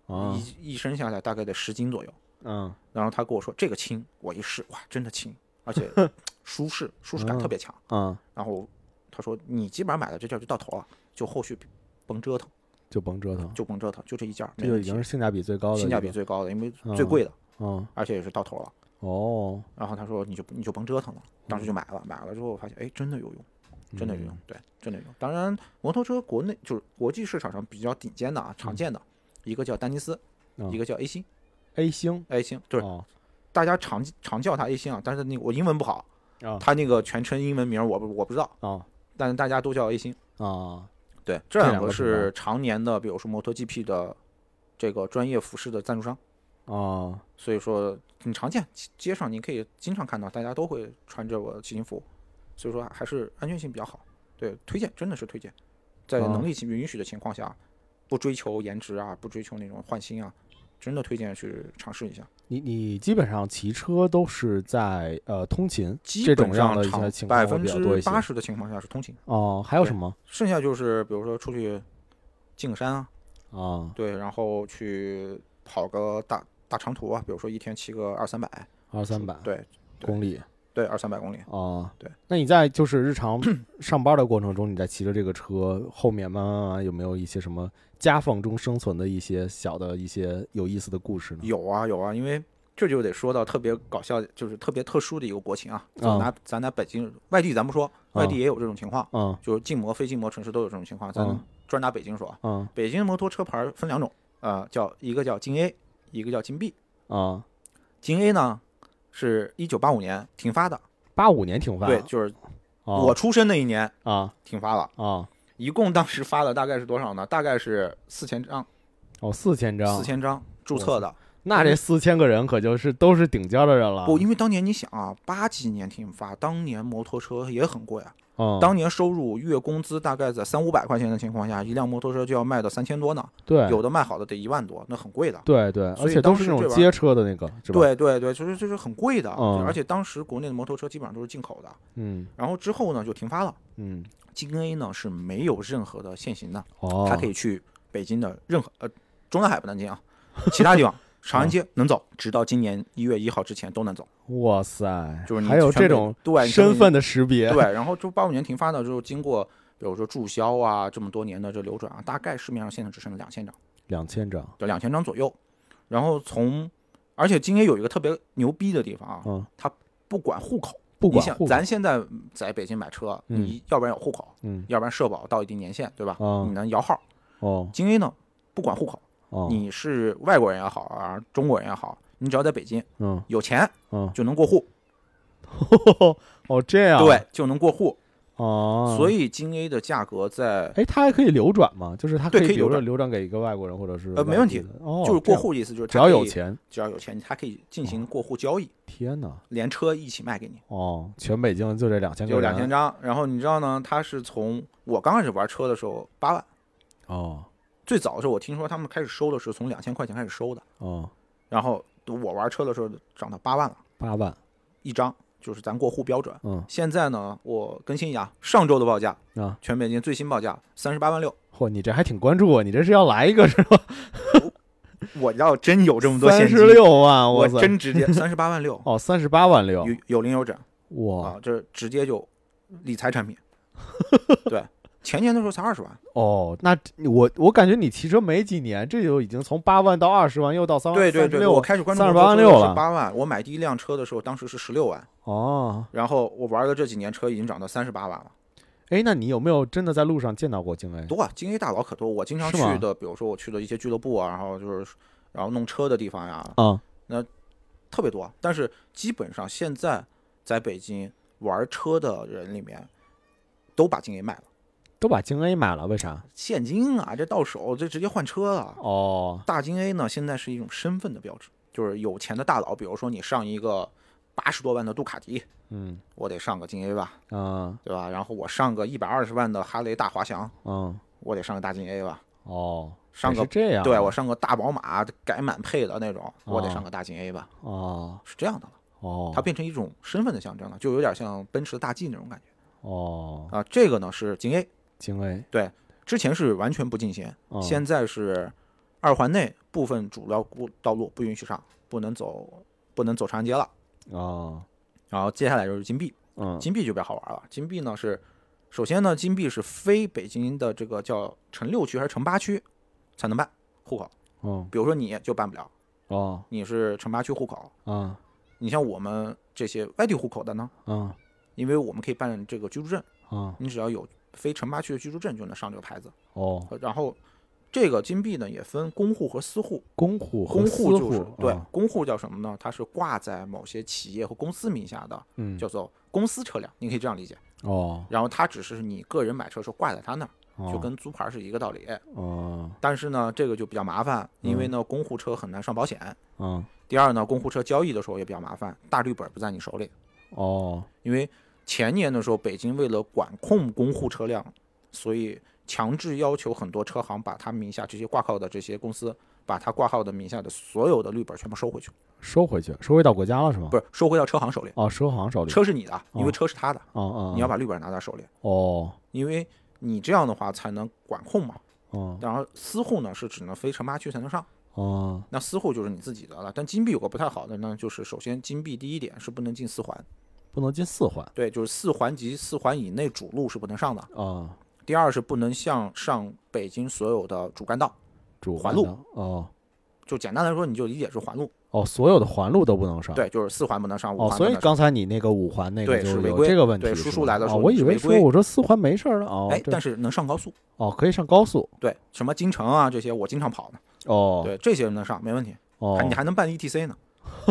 [SPEAKER 1] 啊，
[SPEAKER 2] 一一身下来大概得十斤左右。
[SPEAKER 1] 嗯
[SPEAKER 2] 然后他跟我说这个轻，我一试，哇，真的轻，而且舒适，舒适感特别强。
[SPEAKER 1] 嗯
[SPEAKER 2] 然后他说你基本上买的这件就到头了，就后续甭折腾，
[SPEAKER 1] 就甭折腾，
[SPEAKER 2] 就甭折腾，就这一件儿，
[SPEAKER 1] 嗯这
[SPEAKER 2] 没
[SPEAKER 1] 就
[SPEAKER 2] 问
[SPEAKER 1] 已
[SPEAKER 2] 题
[SPEAKER 1] 经是性价比最高的一个，
[SPEAKER 2] 性价比最高的，因为
[SPEAKER 1] 嗯
[SPEAKER 2] 最贵的，
[SPEAKER 1] 嗯
[SPEAKER 2] 而且也是到头了。
[SPEAKER 1] 哦，
[SPEAKER 2] 然后他说你就你就甭折腾了，当时就买了，买了之后发现哎真的有用，真的有用
[SPEAKER 1] 嗯，
[SPEAKER 2] 对，真的有用。当然摩托车国内就是国际市场上比较顶尖的啊，常见的一个叫丹尼斯，
[SPEAKER 1] 嗯
[SPEAKER 2] 一个叫 A 星
[SPEAKER 1] A 星
[SPEAKER 2] ，A 星就是
[SPEAKER 1] 哦
[SPEAKER 2] 大家常常叫它 A 星啊，但是那个我英文不好，
[SPEAKER 1] 啊
[SPEAKER 2] 它那个全称英文名儿我不我不知道，
[SPEAKER 1] 啊
[SPEAKER 2] 但是大家都叫 A 星。
[SPEAKER 1] 啊
[SPEAKER 2] 对，
[SPEAKER 1] 这
[SPEAKER 2] 这两
[SPEAKER 1] 两
[SPEAKER 2] 个
[SPEAKER 1] 个品
[SPEAKER 2] 是常年的，比如说摩托 GP 的这个专业服饰的赞助商，
[SPEAKER 1] 啊
[SPEAKER 2] 所以说很常见，街街上你可以经常看到，大家都会穿着我骑行服，所以说还是安全性比较好。对，推荐真的是推荐，在
[SPEAKER 1] 哦
[SPEAKER 2] 能力情允许的情况下，不追求颜值啊，不追求那种换新啊，真的推荐去尝试一下。
[SPEAKER 1] 你你基本上骑车都是在呃通勤
[SPEAKER 2] 基
[SPEAKER 1] 这种
[SPEAKER 2] 本
[SPEAKER 1] 样
[SPEAKER 2] 上
[SPEAKER 1] 的一
[SPEAKER 2] 常
[SPEAKER 1] 些情
[SPEAKER 2] 百
[SPEAKER 1] 况会
[SPEAKER 2] 分
[SPEAKER 1] 比较多
[SPEAKER 2] 之
[SPEAKER 1] 一些
[SPEAKER 2] 八十的情况下是通勤，
[SPEAKER 1] 哦，还有
[SPEAKER 2] 对
[SPEAKER 1] 什么
[SPEAKER 2] 剩下就是比如说出去进个山啊，
[SPEAKER 1] 啊
[SPEAKER 2] 对，然后去跑个大大长途啊，比如说一天骑个二三百，
[SPEAKER 1] 二三百
[SPEAKER 2] 对对
[SPEAKER 1] 公里
[SPEAKER 2] 对，二三百公里。
[SPEAKER 1] 啊，
[SPEAKER 2] 对。
[SPEAKER 1] 那你在就是日常上班的过程中，你在骑着这个车后面慢慢慢慢有没有一些什么夹缝中生存的一些小的一些有意思的故事呢？
[SPEAKER 2] 有啊有啊，因为这就得说到特别搞笑，就是特别特殊的一个国情啊。咱
[SPEAKER 1] 啊
[SPEAKER 2] 拿咱拿北京外地咱不说，外地
[SPEAKER 1] 啊
[SPEAKER 2] 也有这种情况，
[SPEAKER 1] 嗯
[SPEAKER 2] 就是禁摩非禁摩城市都有这种情况。咱
[SPEAKER 1] 啊
[SPEAKER 2] 专拿北京说啊，
[SPEAKER 1] 嗯
[SPEAKER 2] 北京摩托车牌分两种，呃，叫一个叫京 A，一个叫京 B。
[SPEAKER 1] 啊，
[SPEAKER 2] 京 A 呢是一九八五年停发的，
[SPEAKER 1] 八五年挺发
[SPEAKER 2] 对，就是
[SPEAKER 1] 啊
[SPEAKER 2] 我出生那一年
[SPEAKER 1] 啊
[SPEAKER 2] 停发了。
[SPEAKER 1] 啊
[SPEAKER 2] 一共当时发了大概是多少呢？大概是四千张，
[SPEAKER 1] 哦四千张
[SPEAKER 2] 四，千张注
[SPEAKER 1] 我
[SPEAKER 2] 册的。
[SPEAKER 1] 那这四千个人可就是都是顶尖的人了。
[SPEAKER 2] 不，因为当年你想啊，八几年停发，当年摩托车也很贵啊。
[SPEAKER 1] 嗯，
[SPEAKER 2] 当年收入月工资大概在三五百块钱的情况下，一辆摩托车就要卖到三千多呢，
[SPEAKER 1] 对
[SPEAKER 2] 有的卖好的得一万多，那很贵的。
[SPEAKER 1] 对对，
[SPEAKER 2] 所
[SPEAKER 1] 而
[SPEAKER 2] 以
[SPEAKER 1] 且
[SPEAKER 2] 当
[SPEAKER 1] 都是
[SPEAKER 2] 时
[SPEAKER 1] 那种
[SPEAKER 2] 这玩意
[SPEAKER 1] 街车的那个，是吧？，
[SPEAKER 2] 对对对，就是就是很贵的，
[SPEAKER 1] 嗯
[SPEAKER 2] 而且当时国内的摩托车基本上都是进口的。
[SPEAKER 1] 嗯
[SPEAKER 2] 然后之后呢，就停发了。
[SPEAKER 1] 嗯，
[SPEAKER 2] 京 A 呢是没有任何的限行的，
[SPEAKER 1] 哦，
[SPEAKER 2] 它可以去北京的任何呃中南海不能进啊， 其他 地方长安
[SPEAKER 1] 哦
[SPEAKER 2] 街能走，直到今年一月一号之前都能走。
[SPEAKER 1] 哇塞，
[SPEAKER 2] 就是你
[SPEAKER 1] 还有
[SPEAKER 2] 全
[SPEAKER 1] 这
[SPEAKER 2] 部
[SPEAKER 1] 种
[SPEAKER 2] 对你全部
[SPEAKER 1] 身份的识别，
[SPEAKER 2] 对，然后就八五年停发呢，就经过比如说注销啊，这么多年的这流转啊，大概市面上现在只剩了两千张，
[SPEAKER 1] 两千张，
[SPEAKER 2] 就两千张左右。然后从，而且今天有一个特别牛逼的地方啊，
[SPEAKER 1] 嗯，
[SPEAKER 2] 不管户口，
[SPEAKER 1] 不管
[SPEAKER 2] 你想
[SPEAKER 1] 户口
[SPEAKER 2] 咱现在在北京买车，
[SPEAKER 1] 嗯
[SPEAKER 2] 你要不然有户口，
[SPEAKER 1] 嗯
[SPEAKER 2] 要不然社保到一定年限，对吧？
[SPEAKER 1] 啊
[SPEAKER 2] 你能摇号。
[SPEAKER 1] 哦
[SPEAKER 2] 今天呢，不管户口，
[SPEAKER 1] 哦，
[SPEAKER 2] 你是外国人也好啊，中国人也好，你只要在北京
[SPEAKER 1] 嗯
[SPEAKER 2] 有钱
[SPEAKER 1] 嗯，
[SPEAKER 2] 就能过户，
[SPEAKER 1] 哦这样
[SPEAKER 2] 对，就能过户。
[SPEAKER 1] 哦，
[SPEAKER 2] 所
[SPEAKER 1] 以
[SPEAKER 2] 以京 A 的价格在
[SPEAKER 1] 哎，它还可以流转吗？就是它
[SPEAKER 2] 对
[SPEAKER 1] 以
[SPEAKER 2] 可以
[SPEAKER 1] 流
[SPEAKER 2] 流转
[SPEAKER 1] 流转给一个外国人或者是
[SPEAKER 2] 呃没
[SPEAKER 1] 外
[SPEAKER 2] 问
[SPEAKER 1] 地
[SPEAKER 2] 题
[SPEAKER 1] 的哦，
[SPEAKER 2] 就是
[SPEAKER 1] 这
[SPEAKER 2] 过
[SPEAKER 1] 样，
[SPEAKER 2] 户的意思，就是
[SPEAKER 1] 只
[SPEAKER 2] 它
[SPEAKER 1] 要
[SPEAKER 2] 可
[SPEAKER 1] 有
[SPEAKER 2] 以，
[SPEAKER 1] 钱，
[SPEAKER 2] 只要有钱，它可以进行过户交易，
[SPEAKER 1] 天哪，
[SPEAKER 2] 连车一起卖给你，
[SPEAKER 1] 哦，全北京就这两千个
[SPEAKER 2] 就
[SPEAKER 1] 人，
[SPEAKER 2] 两千张。然后你知道呢，它是从我刚开始玩车的时候八万，
[SPEAKER 1] 哦
[SPEAKER 2] 最早的时候我听说他们开始收的是从两千块钱开始收的，
[SPEAKER 1] 哦，
[SPEAKER 2] 然后我玩车的时候涨到八万了
[SPEAKER 1] 八万，
[SPEAKER 2] 一张，就是咱过户标准。
[SPEAKER 1] 嗯
[SPEAKER 2] 现在呢，我更新一下上周的报价，
[SPEAKER 1] 啊，
[SPEAKER 2] 全北京最新报价三十八万六。
[SPEAKER 1] 嚯，你这还挺关注啊我，你这是要来一个是吧？
[SPEAKER 2] 我要真有这么多现
[SPEAKER 1] 三
[SPEAKER 2] 金，
[SPEAKER 1] 十六万，
[SPEAKER 2] 我
[SPEAKER 1] 哇塞，，
[SPEAKER 2] 真直接三十八万 六
[SPEAKER 1] 哦，三十八万六
[SPEAKER 2] 有，有零有整。
[SPEAKER 1] 哇
[SPEAKER 2] 啊，这直接就理 财产品。对，前年的时候才二十万，
[SPEAKER 1] 哦，那我我感觉你骑车没几年，这就已经从八万到二十万，又哦到三
[SPEAKER 2] 对对对，我
[SPEAKER 1] 六
[SPEAKER 2] 开始关注
[SPEAKER 1] 38
[SPEAKER 2] 摩托
[SPEAKER 1] 万
[SPEAKER 2] 车
[SPEAKER 1] 六
[SPEAKER 2] 的时候
[SPEAKER 1] 了
[SPEAKER 2] 是八万。我买第一辆车的时候，当时是十六万，
[SPEAKER 1] 哦。
[SPEAKER 2] 然后我玩了这几年车已经涨到三十八万了，
[SPEAKER 1] 哎，那你有没有真的在路上见到过京 A？
[SPEAKER 2] 多啊！京 A 大佬可多，我经常
[SPEAKER 1] 是
[SPEAKER 2] 去
[SPEAKER 1] 吗
[SPEAKER 2] 的，比如说我去的一些俱乐部啊，然后就是然后弄车的地方呀，
[SPEAKER 1] 啊
[SPEAKER 2] 特别多。但是基本上现在在北京玩车的人里面，都把京 A 卖了，
[SPEAKER 1] 都把京 A 买了，为啥？
[SPEAKER 2] 现金啊，这到手这直接换车了。
[SPEAKER 1] 哦，
[SPEAKER 2] 大金 A 呢，现在是一种身份的标志，就是有钱的大佬，比如说你上一个八十多万的杜卡迪，
[SPEAKER 1] 嗯
[SPEAKER 2] 我得上个金 A 吧，
[SPEAKER 1] 啊
[SPEAKER 2] 对吧？然后我上个一百二十万的哈雷大滑翔，
[SPEAKER 1] 嗯
[SPEAKER 2] 我得上个大金 A 吧。
[SPEAKER 1] 哦，
[SPEAKER 2] 上
[SPEAKER 1] 也
[SPEAKER 2] 个
[SPEAKER 1] 是这样，
[SPEAKER 2] 对我上个大宝马改满配的那种，我得上个大金 A 吧，
[SPEAKER 1] 哦
[SPEAKER 2] 是这样的了。
[SPEAKER 1] 哦，
[SPEAKER 2] 它变成一种身份的象征了，就有点像奔驰的大 G 那种感觉
[SPEAKER 1] 哦
[SPEAKER 2] 啊。这个呢是金 A，
[SPEAKER 1] 京 A，
[SPEAKER 2] 之前是完全不进行，
[SPEAKER 1] 嗯
[SPEAKER 2] 现在是二环内部分主要路道路不允许上，不能走，不能走长安街了。
[SPEAKER 1] 哦
[SPEAKER 2] 然后接下来就是金币，
[SPEAKER 1] 嗯
[SPEAKER 2] 金币就比较好玩了。金币呢是首先呢，金币是非北京的这个叫城六区还是城八区才能办户口，
[SPEAKER 1] 哦
[SPEAKER 2] 比如说你就办不了，
[SPEAKER 1] 哦
[SPEAKER 2] 你是城八区户口，
[SPEAKER 1] 啊
[SPEAKER 2] 你像我们这些外地户口的呢，
[SPEAKER 1] 啊
[SPEAKER 2] 因为我们可以办这个居住证，
[SPEAKER 1] 啊
[SPEAKER 2] 你只要有非城八区的居住证就能上这个牌子。
[SPEAKER 1] 哦，
[SPEAKER 2] 然后这个金币呢也分公户和私户，
[SPEAKER 1] 公户和
[SPEAKER 2] 公
[SPEAKER 1] 私
[SPEAKER 2] 户就是对
[SPEAKER 1] 啊，
[SPEAKER 2] 公户叫什么呢？它是挂在某些企业和公司名下的，
[SPEAKER 1] 嗯
[SPEAKER 2] 叫做公司车辆，你可以这样理解。
[SPEAKER 1] 哦，
[SPEAKER 2] 然后它只是你个人买车的时候挂在他那儿，
[SPEAKER 1] 哦
[SPEAKER 2] 就跟租牌是一个道理。
[SPEAKER 1] 哦
[SPEAKER 2] 但是呢，这个就比较麻烦，因为呢，公户车很难上保险。
[SPEAKER 1] 嗯
[SPEAKER 2] 第二呢，公户车交易的时候也比较麻烦，大绿本不在你手里，
[SPEAKER 1] 哦
[SPEAKER 2] 因为前年的时候，北京为了管控公户车辆，所以强制要求很多车行把他名下这些挂靠的这些公司，把他挂靠的名下的所有的绿本全部收
[SPEAKER 1] 哦
[SPEAKER 2] 回去，
[SPEAKER 1] 收回去，收回到国家了是吗？
[SPEAKER 2] 不是收回到车行手里。
[SPEAKER 1] 哦，收行手里。
[SPEAKER 2] 车是你的，因为车是他的，
[SPEAKER 1] 哦哦，
[SPEAKER 2] 你要
[SPEAKER 1] 把
[SPEAKER 2] 把绿本拿在手里，
[SPEAKER 1] 哦
[SPEAKER 2] 因为你这样的话才能管控嘛。
[SPEAKER 1] 哦
[SPEAKER 2] 然后私户呢是只能非城八区才能上。
[SPEAKER 1] 哦
[SPEAKER 2] 那私户就是你自己的了。但金币有个不太好的呢，就是首先金币第一点是不能进四环，
[SPEAKER 1] 不能进四环
[SPEAKER 2] 对，就是四环及四环以内主路是不能上的。
[SPEAKER 1] 啊，
[SPEAKER 2] 第二是不能向上北京所有的主干道，
[SPEAKER 1] 主干
[SPEAKER 2] 环路
[SPEAKER 1] 道哦
[SPEAKER 2] 就简单来说，你就理解是环路，
[SPEAKER 1] 哦，所有的环路都不能上。
[SPEAKER 2] 对，就是四环不能上，五
[SPEAKER 1] 哦，
[SPEAKER 2] 环不
[SPEAKER 1] 所
[SPEAKER 2] 能
[SPEAKER 1] 以
[SPEAKER 2] 上。
[SPEAKER 1] 刚才你那个五环那个
[SPEAKER 2] 对
[SPEAKER 1] 就是是
[SPEAKER 2] 违
[SPEAKER 1] 有
[SPEAKER 2] 规
[SPEAKER 1] 这个问题
[SPEAKER 2] 对
[SPEAKER 1] 是吧。
[SPEAKER 2] 叔叔来的时候
[SPEAKER 1] 哦我以
[SPEAKER 2] 是
[SPEAKER 1] 为
[SPEAKER 2] 违
[SPEAKER 1] 说
[SPEAKER 2] 规
[SPEAKER 1] 我说四环没事儿了哦，
[SPEAKER 2] 哎，
[SPEAKER 1] 这
[SPEAKER 2] 但是能上高速，
[SPEAKER 1] 哦可以上高速
[SPEAKER 2] 对，什么京城啊这些，我经常跑呢，
[SPEAKER 1] 哦
[SPEAKER 2] 对，这些能上没问题，
[SPEAKER 1] 哦
[SPEAKER 2] 还，你还能办 ETC 呢，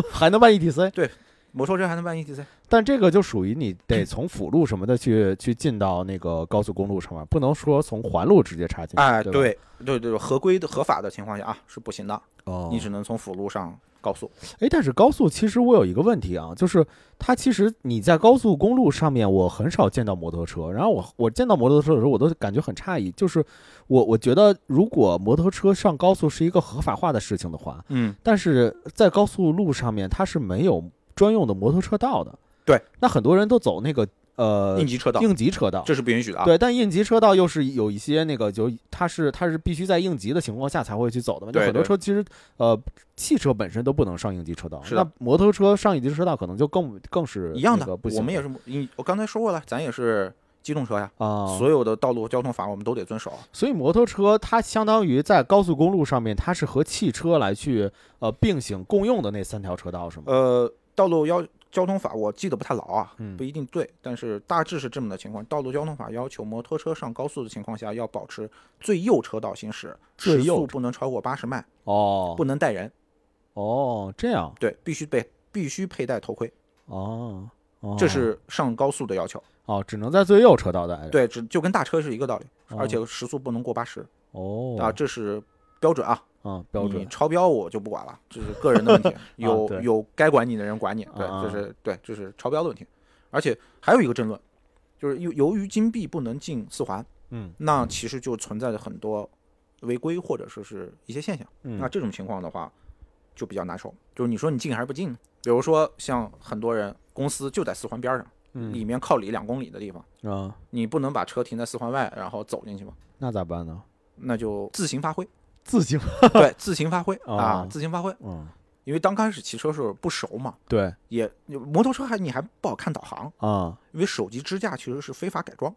[SPEAKER 1] 还能办 ETC，
[SPEAKER 2] 摩托车还能办 E ETC，
[SPEAKER 1] 但这个就属于你得从辅路什么的去去进到那个高速公路上面，不能说从环路直接插进去。
[SPEAKER 2] 哎，
[SPEAKER 1] 对吧
[SPEAKER 2] 对对对，合规的合法的情况下啊是不行的，
[SPEAKER 1] 哦，
[SPEAKER 2] 你只能从辅路上高速，
[SPEAKER 1] 哎，但是高速其实我有一个问题啊，就是它其实你在高速公路上面，我很少见到摩托车。然后我我见到摩托车的时候，我都感觉很诧异，就是我我觉得如果摩托车上高速是一个合法化的事情的话，
[SPEAKER 2] 嗯，
[SPEAKER 1] 但是在高速路上面它是没有专用的摩托车道的。
[SPEAKER 2] 对，
[SPEAKER 1] 那很多人都走那个呃
[SPEAKER 2] 应急车道
[SPEAKER 1] 应急车道，
[SPEAKER 2] 这是不允许的啊，
[SPEAKER 1] 对，但应急车道又是有一些那个，就它是它是必须在应急的情况下才会去走的嘛。就
[SPEAKER 2] 对
[SPEAKER 1] 很多
[SPEAKER 2] 对
[SPEAKER 1] 车其实呃，汽车本身都不能上应急车道，
[SPEAKER 2] 是的
[SPEAKER 1] 那摩托车上应急车道可能就更更是
[SPEAKER 2] 一样
[SPEAKER 1] 那个
[SPEAKER 2] 的
[SPEAKER 1] 不，行。
[SPEAKER 2] 我们也是，你我刚才说过了，咱也是机动车呀，
[SPEAKER 1] 啊，所
[SPEAKER 2] 所有的道路交通法我们都得遵守，
[SPEAKER 1] 以摩托车它相当于在高速公路上面，它是和汽车来去呃并行共用的那三条车道是吗？
[SPEAKER 2] 呃，道路要交通法我记得不太牢啊，
[SPEAKER 1] 嗯
[SPEAKER 2] 不一定对，但是大致是这么的情况。道路交通法要求摩托车上高速的情况下，要保持最右车道行驶，
[SPEAKER 1] 最
[SPEAKER 2] 时
[SPEAKER 1] 右
[SPEAKER 2] 速
[SPEAKER 1] 车
[SPEAKER 2] 不能超过八十迈，
[SPEAKER 1] 哦
[SPEAKER 2] 呃不能带人，
[SPEAKER 1] 哦，这样
[SPEAKER 2] 对，必须被必须佩戴头盔，
[SPEAKER 1] 哦。哦
[SPEAKER 2] 这是上高速的要求。
[SPEAKER 1] 哦，只能在最右车道待着。
[SPEAKER 2] 对，只就跟大车是一个道理，而且
[SPEAKER 1] 哦
[SPEAKER 2] 时速不能过八十
[SPEAKER 1] 哦
[SPEAKER 2] 啊，这是标准啊。
[SPEAKER 1] 啊，标
[SPEAKER 2] 你
[SPEAKER 1] 准啊
[SPEAKER 2] 超标我就不管了，这是个人的 问题，有、
[SPEAKER 1] 对
[SPEAKER 2] 有该管你的人管你，对，
[SPEAKER 1] 啊
[SPEAKER 2] 这是对，这是超标的问题。而且还有一个争论，就是由由于金币不能进四环，
[SPEAKER 1] 嗯，
[SPEAKER 2] 那其实就存在着很多违规或者说是一些现象。
[SPEAKER 1] 嗯
[SPEAKER 2] 那这种情况的话，就比较难受，就是你说你进还是不进呢？比如说像很多人公司就在四环边儿上，
[SPEAKER 1] 嗯
[SPEAKER 2] 里面靠里两公里的地方，
[SPEAKER 1] 啊，
[SPEAKER 2] 你不能把车停在四环外然后走进去吗？
[SPEAKER 1] 那咋办呢？
[SPEAKER 2] 那就自行发 挥，
[SPEAKER 1] 自行
[SPEAKER 2] 对，自行发挥啊
[SPEAKER 1] 哦，
[SPEAKER 2] 自行发挥。
[SPEAKER 1] 嗯，
[SPEAKER 2] 因为刚开始骑车时候不熟嘛，
[SPEAKER 1] 对
[SPEAKER 2] 也摩托车还你还不好看导航，
[SPEAKER 1] 啊，
[SPEAKER 2] 因为手机支架其实是非法改装、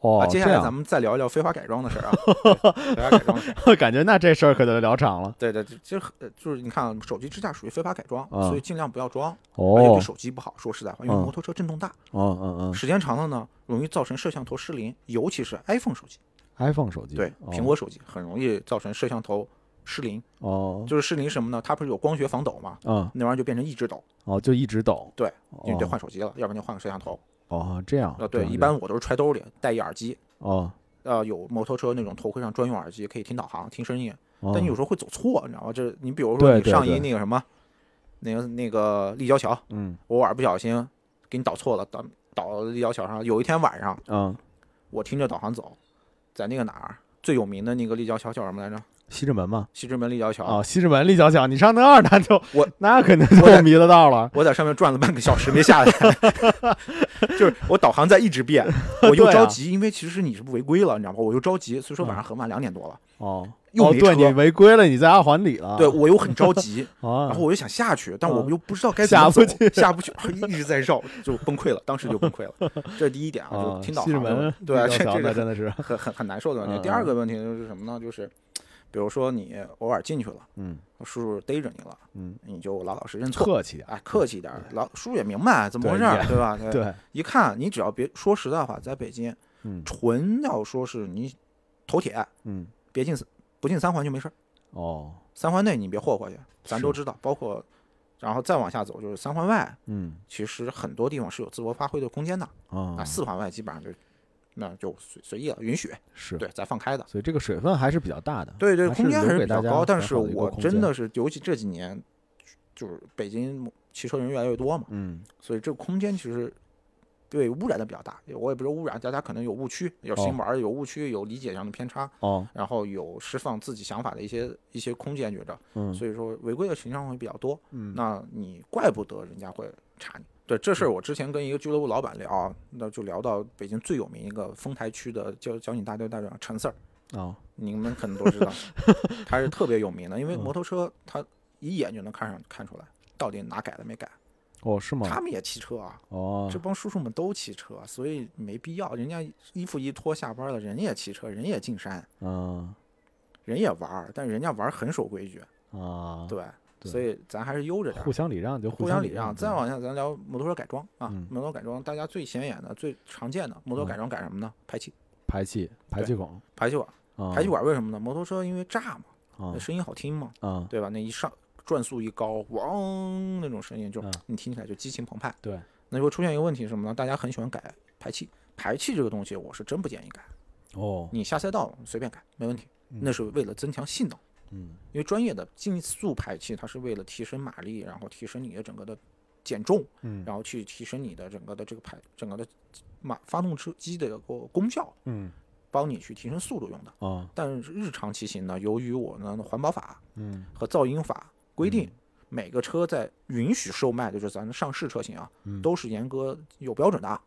[SPEAKER 1] 哦
[SPEAKER 2] 啊。，接下来咱们再聊一聊非法改装的事 儿啊，对非法改装的事儿。
[SPEAKER 1] 们 感觉那这事儿可得聊长了
[SPEAKER 2] 对对，对其实很呃就是你看啊，手机支架属于非法改装，
[SPEAKER 1] 啊
[SPEAKER 2] 所以尽量不要装，而且
[SPEAKER 1] 哦
[SPEAKER 2] 对，手机不好。说实在话，因为
[SPEAKER 1] 嗯
[SPEAKER 2] 摩托车震动大，
[SPEAKER 1] 嗯嗯嗯
[SPEAKER 2] 时间长了呢，容易造成摄像头失灵，尤其是 iPhone 手机，
[SPEAKER 1] ，iPhone 手机，
[SPEAKER 2] 对，苹果手机很容易造成摄像头失灵。
[SPEAKER 1] 哦，
[SPEAKER 2] 就是失灵什么呢？它不是有光学防抖嘛，
[SPEAKER 1] 嗯
[SPEAKER 2] 那玩意儿就变成一直抖，
[SPEAKER 1] 哦，就一直抖，
[SPEAKER 2] 对，
[SPEAKER 1] 哦
[SPEAKER 2] 就得换手机了，要不然就换个摄像头。
[SPEAKER 1] 哦，这样
[SPEAKER 2] 啊，对，
[SPEAKER 1] 这样
[SPEAKER 2] 一
[SPEAKER 1] 这样
[SPEAKER 2] 般我都是揣兜里，戴一耳机。
[SPEAKER 1] 哦，
[SPEAKER 2] 呃，有摩托车那种头盔上专用耳机，可以听导航、听声音，但
[SPEAKER 1] 哦
[SPEAKER 2] 你有时候会走错，你知道吗？这你比如
[SPEAKER 1] 对
[SPEAKER 2] 说你
[SPEAKER 1] 对
[SPEAKER 2] 上
[SPEAKER 1] 对
[SPEAKER 2] 一那个什么，那个那个立交桥，
[SPEAKER 1] 嗯
[SPEAKER 2] 我偶尔不小心给你导错了，导导到立交桥上。有一天晚上，
[SPEAKER 1] 嗯，
[SPEAKER 2] 我听着导航走，在那个哪儿最有名的那个立交桥叫什么来着？
[SPEAKER 1] 西直门嘛，
[SPEAKER 2] 西直门立交桥。
[SPEAKER 1] 啊，西直门立交桥，你上那儿那就
[SPEAKER 2] 我
[SPEAKER 1] 那肯定
[SPEAKER 2] 我在
[SPEAKER 1] 就迷得到了。
[SPEAKER 2] 我在上面转了半个小时没 下来，就是我导航在一直变，我又
[SPEAKER 1] 对啊
[SPEAKER 2] 着急，因为其实你是不是违规了，你知道吗？我又着急，所以说晚上很晚两点多了，
[SPEAKER 1] 哦，
[SPEAKER 2] 又
[SPEAKER 1] 哦
[SPEAKER 2] 没，
[SPEAKER 1] 对
[SPEAKER 2] 车
[SPEAKER 1] 你违规了，你在二环里了。
[SPEAKER 2] 对我又很着 急，然
[SPEAKER 1] 啊
[SPEAKER 2] 后，我又想下去，但我
[SPEAKER 1] 嗯
[SPEAKER 2] 又不知道该怎么
[SPEAKER 1] 下不
[SPEAKER 2] 走，下不去，一直在绕，就崩溃了，当时就崩溃了。 这是第一点啊，
[SPEAKER 1] 啊
[SPEAKER 2] 就，听导
[SPEAKER 1] 西直
[SPEAKER 2] 航
[SPEAKER 1] 门
[SPEAKER 2] 的，对啊，
[SPEAKER 1] 立
[SPEAKER 2] 这
[SPEAKER 1] 交桥
[SPEAKER 2] 这
[SPEAKER 1] 那
[SPEAKER 2] 是
[SPEAKER 1] 真的是，
[SPEAKER 2] 很很很难受的
[SPEAKER 1] 嗯
[SPEAKER 2] 问题。
[SPEAKER 1] 嗯
[SPEAKER 2] 第二个问题就是什么呢？就是比如说你偶尔进去了，
[SPEAKER 1] 嗯
[SPEAKER 2] 叔叔逮着你了，
[SPEAKER 1] 嗯，
[SPEAKER 2] 你就老老实认错。
[SPEAKER 1] 客气啊点。
[SPEAKER 2] 哎，客气一点儿，老叔叔也明白怎么
[SPEAKER 1] 对
[SPEAKER 2] 回事儿
[SPEAKER 1] 也，
[SPEAKER 2] 对吧？对
[SPEAKER 1] 对，
[SPEAKER 2] 一看你只要别说实在话，在北京
[SPEAKER 1] 嗯
[SPEAKER 2] 纯要说是你头铁，
[SPEAKER 1] 嗯，
[SPEAKER 2] 别进不进三环就没事儿，
[SPEAKER 1] 哦，
[SPEAKER 2] 三环内你别霍霍去，咱都知道。包括然后再往下走就是三环外，
[SPEAKER 1] 嗯
[SPEAKER 2] 其实很多地方是有自由发挥的空间的啊。
[SPEAKER 1] 啊，
[SPEAKER 2] 四环外基本上就那就随随意了，允许
[SPEAKER 1] 是，
[SPEAKER 2] 对咱放开的。
[SPEAKER 1] 所以这个水分还是比较大的。
[SPEAKER 2] 对对，
[SPEAKER 1] 还
[SPEAKER 2] 空间
[SPEAKER 1] 留
[SPEAKER 2] 还是
[SPEAKER 1] 给
[SPEAKER 2] 比较
[SPEAKER 1] 大家
[SPEAKER 2] 高，但
[SPEAKER 1] 很
[SPEAKER 2] 是
[SPEAKER 1] 好一个
[SPEAKER 2] 我
[SPEAKER 1] 空
[SPEAKER 2] 真
[SPEAKER 1] 间，
[SPEAKER 2] 的是，尤其这几年，就是北京骑车人越来越多嘛，
[SPEAKER 1] 嗯，
[SPEAKER 2] 所以这个空间其实对污染的比较大。我也不是污染，大家可能有误区，有
[SPEAKER 1] 哦
[SPEAKER 2] 行玩儿，有误区，有理解上的偏差，
[SPEAKER 1] 哦，
[SPEAKER 2] 然后有释放自己想法的一些一些空间，觉着，
[SPEAKER 1] 嗯
[SPEAKER 2] 所以说违规的情况会比较多。
[SPEAKER 1] 嗯，
[SPEAKER 2] 那你怪不得人家会查你。对这事儿，我之前跟一个俱乐部老板聊，啊那就聊到北京最有名一个丰台区的交交警大队大队长陈 Sir，
[SPEAKER 1] 哦，
[SPEAKER 2] 你们可能都知 道，他是特别有名的，
[SPEAKER 1] 嗯
[SPEAKER 2] 因为摩托车他一眼就能看上看出来到底哪改了没改。
[SPEAKER 1] 哦，是吗？
[SPEAKER 2] 他们也骑车啊，
[SPEAKER 1] 哦
[SPEAKER 2] 这，帮叔叔们都骑车，所以没必要。人家衣服一脱，下班了，人也骑车，人也进山，
[SPEAKER 1] 嗯
[SPEAKER 2] 人也玩儿，但人家玩儿很守规矩，
[SPEAKER 1] 啊，
[SPEAKER 2] 对，
[SPEAKER 1] 对
[SPEAKER 2] 所以咱还是悠着点儿
[SPEAKER 1] 互。相礼让就嗯
[SPEAKER 2] 互
[SPEAKER 1] 相
[SPEAKER 2] 相礼让。再
[SPEAKER 1] 对
[SPEAKER 2] 往下，咱聊摩托车改装啊
[SPEAKER 1] 嗯，
[SPEAKER 2] 摩托改装大家最显眼的、最常见的摩托改装改什么呢？排气，
[SPEAKER 1] 排气排
[SPEAKER 2] 对
[SPEAKER 1] 气孔，
[SPEAKER 2] 排气管，
[SPEAKER 1] 啊
[SPEAKER 2] 排气管为什么呢？摩托车因为炸嘛，
[SPEAKER 1] 啊
[SPEAKER 2] 那声音好听嘛，
[SPEAKER 1] 啊，
[SPEAKER 2] 对吧？那一上转速一高，汪那种声音，就
[SPEAKER 1] 嗯
[SPEAKER 2] 你听起来就激情澎湃。
[SPEAKER 1] 对，
[SPEAKER 2] 那就会出现一个问题是什么呢？大家很喜欢改排气，排气这个东西我是真不建议改，
[SPEAKER 1] 哦，
[SPEAKER 2] 你下赛道随便改没问题，那是为了增强性能。
[SPEAKER 1] 嗯
[SPEAKER 2] 因为专业的竞速排气，它是为了提升马力，然后提升你的整个的减重，
[SPEAKER 1] 嗯
[SPEAKER 2] 然后去提升你的整个的这个排整个的马发动车机的一个功效，
[SPEAKER 1] 嗯
[SPEAKER 2] 帮你去提升速度用的。
[SPEAKER 1] 啊
[SPEAKER 2] 但是日常骑行呢，由于我们的环保法
[SPEAKER 1] 嗯
[SPEAKER 2] 和噪音法规定，每个车在允许售卖的，就是咱的上市车型啊，
[SPEAKER 1] 嗯
[SPEAKER 2] 都是严格有标准的，啊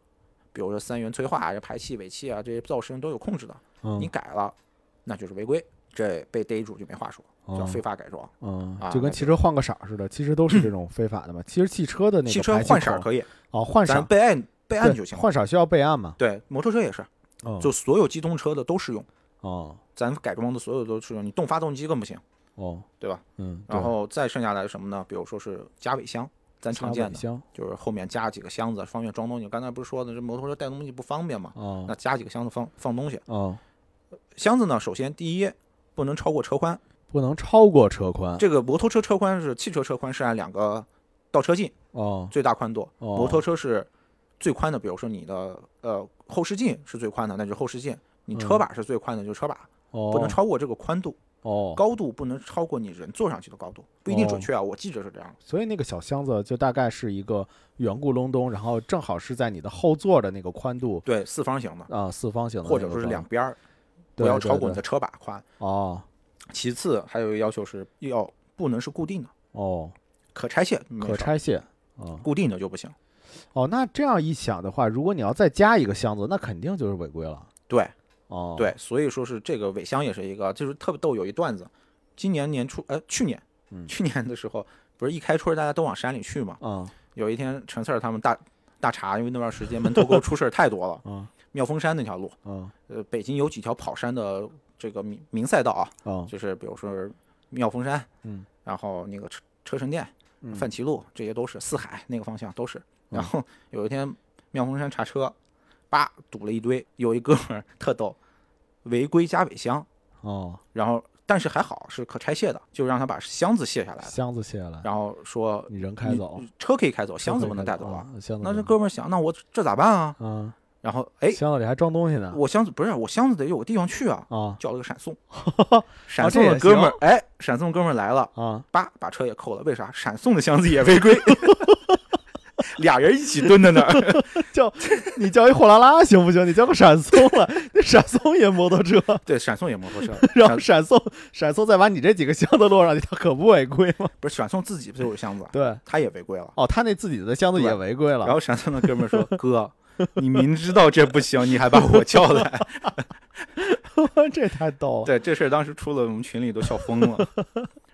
[SPEAKER 2] 比如说三元催化啊、排气、尾气啊这些噪声都有控制的。你
[SPEAKER 1] 嗯
[SPEAKER 2] 改了，那就是违规，这被逮住就没话说，叫
[SPEAKER 1] 哦
[SPEAKER 2] 非法改装。
[SPEAKER 1] 嗯，
[SPEAKER 2] 啊
[SPEAKER 1] 就跟
[SPEAKER 2] 那嗯
[SPEAKER 1] 汽车换个色儿似的，其实都是这种非法的嘛。其实汽车的那
[SPEAKER 2] 汽
[SPEAKER 1] 个
[SPEAKER 2] 车
[SPEAKER 1] 排气
[SPEAKER 2] 换色儿
[SPEAKER 1] 孔
[SPEAKER 2] 可以，
[SPEAKER 1] 哦，换色
[SPEAKER 2] 咱
[SPEAKER 1] 儿
[SPEAKER 2] 备案备案
[SPEAKER 1] 对
[SPEAKER 2] 就行了。
[SPEAKER 1] 换色儿需要备案嘛？
[SPEAKER 2] 对，摩托车也是，
[SPEAKER 1] 哦
[SPEAKER 2] 就所有机动车的都适用，
[SPEAKER 1] 哦
[SPEAKER 2] 咱改装的所有都适用，你动发动机更不行，
[SPEAKER 1] 哦，
[SPEAKER 2] 对吧？
[SPEAKER 1] 嗯，对
[SPEAKER 2] 然后再剩下来什么呢？比如说是加尾箱，咱
[SPEAKER 1] 加
[SPEAKER 2] 常见
[SPEAKER 1] 尾
[SPEAKER 2] 的
[SPEAKER 1] 箱
[SPEAKER 2] 就是后面加几个箱子，方便装东西。刚才不是说的这摩托车带东西不方便嘛？
[SPEAKER 1] 哦
[SPEAKER 2] 那加几个箱子放放东西。
[SPEAKER 1] 哦，
[SPEAKER 2] 箱子呢，首先第一不能超过车宽，
[SPEAKER 1] 不能超过车宽
[SPEAKER 2] 这个摩托车车宽是汽车车宽是按两个倒车镜
[SPEAKER 1] 哦
[SPEAKER 2] 最大宽度，
[SPEAKER 1] 哦
[SPEAKER 2] 摩托车是最宽的，比如说你的呃后视镜是最宽的，那就是后视镜；你车
[SPEAKER 1] 嗯
[SPEAKER 2] 把是最宽的，就是车把。
[SPEAKER 1] 哦，
[SPEAKER 2] 不能超过这个宽度，
[SPEAKER 1] 哦。
[SPEAKER 2] 高度不能超过你人坐上去的高度，不一定准
[SPEAKER 1] 哦
[SPEAKER 2] 确啊。我记着是这样，
[SPEAKER 1] 所以那个小箱子就大概是一个圆咕隆咚，然后正好是在你的后座的那个宽度
[SPEAKER 2] 对，四方形的，
[SPEAKER 1] 啊、四方形的那
[SPEAKER 2] 或
[SPEAKER 1] 个
[SPEAKER 2] 者
[SPEAKER 1] 状态，
[SPEAKER 2] 说是两边儿，
[SPEAKER 1] 对
[SPEAKER 2] 不要
[SPEAKER 1] 对
[SPEAKER 2] 超过你
[SPEAKER 1] 对
[SPEAKER 2] 的车把宽。
[SPEAKER 1] 哦
[SPEAKER 2] 其次，还有一个要求是要不能是固定的，
[SPEAKER 1] 哦，
[SPEAKER 2] 可拆卸没事
[SPEAKER 1] 可
[SPEAKER 2] 儿，
[SPEAKER 1] 拆卸啊
[SPEAKER 2] 固定的就不行。
[SPEAKER 1] 哦，那这样一想的话，如果你要再加一个箱子，那肯定就是违规了
[SPEAKER 2] 对
[SPEAKER 1] 哦。，
[SPEAKER 2] 对，所以说是这个尾箱也是一个，就是特别逗，有一段子，今年年初，呃，去年，
[SPEAKER 1] 嗯
[SPEAKER 2] 去年的时候，不是一开春大家都往山里去嘛，
[SPEAKER 1] 嗯，
[SPEAKER 2] 有一天陈四儿他们大大查，因为那段时间门头沟出事儿太多了
[SPEAKER 1] 嗯
[SPEAKER 2] 妙峰山那条路。
[SPEAKER 1] 嗯
[SPEAKER 2] 呃，北京有几条跑山的这个名名赛道啊，
[SPEAKER 1] 嗯
[SPEAKER 2] 就是比如说妙峰山，
[SPEAKER 1] 嗯，
[SPEAKER 2] 然后那个车车神殿、
[SPEAKER 1] 嗯
[SPEAKER 2] 范齐路，这些都是四海那个方向都是。然后有一天妙峰山查车，叭堵了一堆，有一哥们儿特逗，违规加尾箱，
[SPEAKER 1] 哦，
[SPEAKER 2] 然后但是还好是可拆卸的，就让他把箱子卸下来了，
[SPEAKER 1] 箱子卸下来，
[SPEAKER 2] 然后说
[SPEAKER 1] 你人开走，
[SPEAKER 2] 车可以开走，箱
[SPEAKER 1] 车
[SPEAKER 2] 子
[SPEAKER 1] 可以
[SPEAKER 2] 不能
[SPEAKER 1] 开
[SPEAKER 2] 带走啊。
[SPEAKER 1] 啊，箱子不
[SPEAKER 2] 那这
[SPEAKER 1] 能
[SPEAKER 2] 哥们儿想，那我这咋办啊？
[SPEAKER 1] 嗯，
[SPEAKER 2] 然后哎，
[SPEAKER 1] 箱子里还装东西呢
[SPEAKER 2] 我箱子不是我箱子得有个地方去啊，
[SPEAKER 1] 啊
[SPEAKER 2] 叫了个闪 送，
[SPEAKER 1] 啊
[SPEAKER 2] 闪
[SPEAKER 1] 这
[SPEAKER 2] 送的
[SPEAKER 1] 也
[SPEAKER 2] 哥们
[SPEAKER 1] 行
[SPEAKER 2] 儿，哎，闪送哥们儿来了，
[SPEAKER 1] 啊
[SPEAKER 2] 叭，把车也扣了。为啥？闪送的箱子也违规。俩人一起蹲在那儿，
[SPEAKER 1] 叫你叫一货拉拉行不行？你叫个闪送了，那闪送也摩托车，
[SPEAKER 2] 对，闪送也摩托车，
[SPEAKER 1] 然后闪送闪送再把你这几个箱子摞上去，他可不违规 吗？
[SPEAKER 2] 不是闪送自己不就有箱子，啊
[SPEAKER 1] 对，
[SPEAKER 2] 他也违规了。
[SPEAKER 1] 哦，他那自己的箱子也违规
[SPEAKER 2] 然
[SPEAKER 1] 了，
[SPEAKER 2] 后闪送的哥们儿说：“哥，你明知道这不行，你还把我叫 来。
[SPEAKER 1] 这太逗”了。
[SPEAKER 2] 对，这事儿当时出了，我们群里都笑疯 了。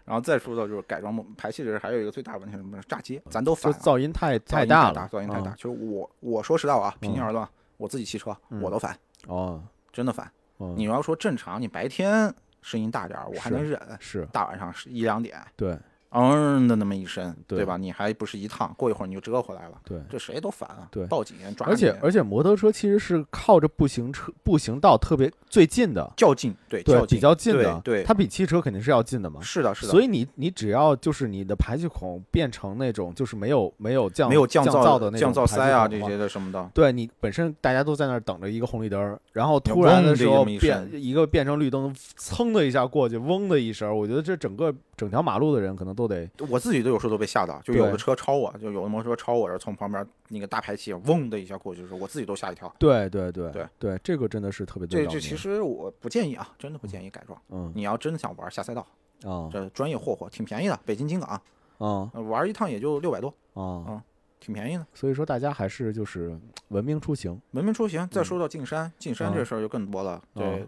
[SPEAKER 2] 然后再说到就是改装模排气的人，还有一个最大问题是什么？炸街，咱都
[SPEAKER 1] 就
[SPEAKER 2] 烦、啊，
[SPEAKER 1] 噪音太
[SPEAKER 2] 噪音
[SPEAKER 1] 大
[SPEAKER 2] 大
[SPEAKER 1] 了，
[SPEAKER 2] 噪音太
[SPEAKER 1] 嗯
[SPEAKER 2] 大。就是我，我说实在话啊，平心
[SPEAKER 1] 嗯
[SPEAKER 2] 而论，我自己骑车
[SPEAKER 1] 嗯
[SPEAKER 2] 我都烦，
[SPEAKER 1] 哦，
[SPEAKER 2] 真的烦。
[SPEAKER 1] 嗯
[SPEAKER 2] 你要说正常，你白天声音大点儿，我还
[SPEAKER 1] 是
[SPEAKER 2] 能忍，
[SPEAKER 1] 是
[SPEAKER 2] 大晚上是一两点，
[SPEAKER 1] 对
[SPEAKER 2] 嗯的那么一声，
[SPEAKER 1] 对
[SPEAKER 2] 吧？你还不是一趟，过一会儿你就折回来了，
[SPEAKER 1] 对。
[SPEAKER 2] 这谁都烦啊！
[SPEAKER 1] 对
[SPEAKER 2] 报警抓你，
[SPEAKER 1] 而且而且摩托车其实是靠着步行车步行道特别最近的，
[SPEAKER 2] 较劲，对，较
[SPEAKER 1] 对，
[SPEAKER 2] 劲
[SPEAKER 1] 比较近的，
[SPEAKER 2] 对，对
[SPEAKER 1] 它比汽车肯定是要近的嘛。
[SPEAKER 2] 是的，是的，
[SPEAKER 1] 所
[SPEAKER 2] 以
[SPEAKER 1] 以你你只要就是你的排气孔变成那种就是没有没有降
[SPEAKER 2] 没有
[SPEAKER 1] 降
[SPEAKER 2] 降
[SPEAKER 1] 噪
[SPEAKER 2] 的
[SPEAKER 1] 那
[SPEAKER 2] 降
[SPEAKER 1] 种
[SPEAKER 2] 噪
[SPEAKER 1] 排气
[SPEAKER 2] 塞啊
[SPEAKER 1] 孔
[SPEAKER 2] 这
[SPEAKER 1] 的话
[SPEAKER 2] 些的什么的，
[SPEAKER 1] 对你本身大家都在那儿等着一个红绿灯儿，然后
[SPEAKER 2] 就
[SPEAKER 1] 突然
[SPEAKER 2] 嗡
[SPEAKER 1] 的
[SPEAKER 2] 的
[SPEAKER 1] 时
[SPEAKER 2] 这
[SPEAKER 1] 候
[SPEAKER 2] 么一
[SPEAKER 1] 变
[SPEAKER 2] 声
[SPEAKER 1] 一个变成绿灯，噌的一下过去，嗡的一声，我觉得这整个整条马路的人可能都得
[SPEAKER 2] 我自己都有时候都被吓到，就有
[SPEAKER 1] 对
[SPEAKER 2] 的车超我，就有的摩托车超我，然后从旁边那个大排气嗡的一下过去的时候，我自己都吓一跳。
[SPEAKER 1] 对对对
[SPEAKER 2] 对
[SPEAKER 1] 对，这个真的是特别
[SPEAKER 2] 这
[SPEAKER 1] 重要
[SPEAKER 2] 这
[SPEAKER 1] 的
[SPEAKER 2] 其实我不建议啊，真的不建议改装。
[SPEAKER 1] 嗯
[SPEAKER 2] 你要真的想玩下赛道，
[SPEAKER 1] 啊
[SPEAKER 2] 这专业霍霍挺便宜的，北京金港
[SPEAKER 1] 啊
[SPEAKER 2] 呃玩一趟也就六百多，嗯
[SPEAKER 1] 啊，
[SPEAKER 2] 挺便宜的。
[SPEAKER 1] 所以说大家还是就是文明出行，
[SPEAKER 2] 文明出行，再
[SPEAKER 1] 嗯
[SPEAKER 2] 说到进山，进山
[SPEAKER 1] 啊
[SPEAKER 2] 这事儿就更多了。对
[SPEAKER 1] 啊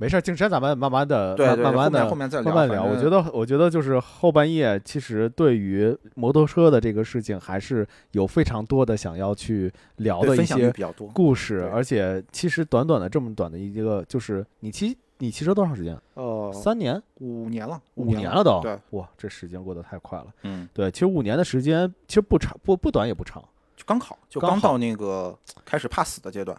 [SPEAKER 1] 没事儿，进山咱们慢慢的
[SPEAKER 2] 对对，
[SPEAKER 1] 慢慢
[SPEAKER 2] 后
[SPEAKER 1] 的
[SPEAKER 2] 面后面再
[SPEAKER 1] 慢慢
[SPEAKER 2] 聊。
[SPEAKER 1] 聊，
[SPEAKER 2] 反
[SPEAKER 1] 我
[SPEAKER 2] 正
[SPEAKER 1] 觉得，我觉得就是后半夜，其实对于摩托车的这个事情，还是有非常多的想要去聊
[SPEAKER 2] 对
[SPEAKER 1] 的一
[SPEAKER 2] 分享欲
[SPEAKER 1] 些
[SPEAKER 2] 比较多。
[SPEAKER 1] 故事
[SPEAKER 2] 对，
[SPEAKER 1] 而且其实短短的这么短的一个，就是你骑你骑车多长时间？
[SPEAKER 2] 呃，
[SPEAKER 1] 三年、
[SPEAKER 2] 五年了，
[SPEAKER 1] 五年
[SPEAKER 2] 年
[SPEAKER 1] 了都。
[SPEAKER 2] 对，
[SPEAKER 1] 哇，这时间过得太快了。
[SPEAKER 2] 嗯，
[SPEAKER 1] 对，其实五年的时间其实不长，不不短也不长。
[SPEAKER 2] 就刚好，就
[SPEAKER 1] 刚
[SPEAKER 2] 刚
[SPEAKER 1] 好
[SPEAKER 2] 到那个开始怕死的阶段。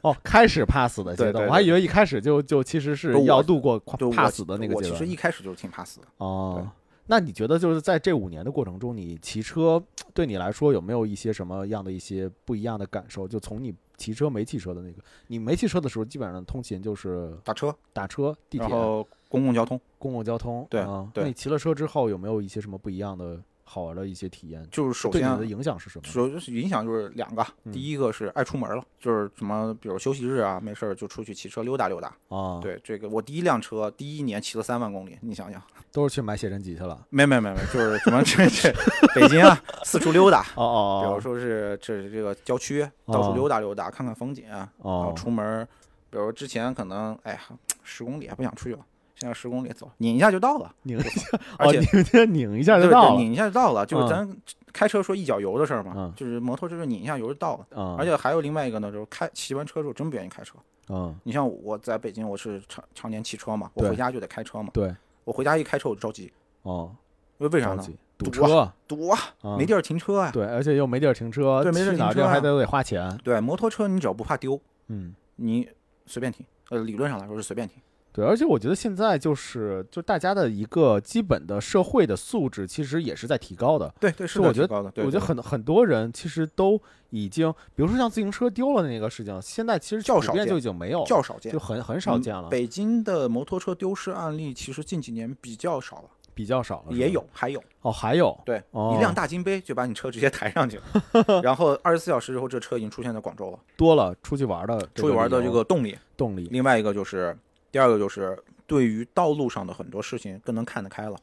[SPEAKER 1] 哦，开始怕死的阶
[SPEAKER 2] 对对
[SPEAKER 1] 段，
[SPEAKER 2] 对
[SPEAKER 1] 我还以为一开始就就其实是
[SPEAKER 2] 不我
[SPEAKER 1] 要度过
[SPEAKER 2] 对，我
[SPEAKER 1] 怕死的那个
[SPEAKER 2] 我
[SPEAKER 1] 阶
[SPEAKER 2] 其
[SPEAKER 1] 段
[SPEAKER 2] 实。一开始就是挺怕死的。对
[SPEAKER 1] 哦，那你觉得就是在这五年的过程中，你骑车对你来说有没有一些什么样的一些不一样的感受？就从你骑车没骑车的那个，你没骑车的时候，基本上通勤就是
[SPEAKER 2] 打车，
[SPEAKER 1] 打车、地
[SPEAKER 2] 然
[SPEAKER 1] 铁、啊
[SPEAKER 2] 后公共交通，
[SPEAKER 1] 公共交通。
[SPEAKER 2] 对
[SPEAKER 1] 啊，
[SPEAKER 2] 对
[SPEAKER 1] 那你骑了车之后，有没有一些什么不一样的好玩的一些体验？
[SPEAKER 2] 就是首
[SPEAKER 1] 对
[SPEAKER 2] 先
[SPEAKER 1] 你
[SPEAKER 2] 啊
[SPEAKER 1] 的影响是什么？
[SPEAKER 2] 首先影响就是两个，
[SPEAKER 1] 嗯
[SPEAKER 2] 第一个是爱出门了，就是什么，比如休息日啊，没事儿就出去骑车溜达溜达。
[SPEAKER 1] 啊，，
[SPEAKER 2] 对，这个我第一辆车第一年骑了三万公里，你想想，
[SPEAKER 1] 都是去买写真集去了。
[SPEAKER 2] 没没没没，就是什么 这这北京啊，四处溜达，
[SPEAKER 1] 哦
[SPEAKER 2] 比如
[SPEAKER 1] 哦
[SPEAKER 2] 说是这这个郊区到
[SPEAKER 1] 哦
[SPEAKER 2] 处溜达溜达，看看风景，啊然后
[SPEAKER 1] 哦，
[SPEAKER 2] 出门儿，比如之前可能哎呀十公里还不想出去了，现在十公里走拧一下就到了，
[SPEAKER 1] 拧一下，
[SPEAKER 2] 而
[SPEAKER 1] 哦，
[SPEAKER 2] 且
[SPEAKER 1] 你们这拧一下
[SPEAKER 2] 对
[SPEAKER 1] 就
[SPEAKER 2] 对
[SPEAKER 1] 到了
[SPEAKER 2] 拧一下就到了，就是
[SPEAKER 1] 嗯
[SPEAKER 2] 咱开车说一脚油的事儿嘛，
[SPEAKER 1] 嗯
[SPEAKER 2] 就是摩托车就拧一下油就到了。
[SPEAKER 1] 啊，
[SPEAKER 2] 而且还有另外一个呢，就是开骑完车之后真不愿意开车。
[SPEAKER 1] 嗯，
[SPEAKER 2] 你像我在北京，我是常常年骑车嘛，我
[SPEAKER 1] 对
[SPEAKER 2] 回家就得开车嘛。
[SPEAKER 1] 对，
[SPEAKER 2] 我回家一开车我就着急，
[SPEAKER 1] 哦，
[SPEAKER 2] 因为为啥
[SPEAKER 1] 着
[SPEAKER 2] 呢？
[SPEAKER 1] 急，堵
[SPEAKER 2] 堵啊
[SPEAKER 1] 车
[SPEAKER 2] 堵啊，
[SPEAKER 1] 啊
[SPEAKER 2] 没地儿停车啊。
[SPEAKER 1] 对，而且又没地儿停车，
[SPEAKER 2] 对没地儿
[SPEAKER 1] 去
[SPEAKER 2] 停
[SPEAKER 1] 哪儿
[SPEAKER 2] 车
[SPEAKER 1] 地儿还
[SPEAKER 2] 啊
[SPEAKER 1] 得得花钱。
[SPEAKER 2] 对，摩托车你只要不怕丢，
[SPEAKER 1] 嗯，
[SPEAKER 2] 你随便停。呃，理论上来说是随便停。
[SPEAKER 1] 对，而且我觉得现在就是就大家的一个基本的社会的素质，其实也是在提高的。
[SPEAKER 2] 对对，是
[SPEAKER 1] 是
[SPEAKER 2] 的
[SPEAKER 1] 我觉得
[SPEAKER 2] 挺高的，对
[SPEAKER 1] 我觉得
[SPEAKER 2] 对
[SPEAKER 1] 很很多人其实都已经，比如说像自行车丢了那个事情，现在其实
[SPEAKER 2] 较
[SPEAKER 1] 普
[SPEAKER 2] 少
[SPEAKER 1] 遍就
[SPEAKER 2] 见
[SPEAKER 1] 已经没有，
[SPEAKER 2] 较少见
[SPEAKER 1] 就，很很少
[SPEAKER 2] 嗯
[SPEAKER 1] 见了，
[SPEAKER 2] 北京的摩托车丢失案例其实近几年比较少了，
[SPEAKER 1] 比较少了。是
[SPEAKER 2] 也
[SPEAKER 1] 吧
[SPEAKER 2] 有还有。
[SPEAKER 1] 哦，还有
[SPEAKER 2] 对，
[SPEAKER 1] 哦
[SPEAKER 2] 一辆大金杯就把你车直接抬上去了， 然后二十四小时之后，这车已经出现在广州了。
[SPEAKER 1] 多了出去玩的这
[SPEAKER 2] 出去
[SPEAKER 1] 个
[SPEAKER 2] 玩
[SPEAKER 1] 理
[SPEAKER 2] 的这
[SPEAKER 1] 由
[SPEAKER 2] 个动力，
[SPEAKER 1] 动力
[SPEAKER 2] 另外一个就是，第二个就是对于道路上的很多事情更能看得开了，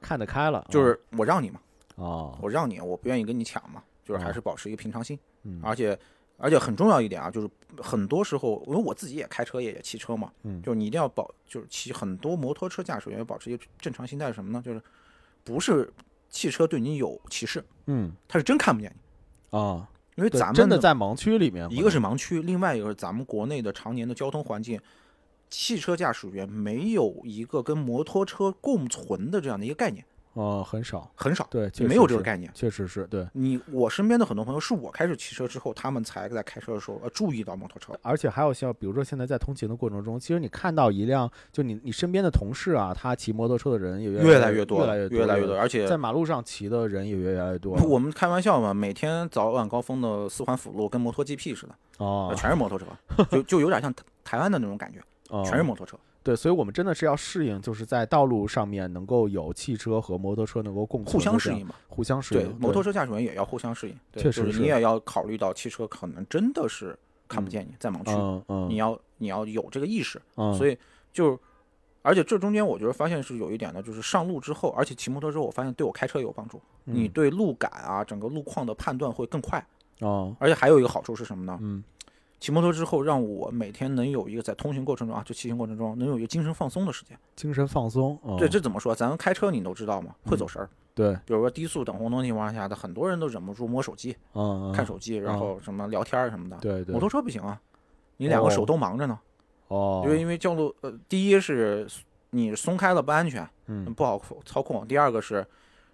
[SPEAKER 1] 看得开了，
[SPEAKER 2] 就是我让你嘛，
[SPEAKER 1] 哦
[SPEAKER 2] 我让你，我不愿意跟你抢嘛，就是
[SPEAKER 1] 哦
[SPEAKER 2] 还是保持一个平常心，
[SPEAKER 1] 嗯
[SPEAKER 2] 而且而且很重要一点啊，就是很多时候，因为我自己也开车也也骑车嘛，
[SPEAKER 1] 嗯
[SPEAKER 2] 就是你一定要保，就是骑很多摩托车驾驶员要保持一个正常心态是什么呢？就是不是汽车对你有歧视，
[SPEAKER 1] 嗯
[SPEAKER 2] 他是真看不见你，
[SPEAKER 1] 啊，
[SPEAKER 2] 因为
[SPEAKER 1] 对
[SPEAKER 2] 咱们
[SPEAKER 1] 真的在盲区里面可能，
[SPEAKER 2] 一个是盲区，另外一个是咱们国内的常年的交通环境，汽车驾驶员没有一个跟摩托车共存的这样的一个概念，
[SPEAKER 1] 哦很少，
[SPEAKER 2] 很少，
[SPEAKER 1] 对，确
[SPEAKER 2] 没
[SPEAKER 1] 实
[SPEAKER 2] 有这个
[SPEAKER 1] 是，
[SPEAKER 2] 概念。
[SPEAKER 1] 确实是对。
[SPEAKER 2] 你我身边的很多朋友，是我开始骑车之后，他们才在开车的时候呃注意到摩托车。
[SPEAKER 1] 而且还有像，比如说现在在通勤的过程中，其实你看到一辆，就你你身边的同事啊，他骑摩托车的人也
[SPEAKER 2] 越
[SPEAKER 1] 来
[SPEAKER 2] 来越
[SPEAKER 1] 越
[SPEAKER 2] 多了，
[SPEAKER 1] 越
[SPEAKER 2] 越来越
[SPEAKER 1] 多
[SPEAKER 2] 多，
[SPEAKER 1] 了，
[SPEAKER 2] 而且
[SPEAKER 1] 在马路上骑的人也越来越多了。
[SPEAKER 2] 我们开玩笑嘛，每天早晚高峰的四环辅路跟摩托 GP 似的，
[SPEAKER 1] 哦，
[SPEAKER 2] 全是摩托车，就就有点像台台湾的那种感觉，
[SPEAKER 1] 哦
[SPEAKER 2] 全是摩托车。
[SPEAKER 1] 对，所以我们真的是要适应，就是在道路上面能够有汽车和摩托车能够共存
[SPEAKER 2] 互相
[SPEAKER 1] 的
[SPEAKER 2] 适
[SPEAKER 1] 这样，
[SPEAKER 2] 应嘛。
[SPEAKER 1] 互相适
[SPEAKER 2] 对，
[SPEAKER 1] 应。
[SPEAKER 2] 摩托车驾驶员也要互相适应。对，
[SPEAKER 1] 确
[SPEAKER 2] 就
[SPEAKER 1] 实
[SPEAKER 2] 是
[SPEAKER 1] 是
[SPEAKER 2] 你也要考虑到汽车可能真的是看不见你，在盲区，
[SPEAKER 1] 嗯嗯，
[SPEAKER 2] 你要你要有这个意识。
[SPEAKER 1] 嗯，
[SPEAKER 2] 所
[SPEAKER 1] 以
[SPEAKER 2] 以就，而且这中间我觉得发现是有一点呢，就是上路之后，而且骑摩托之后，我发现对我开车有帮助。
[SPEAKER 1] 嗯
[SPEAKER 2] 你对路感啊，整个路况的判断会更快。
[SPEAKER 1] 哦，
[SPEAKER 2] 而且还有一个好处是什么呢？
[SPEAKER 1] 嗯，
[SPEAKER 2] 骑摩托之后，让我每天能有一个在通行过程中啊，就骑行过程中能有一个精神放松的时间。
[SPEAKER 1] 精神放松。哦嗯
[SPEAKER 2] 对，这怎么说？咱们开车你都知道嘛，会走神儿。
[SPEAKER 1] 对，
[SPEAKER 2] 比如说低速等红灯情况下的，很多人都忍不住摸手机、
[SPEAKER 1] 嗯，嗯
[SPEAKER 2] 看手机，然后什么聊天儿什么的。
[SPEAKER 1] 对对
[SPEAKER 2] 摩，托车不行啊，你两个手都忙着呢，
[SPEAKER 1] 哦，
[SPEAKER 2] 就是因为道路呃，第一是你松开了不安全，
[SPEAKER 1] 嗯，
[SPEAKER 2] 不好操控；第二个是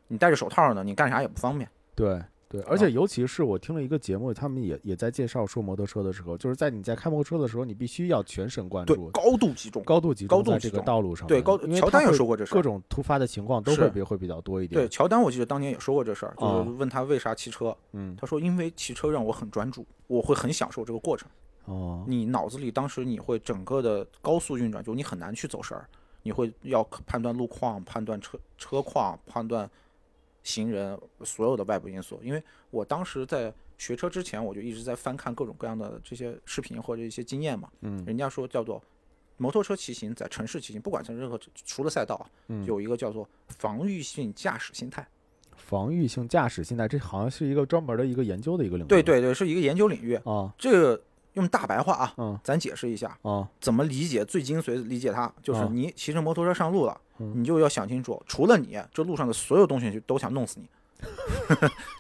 [SPEAKER 2] 你戴着手套呢，你干啥也不方便。
[SPEAKER 1] 对对，而
[SPEAKER 2] 啊
[SPEAKER 1] 且尤其是我听了一个节目，他们也也在介绍说摩托车的时候，就是在你在开摩托车的时候，你必须要全神贯
[SPEAKER 2] 对，
[SPEAKER 1] 注，
[SPEAKER 2] 高度集中。
[SPEAKER 1] 高度集
[SPEAKER 2] 高
[SPEAKER 1] 中
[SPEAKER 2] 度
[SPEAKER 1] 在
[SPEAKER 2] 集
[SPEAKER 1] 这个
[SPEAKER 2] 中
[SPEAKER 1] 道路上面。
[SPEAKER 2] 对高，
[SPEAKER 1] 因为
[SPEAKER 2] 乔
[SPEAKER 1] 它
[SPEAKER 2] 丹也
[SPEAKER 1] 会
[SPEAKER 2] 说过这事儿
[SPEAKER 1] 各。种突发的情况都
[SPEAKER 2] 是
[SPEAKER 1] 会比会比较多一点。
[SPEAKER 2] 对，，乔丹我记得当年也说过这事儿，就是
[SPEAKER 1] 哦
[SPEAKER 2] 问他为啥骑车，
[SPEAKER 1] 嗯，
[SPEAKER 2] 他说因为骑车让我很专注，我会很享受这个过程。
[SPEAKER 1] 哦，
[SPEAKER 2] 你脑子里当时你会整个的高速运转，就你很难去走神儿，你会要判断路况、判断车车况、判断行人所有的外部因素。因为我当时在学车之前，我就一直在翻看各种各样的这些视频或者一些经验嘛。
[SPEAKER 1] 嗯，
[SPEAKER 2] 人家说叫做摩托车骑行在城市骑行，不管在任何除了赛道啊，
[SPEAKER 1] 嗯
[SPEAKER 2] 有一个叫做防御性驾驶心态。
[SPEAKER 1] 防御性驾驶现在这好像是一个专门的一个研究的一个领域。
[SPEAKER 2] 对对对，是一个研究领域。
[SPEAKER 1] 啊
[SPEAKER 2] 这个用大白话啊，
[SPEAKER 1] 嗯
[SPEAKER 2] 咱解释一下，
[SPEAKER 1] 啊
[SPEAKER 2] 怎么理解最精髓理解它，就是
[SPEAKER 1] 嗯
[SPEAKER 2] 你骑着摩托车上路了，
[SPEAKER 1] 嗯
[SPEAKER 2] 你就要想清楚，除了你，这路上的所有东西就都想弄死你，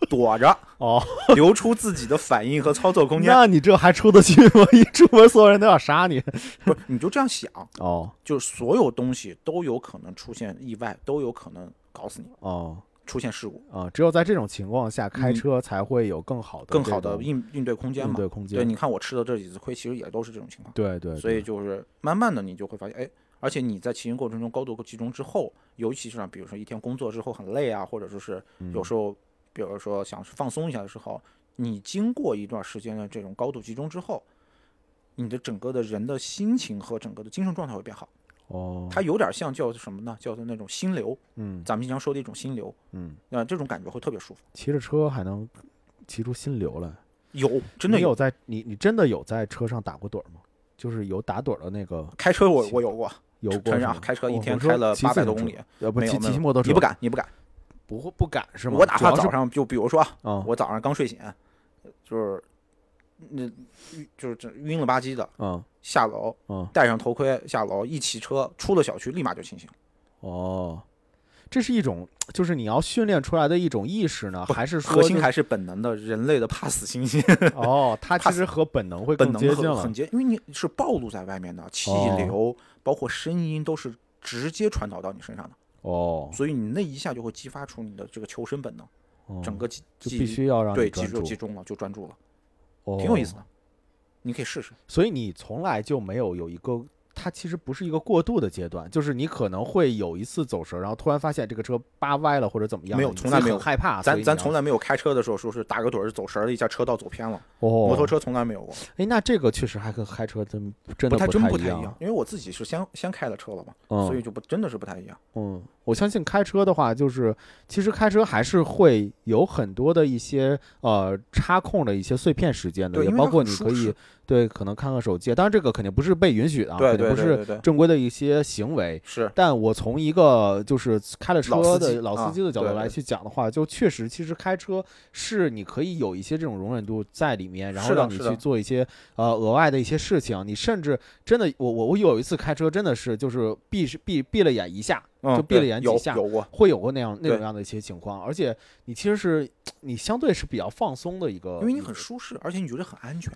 [SPEAKER 2] 躲着，
[SPEAKER 1] 哦，
[SPEAKER 2] 留出自己的反应和操作空间。
[SPEAKER 1] 那你这还出得去吗？一出门所有人都要杀 你。
[SPEAKER 2] 不是，你就这样想，
[SPEAKER 1] 哦
[SPEAKER 2] 就是所有东西都有可能出现意外，都有可能搞死你，
[SPEAKER 1] 哦
[SPEAKER 2] 出现事故，
[SPEAKER 1] 啊！只有在这种情况下开
[SPEAKER 2] 嗯
[SPEAKER 1] 车才会有更好的、
[SPEAKER 2] 哦更好的应应对空间
[SPEAKER 1] 应
[SPEAKER 2] 嘛
[SPEAKER 1] 对。空间。
[SPEAKER 2] 对，你看我吃的这几次亏，其实也都是这种情况。
[SPEAKER 1] 对对，
[SPEAKER 2] 所以
[SPEAKER 1] 对
[SPEAKER 2] 就是慢慢的你就会发现，哎，而且你在骑行过程中高度集中之后，尤其是啊，比如说一天工作之后很累啊，或者说是有
[SPEAKER 1] 嗯
[SPEAKER 2] 时候，比如说想放松一下的时候，你经过一段时间的这种高度集中之后，你的整个的人的心情和整个的精神状态会变好。
[SPEAKER 1] 哦，
[SPEAKER 2] 它有点像叫做什么呢？叫做那种心流，
[SPEAKER 1] 嗯
[SPEAKER 2] 咱们经常说的一种心流，
[SPEAKER 1] 嗯，
[SPEAKER 2] 那、这种感觉会特别舒服。
[SPEAKER 1] 骑着车还能骑出心流来，
[SPEAKER 2] 有，真的
[SPEAKER 1] 你有在你你真的有在车上打过盹儿吗？就是有打盹儿的那个
[SPEAKER 2] 开车我我有过，
[SPEAKER 1] 有过
[SPEAKER 2] 船
[SPEAKER 1] 是
[SPEAKER 2] 长
[SPEAKER 1] 吗
[SPEAKER 2] 开车一
[SPEAKER 1] 我
[SPEAKER 2] 天
[SPEAKER 1] 哦我说
[SPEAKER 2] 开了
[SPEAKER 1] 骑
[SPEAKER 2] 八百
[SPEAKER 1] 自
[SPEAKER 2] 多
[SPEAKER 1] 行
[SPEAKER 2] 公
[SPEAKER 1] 车
[SPEAKER 2] 里，
[SPEAKER 1] 呃不
[SPEAKER 2] 没有
[SPEAKER 1] 骑
[SPEAKER 2] 没
[SPEAKER 1] 骑
[SPEAKER 2] 有
[SPEAKER 1] 摩托车
[SPEAKER 2] 你不敢，你不敢。
[SPEAKER 1] 不会不敢是吗？
[SPEAKER 2] 我哪怕
[SPEAKER 1] 主要
[SPEAKER 2] 早
[SPEAKER 1] 是
[SPEAKER 2] 上就比如说啊，
[SPEAKER 1] 啊
[SPEAKER 2] 我早上刚睡醒，就是那就是这晕了吧唧的
[SPEAKER 1] 嗯
[SPEAKER 2] 下楼，
[SPEAKER 1] 嗯
[SPEAKER 2] 戴上头盔下楼，一骑车出了小区，立马就清醒。
[SPEAKER 1] 哦，这是一种就是你要训练出来的一种意识呢，
[SPEAKER 2] 不
[SPEAKER 1] 还是说
[SPEAKER 2] 核心
[SPEAKER 1] 就
[SPEAKER 2] 还是本能的，人类的怕死心性，
[SPEAKER 1] 哦，它
[SPEAKER 2] 怕
[SPEAKER 1] 其实和本能会
[SPEAKER 2] 本
[SPEAKER 1] 更
[SPEAKER 2] 能
[SPEAKER 1] 接近
[SPEAKER 2] 很
[SPEAKER 1] 了
[SPEAKER 2] 很接，因为你是暴露在外面的，气
[SPEAKER 1] 哦
[SPEAKER 2] 流、包括声音都是直接传导到你身上的，
[SPEAKER 1] 哦，
[SPEAKER 2] 所以你那一下就会激发出你的这个求生本能，
[SPEAKER 1] 哦
[SPEAKER 2] 整个记
[SPEAKER 1] 就
[SPEAKER 2] 记
[SPEAKER 1] 必
[SPEAKER 2] 忆
[SPEAKER 1] 须要让你
[SPEAKER 2] 对记
[SPEAKER 1] 专
[SPEAKER 2] 住
[SPEAKER 1] 注，
[SPEAKER 2] 集中了就专注了，
[SPEAKER 1] 哦，
[SPEAKER 2] 挺有意思的，你可以试试。
[SPEAKER 1] 所以你从来就没有有一个，它其实不是一个过渡的阶段，就是你可能会有一次走神，然后突然发现这个车扒歪了或者怎么样的，
[SPEAKER 2] 没有
[SPEAKER 1] 你
[SPEAKER 2] 从来
[SPEAKER 1] 自己
[SPEAKER 2] 没
[SPEAKER 1] 很
[SPEAKER 2] 有
[SPEAKER 1] 害怕。啊所以
[SPEAKER 2] 咱
[SPEAKER 1] 你
[SPEAKER 2] 咱
[SPEAKER 1] 要
[SPEAKER 2] 从来没有开车的时候说是打个盹儿走神儿了一下，车道走偏了。
[SPEAKER 1] 哦，
[SPEAKER 2] 摩托，车从来没有过，
[SPEAKER 1] 哎，那这个确实还跟开车真真的
[SPEAKER 2] 太真不太
[SPEAKER 1] 一
[SPEAKER 2] 一样，，因为我自己是先先开的车了嘛，
[SPEAKER 1] 嗯，
[SPEAKER 2] 所以就不真的是不太一样。
[SPEAKER 1] 嗯，我相信开车的话，就是其实开车还是会有很多的一些呃插空的一些碎片时间的，
[SPEAKER 2] 对
[SPEAKER 1] 也
[SPEAKER 2] 因为
[SPEAKER 1] 包
[SPEAKER 2] 它
[SPEAKER 1] 括
[SPEAKER 2] 很
[SPEAKER 1] 你
[SPEAKER 2] 舒
[SPEAKER 1] 可以
[SPEAKER 2] 适
[SPEAKER 1] 对可能看看手机，当然这个肯定不是被允许的啊，
[SPEAKER 2] 对
[SPEAKER 1] 肯
[SPEAKER 2] 对
[SPEAKER 1] 定不
[SPEAKER 2] 对
[SPEAKER 1] 是
[SPEAKER 2] 对对，
[SPEAKER 1] 正规的一些行为。
[SPEAKER 2] 是
[SPEAKER 1] 但我从一个就是开了
[SPEAKER 2] 老
[SPEAKER 1] 车
[SPEAKER 2] 司
[SPEAKER 1] 的
[SPEAKER 2] 机
[SPEAKER 1] 老
[SPEAKER 2] 啊
[SPEAKER 1] 司机的角度
[SPEAKER 2] 对
[SPEAKER 1] 来
[SPEAKER 2] 对
[SPEAKER 1] 去讲的话，就确实，其实开车是你可以有一些这种容忍度在里面，然后
[SPEAKER 2] 是的
[SPEAKER 1] 让你
[SPEAKER 2] 是的
[SPEAKER 1] 去做一些呃额外的一些事情。你甚至真的，我我我有一次开车真的是就是闭闭闭了眼一下，
[SPEAKER 2] 嗯
[SPEAKER 1] 就闭了
[SPEAKER 2] 对
[SPEAKER 1] 眼几
[SPEAKER 2] 有
[SPEAKER 1] 下
[SPEAKER 2] 有过，
[SPEAKER 1] 会有过那样那
[SPEAKER 2] 对
[SPEAKER 1] 种样的一些情况，而且你其实是你相对是比较放松的一个，
[SPEAKER 2] 因为你很舒适，而且你觉得很安全，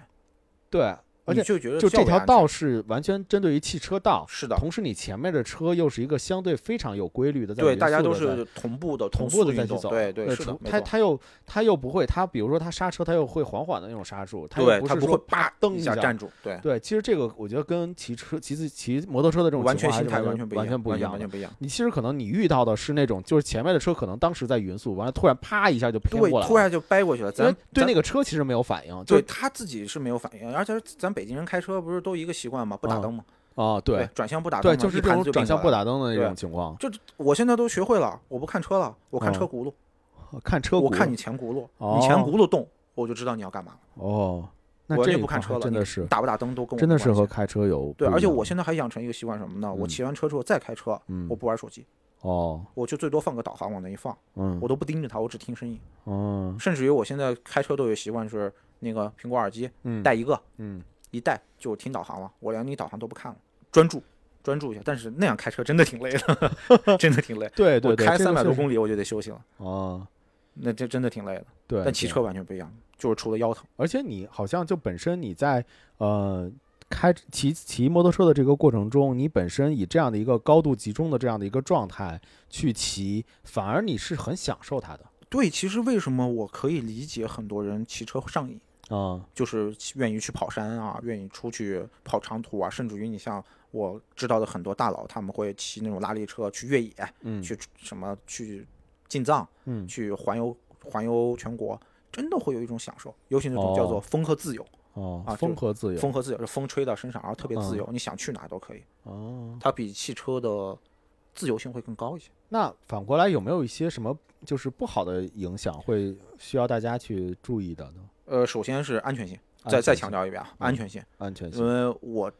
[SPEAKER 1] 对，而
[SPEAKER 2] 你
[SPEAKER 1] 且
[SPEAKER 2] 就觉得
[SPEAKER 1] 就这
[SPEAKER 2] 较为
[SPEAKER 1] 条
[SPEAKER 2] 安全
[SPEAKER 1] 道是完全针对于汽车道，
[SPEAKER 2] 是的，
[SPEAKER 1] 同时你前面的车又是一个相对非常有规律的，在
[SPEAKER 2] 对，
[SPEAKER 1] 匀
[SPEAKER 2] 大家
[SPEAKER 1] 速
[SPEAKER 2] 都
[SPEAKER 1] 地在
[SPEAKER 2] 是同步的
[SPEAKER 1] 同步
[SPEAKER 2] 速
[SPEAKER 1] 的
[SPEAKER 2] 运
[SPEAKER 1] 在去
[SPEAKER 2] 动，
[SPEAKER 1] 走，呃
[SPEAKER 2] 对对是的
[SPEAKER 1] 除，
[SPEAKER 2] 没
[SPEAKER 1] 他
[SPEAKER 2] 错
[SPEAKER 1] 他又他又不会，他比如说他刹车，他又会缓缓的那种刹住，他
[SPEAKER 2] 对
[SPEAKER 1] 又
[SPEAKER 2] 他
[SPEAKER 1] 是
[SPEAKER 2] 不
[SPEAKER 1] 说
[SPEAKER 2] 会啪
[SPEAKER 1] 蹬
[SPEAKER 2] 一
[SPEAKER 1] 一
[SPEAKER 2] 下
[SPEAKER 1] 下
[SPEAKER 2] 站住，对，
[SPEAKER 1] 对，其实这个我觉得跟骑车、骑自骑摩托车的这种
[SPEAKER 2] 完
[SPEAKER 1] 情
[SPEAKER 2] 全
[SPEAKER 1] 况还是
[SPEAKER 2] 心态完
[SPEAKER 1] 全
[SPEAKER 2] 不
[SPEAKER 1] 完
[SPEAKER 2] 一样，
[SPEAKER 1] 不
[SPEAKER 2] 完
[SPEAKER 1] 一
[SPEAKER 2] 全
[SPEAKER 1] 样
[SPEAKER 2] 完
[SPEAKER 1] 的。
[SPEAKER 2] 全不一样。
[SPEAKER 1] 你其实可能你遇到的是那种，就是前面的车可能当时在匀速，完了突然啪一下就偏
[SPEAKER 2] 对
[SPEAKER 1] 过，来，
[SPEAKER 2] 突然就掰过去了，
[SPEAKER 1] 因为
[SPEAKER 2] 咱
[SPEAKER 1] 对
[SPEAKER 2] 咱
[SPEAKER 1] 那个车其实没有反应，就
[SPEAKER 2] 对他自己是没有反应，而且咱北京人开车不是都一个习惯吗？不打
[SPEAKER 1] 嗯
[SPEAKER 2] 灯吗？
[SPEAKER 1] 啊，对
[SPEAKER 2] 转向不打灯
[SPEAKER 1] 对，
[SPEAKER 2] 嘛，
[SPEAKER 1] 就是
[SPEAKER 2] 一
[SPEAKER 1] 这
[SPEAKER 2] 盘
[SPEAKER 1] 种
[SPEAKER 2] 子
[SPEAKER 1] 转向不
[SPEAKER 2] 并过来。
[SPEAKER 1] 打灯的那种情况。
[SPEAKER 2] 我现在都学会了，我不看车了，我看
[SPEAKER 1] 哦
[SPEAKER 2] 车轱辘，
[SPEAKER 1] 看车轱辘，
[SPEAKER 2] 我看你前轱辘，
[SPEAKER 1] 哦
[SPEAKER 2] 你前轱辘动，我就知道你要干嘛了。
[SPEAKER 1] 哦，那
[SPEAKER 2] 我
[SPEAKER 1] 这
[SPEAKER 2] 也
[SPEAKER 1] 一
[SPEAKER 2] 不看
[SPEAKER 1] 块
[SPEAKER 2] 车了，
[SPEAKER 1] 真
[SPEAKER 2] 你
[SPEAKER 1] 的是
[SPEAKER 2] 打不打灯都跟我
[SPEAKER 1] 真的
[SPEAKER 2] 没
[SPEAKER 1] 是和
[SPEAKER 2] 关系
[SPEAKER 1] 开车有
[SPEAKER 2] 对，
[SPEAKER 1] 不一
[SPEAKER 2] 而且
[SPEAKER 1] 样
[SPEAKER 2] 我现在还养成一个习惯什么呢？我
[SPEAKER 1] 嗯
[SPEAKER 2] 骑完车之后再开车，
[SPEAKER 1] 嗯
[SPEAKER 2] 我不玩手机，
[SPEAKER 1] 哦
[SPEAKER 2] 我就最多放个导航往那一放，
[SPEAKER 1] 嗯
[SPEAKER 2] 我都不盯着它，我只听声音。
[SPEAKER 1] 嗯
[SPEAKER 2] 甚至于我现在开车都有习惯是那个苹果耳机
[SPEAKER 1] 嗯
[SPEAKER 2] 带一个，
[SPEAKER 1] 嗯
[SPEAKER 2] 一带就听导航了，我连你导航都不看了，专注专注一下。但是那样开车真的挺累的，真的挺 累。
[SPEAKER 1] 对对
[SPEAKER 2] 我
[SPEAKER 1] 对，
[SPEAKER 2] 开
[SPEAKER 1] 这个
[SPEAKER 2] 三百多
[SPEAKER 1] 确实
[SPEAKER 2] 公里我就得休息了，
[SPEAKER 1] 哦，
[SPEAKER 2] 那这真的挺累的。
[SPEAKER 1] 对，
[SPEAKER 2] 但骑
[SPEAKER 1] 对
[SPEAKER 2] 车完全不一样，就是除了腰疼，
[SPEAKER 1] 而且你好像就本身你在呃开骑骑摩托车的这个过程中，你本身以这样的一个高度集中的这样的一个状态去骑，反而你是很享受它的。
[SPEAKER 2] 对，其实为什么我可以理解很多人骑车上瘾，
[SPEAKER 1] 嗯
[SPEAKER 2] 就是愿意去跑山啊，愿意出去跑长途啊，甚至于你像我知道的很多大佬，他们会骑那种拉力车去越野，
[SPEAKER 1] 嗯
[SPEAKER 2] 去什么去进藏，
[SPEAKER 1] 嗯
[SPEAKER 2] 去环游环游全国，真的会有一种享受，尤其那种叫做
[SPEAKER 1] 哦
[SPEAKER 2] 风和自由，
[SPEAKER 1] 哦
[SPEAKER 2] 啊，就
[SPEAKER 1] 风和自由
[SPEAKER 2] 风和自由，就风吹到身上，然后特别自由，你想去哪都可以，
[SPEAKER 1] 哦。
[SPEAKER 2] 它比汽车的自由性会更高一些。
[SPEAKER 1] 那反过来有没有一些什么就是不好的影响会需要大家去注意的呢？
[SPEAKER 2] 呃，首先是安全性，
[SPEAKER 1] 安
[SPEAKER 2] 再再
[SPEAKER 1] 全
[SPEAKER 2] 强
[SPEAKER 1] 性
[SPEAKER 2] 调一遍啊，
[SPEAKER 1] 嗯
[SPEAKER 2] 安全性，
[SPEAKER 1] 安全
[SPEAKER 2] 因
[SPEAKER 1] 性，
[SPEAKER 2] 为我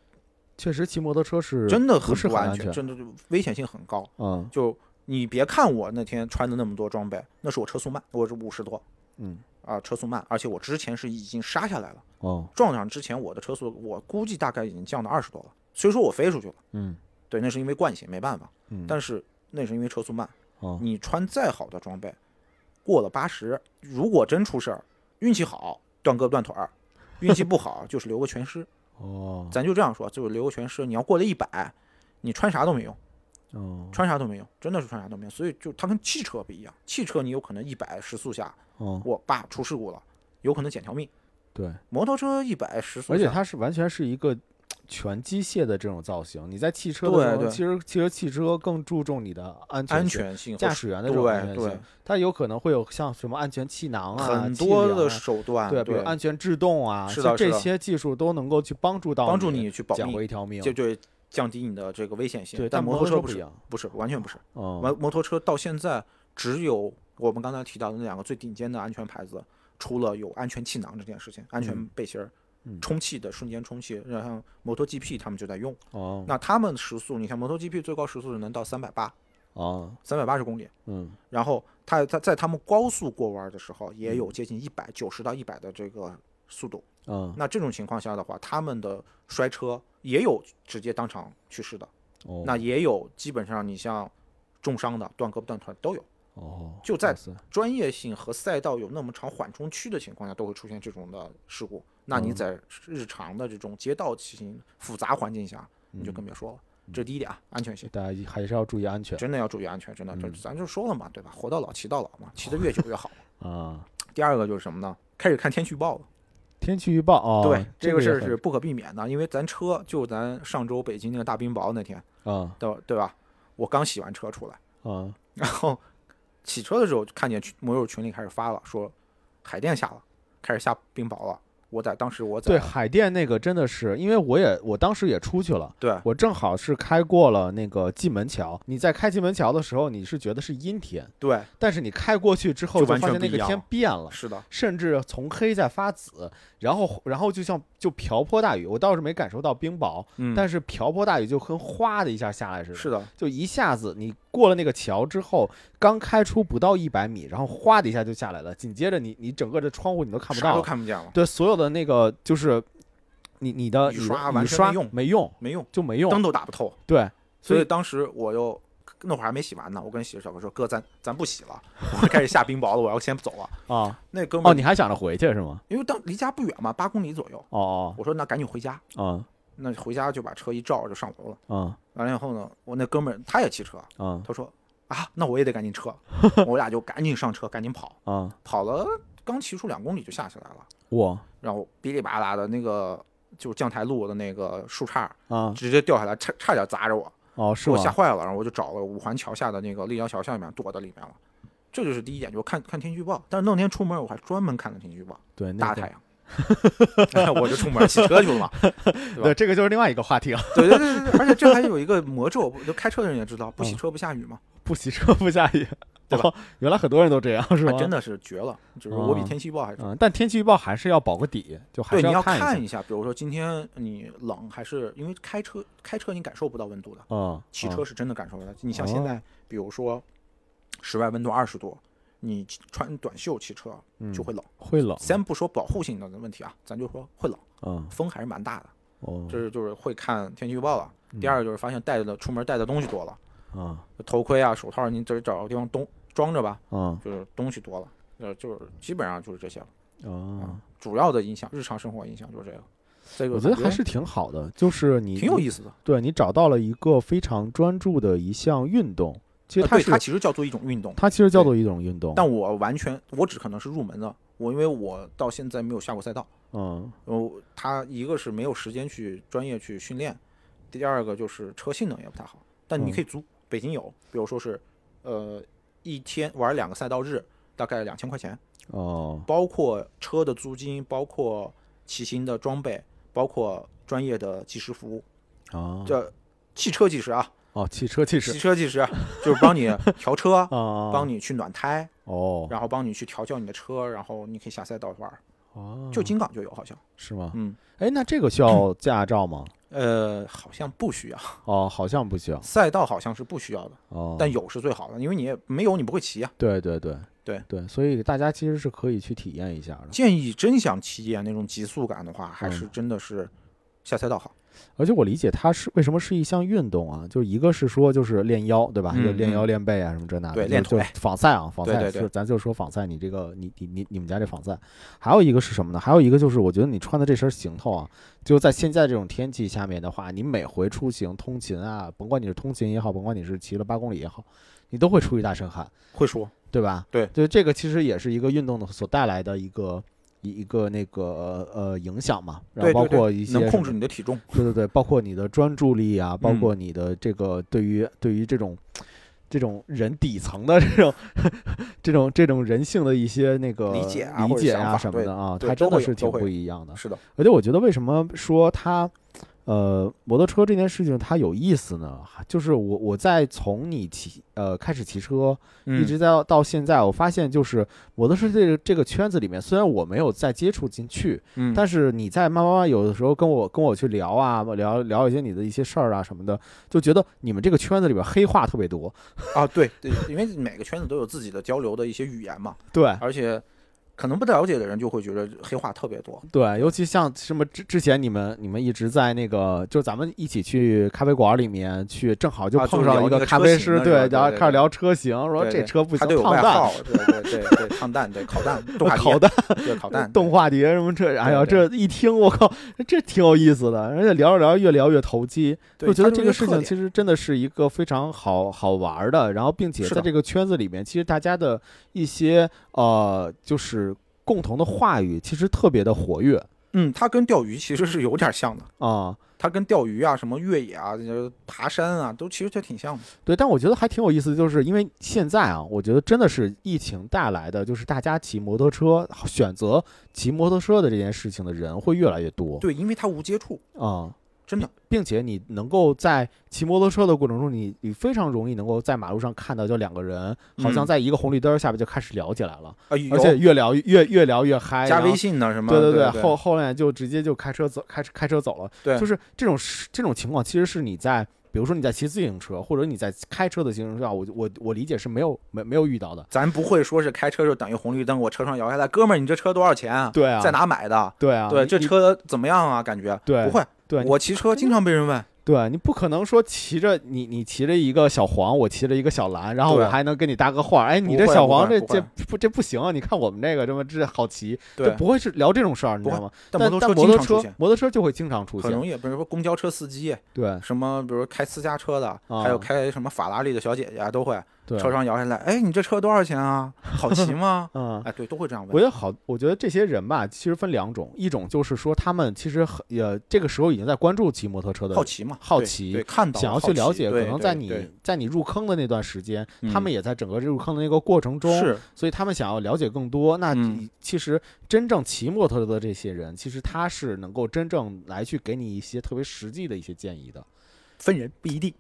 [SPEAKER 1] 确实骑摩托车是
[SPEAKER 2] 真的
[SPEAKER 1] 不
[SPEAKER 2] 很
[SPEAKER 1] 是
[SPEAKER 2] 不
[SPEAKER 1] 很
[SPEAKER 2] 安
[SPEAKER 1] 安
[SPEAKER 2] 全，
[SPEAKER 1] 全
[SPEAKER 2] 真的就危险性很高。
[SPEAKER 1] 嗯
[SPEAKER 2] 就你别看我那天穿的那么多装备，那是我车速慢，我是五十多
[SPEAKER 1] 嗯
[SPEAKER 2] 啊、车速慢，而且我之前是已经刹下来了。
[SPEAKER 1] 哦
[SPEAKER 2] 撞上之前，我的车速我估计大概已经降到二十多了。虽说我飞出去了，
[SPEAKER 1] 嗯
[SPEAKER 2] 对，那是因为惯性，没办法。
[SPEAKER 1] 嗯，
[SPEAKER 2] 但是那是因为车速慢，
[SPEAKER 1] 哦
[SPEAKER 2] 你穿再好的装备，过了八十，如果真出事儿，运气好断胳膊断腿儿，运气不好就是留个全尸。
[SPEAKER 1] 哦
[SPEAKER 2] 咱就这样说，就是留个全尸。你要过了一百，你穿啥都没用，
[SPEAKER 1] 哦
[SPEAKER 2] 穿啥都没用，真的是穿啥都没用。所以就它跟汽车不一样，汽车你有可能一百时速下，
[SPEAKER 1] 哦，
[SPEAKER 2] 我爸出事故了，有可能捡条命。
[SPEAKER 1] 对。
[SPEAKER 2] 摩托车一百时速
[SPEAKER 1] 而且
[SPEAKER 2] 下，
[SPEAKER 1] 它是完全是一个全机械的这种造型。你在汽车
[SPEAKER 2] 对
[SPEAKER 1] 的时候，
[SPEAKER 2] 对
[SPEAKER 1] 其实其实汽车更注重你的安全
[SPEAKER 2] 安
[SPEAKER 1] 性
[SPEAKER 2] 全性和
[SPEAKER 1] 驾驶员的这种安
[SPEAKER 2] 对
[SPEAKER 1] 全
[SPEAKER 2] 对
[SPEAKER 1] 性，，它有可能会有像什么安全气囊啊、
[SPEAKER 2] 很
[SPEAKER 1] 气
[SPEAKER 2] 多
[SPEAKER 1] 梁
[SPEAKER 2] 的
[SPEAKER 1] 啊
[SPEAKER 2] 手段，
[SPEAKER 1] 对，比如安全制动啊，
[SPEAKER 2] 是
[SPEAKER 1] 其
[SPEAKER 2] 的
[SPEAKER 1] 实
[SPEAKER 2] 是
[SPEAKER 1] 这
[SPEAKER 2] 的
[SPEAKER 1] 些技术都能够去帮助到
[SPEAKER 2] 帮助你去保
[SPEAKER 1] 捡
[SPEAKER 2] 命
[SPEAKER 1] 回一条命。
[SPEAKER 2] 就对降低你的这个危险性。
[SPEAKER 1] 对，
[SPEAKER 2] 但
[SPEAKER 1] 摩
[SPEAKER 2] 摩托车
[SPEAKER 1] 不一
[SPEAKER 2] 是，
[SPEAKER 1] 样。
[SPEAKER 2] 不是完全不是。摩
[SPEAKER 1] 嗯，
[SPEAKER 2] 摩托车到现在只有我们刚才提到的那两个最顶尖的安全牌子，除了有安全气囊这件事情，安全
[SPEAKER 1] 嗯
[SPEAKER 2] 背心儿
[SPEAKER 1] 嗯。
[SPEAKER 2] 充气的瞬间充气，然后摩托 GP 他们就在用。
[SPEAKER 1] 哦，
[SPEAKER 2] 那他们时速，你看摩托 GP 最高时速是能到三百八，
[SPEAKER 1] 哦，
[SPEAKER 2] 三百八十公里。
[SPEAKER 1] 嗯，
[SPEAKER 2] 然后它它在他们高速过弯的时候，也有接近一百九十到一百的这个速度。
[SPEAKER 1] 嗯，
[SPEAKER 2] 那这种情况下的话，他们的摔车也有直接当场去世的，
[SPEAKER 1] 哦，
[SPEAKER 2] 那也有基本上你像重伤的、断胳膊断腿都有。
[SPEAKER 1] 哦，
[SPEAKER 2] 就在
[SPEAKER 1] 哇塞
[SPEAKER 2] 专业性和赛道有那么长缓冲区的情况下，都会出现这种的事故。那你
[SPEAKER 1] 嗯
[SPEAKER 2] 在日常的这种街道骑行复杂环境下，你
[SPEAKER 1] 嗯
[SPEAKER 2] 就更别说了。这第一点啊，安全性
[SPEAKER 1] 大家还是要注意安全
[SPEAKER 2] 真的要注意安全，真的，
[SPEAKER 1] 嗯
[SPEAKER 2] 这咱就说了嘛，对吧？活到老，骑到老嘛，骑得越久越好。
[SPEAKER 1] 啊。
[SPEAKER 2] 第二个就是什么呢？开始看天气预报了。
[SPEAKER 1] 天气预报哦，
[SPEAKER 2] 对，
[SPEAKER 1] 这
[SPEAKER 2] 这个事
[SPEAKER 1] 也
[SPEAKER 2] 儿
[SPEAKER 1] 很
[SPEAKER 2] 是不可避免的，因为咱车就咱上周北京那个大冰雹那天，
[SPEAKER 1] 啊
[SPEAKER 2] 对吧对吧？我刚洗完车出来，
[SPEAKER 1] 啊
[SPEAKER 2] 然后洗车的时候就看见群摩友群里开始发了，说海淀下了，开始下冰雹了。我在当时我在
[SPEAKER 1] 对，海淀那个真的是，因为我也我当时也出去了，
[SPEAKER 2] 对
[SPEAKER 1] 我正好是开过了那个蓟门桥。你在开蓟门桥的时候，你是觉得是阴天，
[SPEAKER 2] 对
[SPEAKER 1] 但是你开过去之后，
[SPEAKER 2] 就
[SPEAKER 1] 就
[SPEAKER 2] 完
[SPEAKER 1] 发现
[SPEAKER 2] 全
[SPEAKER 1] 那
[SPEAKER 2] 不
[SPEAKER 1] 个
[SPEAKER 2] 一样
[SPEAKER 1] 天
[SPEAKER 2] 了
[SPEAKER 1] 变了。
[SPEAKER 2] 是的，
[SPEAKER 1] 甚至从黑在发紫，然后然后就像就瓢泼大雨，我倒是没感受到冰雹，
[SPEAKER 2] 嗯
[SPEAKER 1] 但是瓢泼大雨就跟哗的一下下来似的，
[SPEAKER 2] 是的，
[SPEAKER 1] 就一下子你过了那个桥之后，刚开出不到一百米，然后哗的一下就下来了，紧接着你你整个的窗户你都看不
[SPEAKER 2] 啥
[SPEAKER 1] 到
[SPEAKER 2] 都
[SPEAKER 1] 了，
[SPEAKER 2] 看不见了，
[SPEAKER 1] 对，所有的那个就是你你的
[SPEAKER 2] 雨
[SPEAKER 1] 你的
[SPEAKER 2] 刷
[SPEAKER 1] 雨
[SPEAKER 2] 完全
[SPEAKER 1] 刷
[SPEAKER 2] 没用
[SPEAKER 1] 没用
[SPEAKER 2] 没用，
[SPEAKER 1] 就没用，
[SPEAKER 2] 灯都打不透。
[SPEAKER 1] 对，
[SPEAKER 2] 所
[SPEAKER 1] 所
[SPEAKER 2] 以
[SPEAKER 1] 以
[SPEAKER 2] 当时我又那会儿还没洗完呢，我跟洗车小哥说：“哥，咱咱不洗了，我开始下冰雹了，我要先走了。
[SPEAKER 1] 啊”
[SPEAKER 2] 那哥们
[SPEAKER 1] 哦，
[SPEAKER 2] 儿
[SPEAKER 1] 你还想着回去是吗？
[SPEAKER 2] 因为当离家不远嘛，八公里左右，
[SPEAKER 1] 哦
[SPEAKER 2] 我说那赶紧回家。
[SPEAKER 1] 哦，
[SPEAKER 2] 那回家就把车一照就上楼了。
[SPEAKER 1] 嗯
[SPEAKER 2] 完了以后呢，我那哥们儿他也骑车，
[SPEAKER 1] 嗯
[SPEAKER 2] 他说啊，那我也得赶紧 撤，我俩就赶紧上车，赶紧跑，
[SPEAKER 1] 嗯嗯，
[SPEAKER 2] 跑了刚骑出两公里就下起来了，
[SPEAKER 1] 我
[SPEAKER 2] 然后哔哩吧啦的那个就是降台路的那个树杈儿
[SPEAKER 1] 啊
[SPEAKER 2] 直接掉下来，差差点砸着我，
[SPEAKER 1] 哦
[SPEAKER 2] 给
[SPEAKER 1] 是
[SPEAKER 2] 我
[SPEAKER 1] 吗？
[SPEAKER 2] 吓坏了，然后我就找了五环桥下的那个立交桥下面躲在里面了。这就是第一点，就是看看天气预报。但是那天出门我还专门看了天气预报，
[SPEAKER 1] 对，那
[SPEAKER 2] 大
[SPEAKER 1] 个
[SPEAKER 2] 太阳， 我就出门骑车去了嘛。对吧
[SPEAKER 1] 这个就是另外一个话题了。
[SPEAKER 2] 对对对对，对而且这还有一个魔咒，就开车的人也知道，
[SPEAKER 1] 嗯
[SPEAKER 2] 不洗车不下雨嘛。
[SPEAKER 1] 不骑车不下雨，
[SPEAKER 2] 对吧
[SPEAKER 1] 哦？原来很多人都这样，是吧？
[SPEAKER 2] 啊，真的是绝了！就是我比
[SPEAKER 1] 嗯
[SPEAKER 2] 天气预报还准。
[SPEAKER 1] 嗯，但天气预报还是要保个底，就还
[SPEAKER 2] 对，
[SPEAKER 1] 是
[SPEAKER 2] 你要
[SPEAKER 1] 看一下
[SPEAKER 2] 看一下，比如说今天你冷还是因为开车，开车你感受不到温度的，
[SPEAKER 1] 嗯，
[SPEAKER 2] 骑
[SPEAKER 1] 嗯
[SPEAKER 2] 车是真的感受不到。你
[SPEAKER 1] 哦
[SPEAKER 2] 像现在，比如说室外温度二十度，你穿短袖骑车就会冷。
[SPEAKER 1] 嗯会冷，
[SPEAKER 2] 先不说保护性的问题啊，咱就说会冷，
[SPEAKER 1] 嗯，
[SPEAKER 2] 风还是蛮大的。
[SPEAKER 1] 哦，
[SPEAKER 2] 这是就是会看天气预报了。第二个就是发现带的出门带的东西多了，
[SPEAKER 1] 嗯
[SPEAKER 2] 头盔啊、手套，你得找个地方东装着吧，
[SPEAKER 1] 嗯
[SPEAKER 2] 就是东西多了，呃，就是基本上就是这些了。啊
[SPEAKER 1] 哦，
[SPEAKER 2] 主要的影响，日常生活影响就是这个。嗯这个
[SPEAKER 1] 我觉得
[SPEAKER 2] 感
[SPEAKER 1] 还是挺好的，就是你
[SPEAKER 2] 挺有
[SPEAKER 1] 你
[SPEAKER 2] 意思的。
[SPEAKER 1] 对你找到了一个非常专注的一项运动，其实
[SPEAKER 2] 呃
[SPEAKER 1] 它
[SPEAKER 2] 对，
[SPEAKER 1] 是
[SPEAKER 2] 它其实叫做一种运动，
[SPEAKER 1] 它其实叫做一种运动，
[SPEAKER 2] 但我完全我只可能是入门的，我因为我到现在没有下过赛道，
[SPEAKER 1] 嗯
[SPEAKER 2] 呃，它一个是没有时间去专业去训练，第二个就是车性能也不太好。但你
[SPEAKER 1] 嗯
[SPEAKER 2] 可以租，北京有，比如说是，呃，一天玩两个赛道日，大概两千块钱，
[SPEAKER 1] 哦
[SPEAKER 2] 包括车的租金，包括骑行的装备，包括专业的计时服务。
[SPEAKER 1] 哦
[SPEAKER 2] 这汽车计时啊，
[SPEAKER 1] 哦，汽车其实
[SPEAKER 2] 汽车技师啊就是帮你调车，
[SPEAKER 1] 啊，
[SPEAKER 2] 帮你去暖胎，
[SPEAKER 1] 哦
[SPEAKER 2] 然后帮你去调教你的车，然后你可以下赛道玩儿。
[SPEAKER 1] 哦，
[SPEAKER 2] 就金港就有好像，
[SPEAKER 1] 是吗？
[SPEAKER 2] 嗯，
[SPEAKER 1] 哎，那这个需要驾照吗？
[SPEAKER 2] 呃，好像不需要，
[SPEAKER 1] 哦，好像不需要
[SPEAKER 2] 赛道好像是不需要的，
[SPEAKER 1] 哦，
[SPEAKER 2] 但有是最好的，因为你也没有你不会骑啊。
[SPEAKER 1] 对对对
[SPEAKER 2] 对
[SPEAKER 1] 对，所以大家其实是可以去体验一下的。
[SPEAKER 2] 建议真想体验那种极速感的话，还
[SPEAKER 1] 嗯
[SPEAKER 2] 是真的是下赛道好。
[SPEAKER 1] 而且我理解它是为什么是一项运动啊？就一个是说就是练腰，对吧？
[SPEAKER 2] 嗯
[SPEAKER 1] 就练腰
[SPEAKER 2] 嗯
[SPEAKER 1] 练背啊什么这那的，
[SPEAKER 2] 对
[SPEAKER 1] 就
[SPEAKER 2] 练
[SPEAKER 1] 就
[SPEAKER 2] 腿
[SPEAKER 1] 仿赛啊，仿
[SPEAKER 2] 对
[SPEAKER 1] 赛
[SPEAKER 2] 对
[SPEAKER 1] 就
[SPEAKER 2] 对
[SPEAKER 1] 咱就说仿赛，你这个你你你你们家这仿赛，还有一个是什么呢？还有一个就是我觉得你穿的这身行头啊，就在现在这种天气下面的话，你每回出行通勤啊，甭管你是通勤也好，甭管你是骑了八公里也好，你都会出一大身汗。
[SPEAKER 2] 会说，
[SPEAKER 1] 对吧？
[SPEAKER 2] 对
[SPEAKER 1] 就这个其实也是一个运动的所带来的一个一一个那个呃影响嘛，然后
[SPEAKER 2] 对
[SPEAKER 1] 包
[SPEAKER 2] 对对
[SPEAKER 1] 括一些
[SPEAKER 2] 能控
[SPEAKER 1] 什
[SPEAKER 2] 制
[SPEAKER 1] 么，
[SPEAKER 2] 你的体重，
[SPEAKER 1] 对对对，包括你的专注力啊，包
[SPEAKER 2] 嗯
[SPEAKER 1] 括你的这个对于对于这种。这种人底层的这种、 这种、这种人性的一些那个
[SPEAKER 2] 理解啊
[SPEAKER 1] 理
[SPEAKER 2] 或者
[SPEAKER 1] 解
[SPEAKER 2] 想
[SPEAKER 1] 啊
[SPEAKER 2] 法
[SPEAKER 1] 什么
[SPEAKER 2] 对
[SPEAKER 1] 的啊，
[SPEAKER 2] 对
[SPEAKER 1] 它
[SPEAKER 2] 都
[SPEAKER 1] 真的
[SPEAKER 2] 会有
[SPEAKER 1] 是
[SPEAKER 2] 都
[SPEAKER 1] 挺
[SPEAKER 2] 会
[SPEAKER 1] 不
[SPEAKER 2] 有
[SPEAKER 1] 一样的。
[SPEAKER 2] 是的，
[SPEAKER 1] 而且我觉得为什么说它，呃，摩托车这件事情它有意思呢？就是我我在从你骑呃开始骑车，一
[SPEAKER 2] 嗯，
[SPEAKER 1] 直到到现在，我发现就是摩托车这个这个圈子里面，虽然我没有再接触进去，
[SPEAKER 2] 嗯，
[SPEAKER 1] 但是你在慢慢慢有的时候跟我跟我去聊啊，聊聊一些你的一些事儿啊什么的，就觉得你们这个圈子里边黑话特别多。
[SPEAKER 2] 啊，对对，因为每个圈子都有自己的交流的一些语言嘛，
[SPEAKER 1] 对
[SPEAKER 2] 而且可能不了解的人就会觉得黑话特别多。
[SPEAKER 1] 对，尤其像什么之之前你们你们一直在那个，就咱们一起去咖啡馆里面去，正好就
[SPEAKER 2] 啊
[SPEAKER 1] 碰
[SPEAKER 2] 就
[SPEAKER 1] 上
[SPEAKER 2] 聊
[SPEAKER 1] 一
[SPEAKER 2] 那个
[SPEAKER 1] 咖
[SPEAKER 2] 车
[SPEAKER 1] 啡
[SPEAKER 2] 型
[SPEAKER 1] 师，
[SPEAKER 2] 的是吧
[SPEAKER 1] 对，
[SPEAKER 2] 对
[SPEAKER 1] 然后
[SPEAKER 2] 对
[SPEAKER 1] 开始
[SPEAKER 2] 对
[SPEAKER 1] 聊车型，说
[SPEAKER 2] 对
[SPEAKER 1] 这
[SPEAKER 2] 对
[SPEAKER 1] 车不
[SPEAKER 2] 他
[SPEAKER 1] 行
[SPEAKER 2] 都有，
[SPEAKER 1] 烫
[SPEAKER 2] 外
[SPEAKER 1] 蛋。
[SPEAKER 2] 号，对对对对，烫 蛋，对烤蛋，动画碟
[SPEAKER 1] 烤蛋，
[SPEAKER 2] 对烤蛋，
[SPEAKER 1] 动
[SPEAKER 2] 画，
[SPEAKER 1] 画碟什么这，哎呀，
[SPEAKER 2] 对
[SPEAKER 1] 这一听我靠， 这挺有意思的，而且聊着聊着越聊越投机，就
[SPEAKER 2] 对
[SPEAKER 1] 觉得
[SPEAKER 2] 它
[SPEAKER 1] 这
[SPEAKER 2] 就
[SPEAKER 1] 个
[SPEAKER 2] 是
[SPEAKER 1] 事
[SPEAKER 2] 一个
[SPEAKER 1] 情
[SPEAKER 2] 特
[SPEAKER 1] 其实真的是一个非常好好玩儿的，然后并且
[SPEAKER 2] 是
[SPEAKER 1] 在
[SPEAKER 2] 的
[SPEAKER 1] 这个圈子里面，其实大家的一些呃就是共同的话语，其实特别的活跃
[SPEAKER 2] 嗯，它跟钓鱼其实是有点像的，
[SPEAKER 1] 啊、
[SPEAKER 2] 它跟钓鱼啊、什么越野啊、呃爬山啊，都其实就挺像的。
[SPEAKER 1] 对，但我觉得还挺有意思，就是因为现在啊，我觉得真的是疫情带来的，就是大家骑摩托车选择骑摩托车的这件事情的人会越来越多
[SPEAKER 2] 对，因为它无接触，
[SPEAKER 1] 啊。
[SPEAKER 2] 真的，
[SPEAKER 1] 并且你能够在骑摩托车的过程中，你你非常容易能够在马路上看到，就两个人好像
[SPEAKER 2] 嗯
[SPEAKER 1] 在一个红绿灯下边就开始聊起来了，
[SPEAKER 2] 啊，有
[SPEAKER 1] 而且越聊越越越聊越嗨，
[SPEAKER 2] 加
[SPEAKER 1] 然后
[SPEAKER 2] 微。信呢什么，
[SPEAKER 1] 对
[SPEAKER 2] 对
[SPEAKER 1] 对，
[SPEAKER 2] 对，
[SPEAKER 1] 后后面就直接就开车走，开车开车走了。
[SPEAKER 2] 对
[SPEAKER 1] 就是这种事这种情况，其实是你在，比如说你在骑自行车，或者你在开车的情况下，我我我理解是没有没没有遇到的。
[SPEAKER 2] 咱不会说是开车就等于红绿灯，我车窗摇下来，哥们儿，你这车多少钱啊？
[SPEAKER 1] 对啊，
[SPEAKER 2] 在？哪买的？
[SPEAKER 1] 对啊，
[SPEAKER 2] 对，
[SPEAKER 1] 你
[SPEAKER 2] 这
[SPEAKER 1] 你
[SPEAKER 2] 车怎么样啊？感觉
[SPEAKER 1] 对
[SPEAKER 2] 不会，
[SPEAKER 1] 对
[SPEAKER 2] 我骑车经常被人问，
[SPEAKER 1] 对你不可能说骑着你你骑着一个小黄，我骑着一个小蓝，然后
[SPEAKER 2] 对
[SPEAKER 1] 我还能跟你搭个话儿，哎，你
[SPEAKER 2] 不
[SPEAKER 1] 这
[SPEAKER 2] 会
[SPEAKER 1] 小
[SPEAKER 2] 不
[SPEAKER 1] 黄
[SPEAKER 2] 会
[SPEAKER 1] 这
[SPEAKER 2] 不
[SPEAKER 1] 这
[SPEAKER 2] 会
[SPEAKER 1] 不这不行啊，你看我们这个这么这好骑，这
[SPEAKER 2] 对，
[SPEAKER 1] 不会是聊这种事儿，你知
[SPEAKER 2] 不
[SPEAKER 1] 道
[SPEAKER 2] 会
[SPEAKER 1] 吗？
[SPEAKER 2] 但摩
[SPEAKER 1] 但
[SPEAKER 2] 托
[SPEAKER 1] 但
[SPEAKER 2] 车
[SPEAKER 1] 摩
[SPEAKER 2] 经
[SPEAKER 1] 托
[SPEAKER 2] 常出
[SPEAKER 1] 车
[SPEAKER 2] 现。
[SPEAKER 1] 摩托车就会经常出
[SPEAKER 2] 很
[SPEAKER 1] 现，
[SPEAKER 2] 容易，比如说公交车司机，
[SPEAKER 1] 对
[SPEAKER 2] 什么，比如说开私家车的，还有开什么法拉利的小姐姐啊都会，
[SPEAKER 1] 对，？
[SPEAKER 2] 车上摇下来，哎，你这车多少钱啊？好骑吗
[SPEAKER 1] 嗯，
[SPEAKER 2] 哎，对，都会这样
[SPEAKER 1] 我
[SPEAKER 2] 问。
[SPEAKER 1] 觉得好，我觉得这些人吧，其实分两种，一种就是说他们其实很也这个时候已经在关注骑摩托车的
[SPEAKER 2] 好奇嘛，
[SPEAKER 1] 呃好
[SPEAKER 2] 对
[SPEAKER 1] 奇
[SPEAKER 2] 对，看到
[SPEAKER 1] 想要
[SPEAKER 2] 好
[SPEAKER 1] 去
[SPEAKER 2] 奇
[SPEAKER 1] 了解，可
[SPEAKER 2] 对
[SPEAKER 1] 能
[SPEAKER 2] 对
[SPEAKER 1] 在你
[SPEAKER 2] 对
[SPEAKER 1] 在你入坑的那段时间，
[SPEAKER 2] 嗯
[SPEAKER 1] 他们也在整个入坑的那个过程中，
[SPEAKER 2] 是
[SPEAKER 1] 所以他们想要了解更多。那
[SPEAKER 2] 嗯
[SPEAKER 1] 你其实真正骑摩托的这些人，其实他是能够真正来去给你一些特别实际的一些建议的。
[SPEAKER 2] 分人不 一定，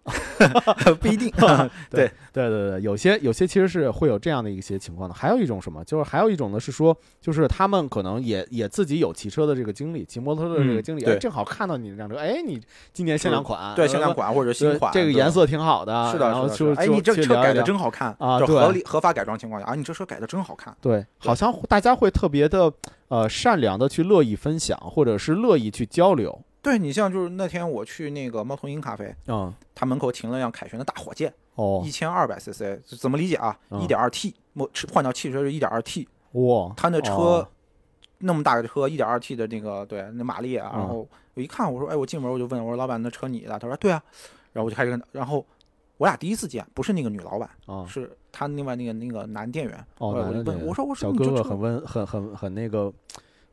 [SPEAKER 2] 不一定。
[SPEAKER 1] 对对对，有些有些其实是会有这样的一些情况的。还有一种什么，就是还有一种呢是说，就是他们可能也也自己有骑车的这个经历，骑摩托车的这个
[SPEAKER 2] 嗯
[SPEAKER 1] 经历，
[SPEAKER 2] 对
[SPEAKER 1] 哎，正好看到你这辆车，哎，你今年限量款，
[SPEAKER 2] 对，限量款或者
[SPEAKER 1] 呃，
[SPEAKER 2] 新款，
[SPEAKER 1] 这个
[SPEAKER 2] 对
[SPEAKER 1] 颜色挺好的，
[SPEAKER 2] 是的，
[SPEAKER 1] 然后
[SPEAKER 2] 是的
[SPEAKER 1] 就是
[SPEAKER 2] 的哎，你这
[SPEAKER 1] 去
[SPEAKER 2] 车
[SPEAKER 1] 聊一
[SPEAKER 2] 改的
[SPEAKER 1] 聊
[SPEAKER 2] 真好看
[SPEAKER 1] 啊
[SPEAKER 2] 就
[SPEAKER 1] 对
[SPEAKER 2] 合理合法改装情况下啊，你这车改的真好看。
[SPEAKER 1] 对，好像大家会特别的呃善良的去乐意分享，或者是乐意去交流。
[SPEAKER 2] 对你像就是那天我去那个猫头鹰咖啡，
[SPEAKER 1] 嗯，
[SPEAKER 2] 它门口停了辆凯旋的大火箭，
[SPEAKER 1] 哦
[SPEAKER 2] 一，千二百 cc，怎么理解啊？
[SPEAKER 1] 嗯
[SPEAKER 2] 一点二 T，我换掉汽车是一点二 T，
[SPEAKER 1] 哇，
[SPEAKER 2] 它那
[SPEAKER 1] 哦
[SPEAKER 2] 车那么大个车，一点二 T 的那个对那马力啊，
[SPEAKER 1] 嗯
[SPEAKER 2] 然后我一看，我说哎，我进门我就问我说老板那车你的？他说对啊，然后我就开始跟他，然后我俩第一次见，不是那个女老板，
[SPEAKER 1] 啊，
[SPEAKER 2] 是他另外那个那个男店员，
[SPEAKER 1] 哦
[SPEAKER 2] 我
[SPEAKER 1] 男
[SPEAKER 2] 呃我就
[SPEAKER 1] 的店
[SPEAKER 2] 问
[SPEAKER 1] 员
[SPEAKER 2] 我说我
[SPEAKER 1] 小
[SPEAKER 2] 说你
[SPEAKER 1] 哥
[SPEAKER 2] 这
[SPEAKER 1] 哥
[SPEAKER 2] 车
[SPEAKER 1] 很温，很很很那个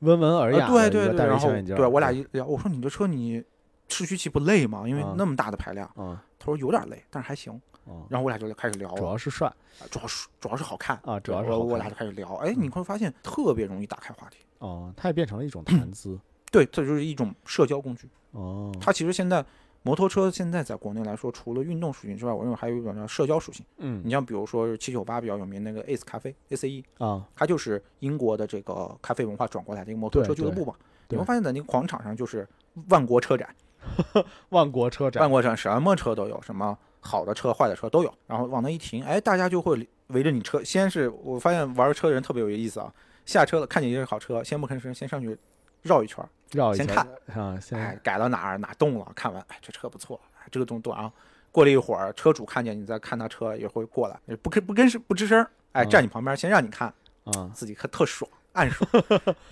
[SPEAKER 1] 温文尔
[SPEAKER 2] 呃
[SPEAKER 1] 雅的一
[SPEAKER 2] 对
[SPEAKER 1] 个，
[SPEAKER 2] 对对，
[SPEAKER 1] 戴着
[SPEAKER 2] 然
[SPEAKER 1] 一
[SPEAKER 2] 后
[SPEAKER 1] 小眼镜儿，
[SPEAKER 2] 对我俩一聊，我说你这车你市区骑不累吗？因为
[SPEAKER 1] 嗯
[SPEAKER 2] 那么大的排量，
[SPEAKER 1] 啊
[SPEAKER 2] 他说有点累，但是还行。
[SPEAKER 1] 啊，
[SPEAKER 2] 然后我俩就开始聊
[SPEAKER 1] 主
[SPEAKER 2] 了，
[SPEAKER 1] 要是帅
[SPEAKER 2] 啊主要是主要是好看，
[SPEAKER 1] 啊，主要是
[SPEAKER 2] 我
[SPEAKER 1] 好
[SPEAKER 2] 我
[SPEAKER 1] 看嗯
[SPEAKER 2] 俩就开始聊，哎，你会发现特别容易打开话题，
[SPEAKER 1] 哦，它也变成了一 种谈资。
[SPEAKER 2] 对，这就是一种社交工具。
[SPEAKER 1] 哦，
[SPEAKER 2] 它其实现在摩托车现在在国内来说，除了运动属性之外，我认为还有一种叫社交属性。
[SPEAKER 1] 嗯
[SPEAKER 2] 你像比如说七九八比较有名那个 Ace 咖啡 ACE，
[SPEAKER 1] 啊，
[SPEAKER 2] 它就是英国的这个咖啡文化转过来的一个摩托
[SPEAKER 1] 对
[SPEAKER 2] 车俱乐部嘛。
[SPEAKER 1] 对
[SPEAKER 2] 你会发现在那个广场上就是万国车展，
[SPEAKER 1] 万国车展
[SPEAKER 2] 万国车展什么车都有，什么好的车、坏的车都有。然后往那一停，哎，大家就会围着你车。先是我发现玩车的人特别有意思啊，下车了看见一个好车，先不吭声，先上去绕一圈儿，
[SPEAKER 1] 绕一
[SPEAKER 2] 先
[SPEAKER 1] 圈
[SPEAKER 2] 看
[SPEAKER 1] 啊，先
[SPEAKER 2] 哎，改到哪儿哪儿动了，看完，哎，这车不错，哎，这个动动啊。过了一会儿，车主看见你在看他车，也会过来，不跟不跟不吱声儿，哎，
[SPEAKER 1] 嗯
[SPEAKER 2] 站你旁边，先让你看，
[SPEAKER 1] 啊
[SPEAKER 2] 自己特特爽，暗爽。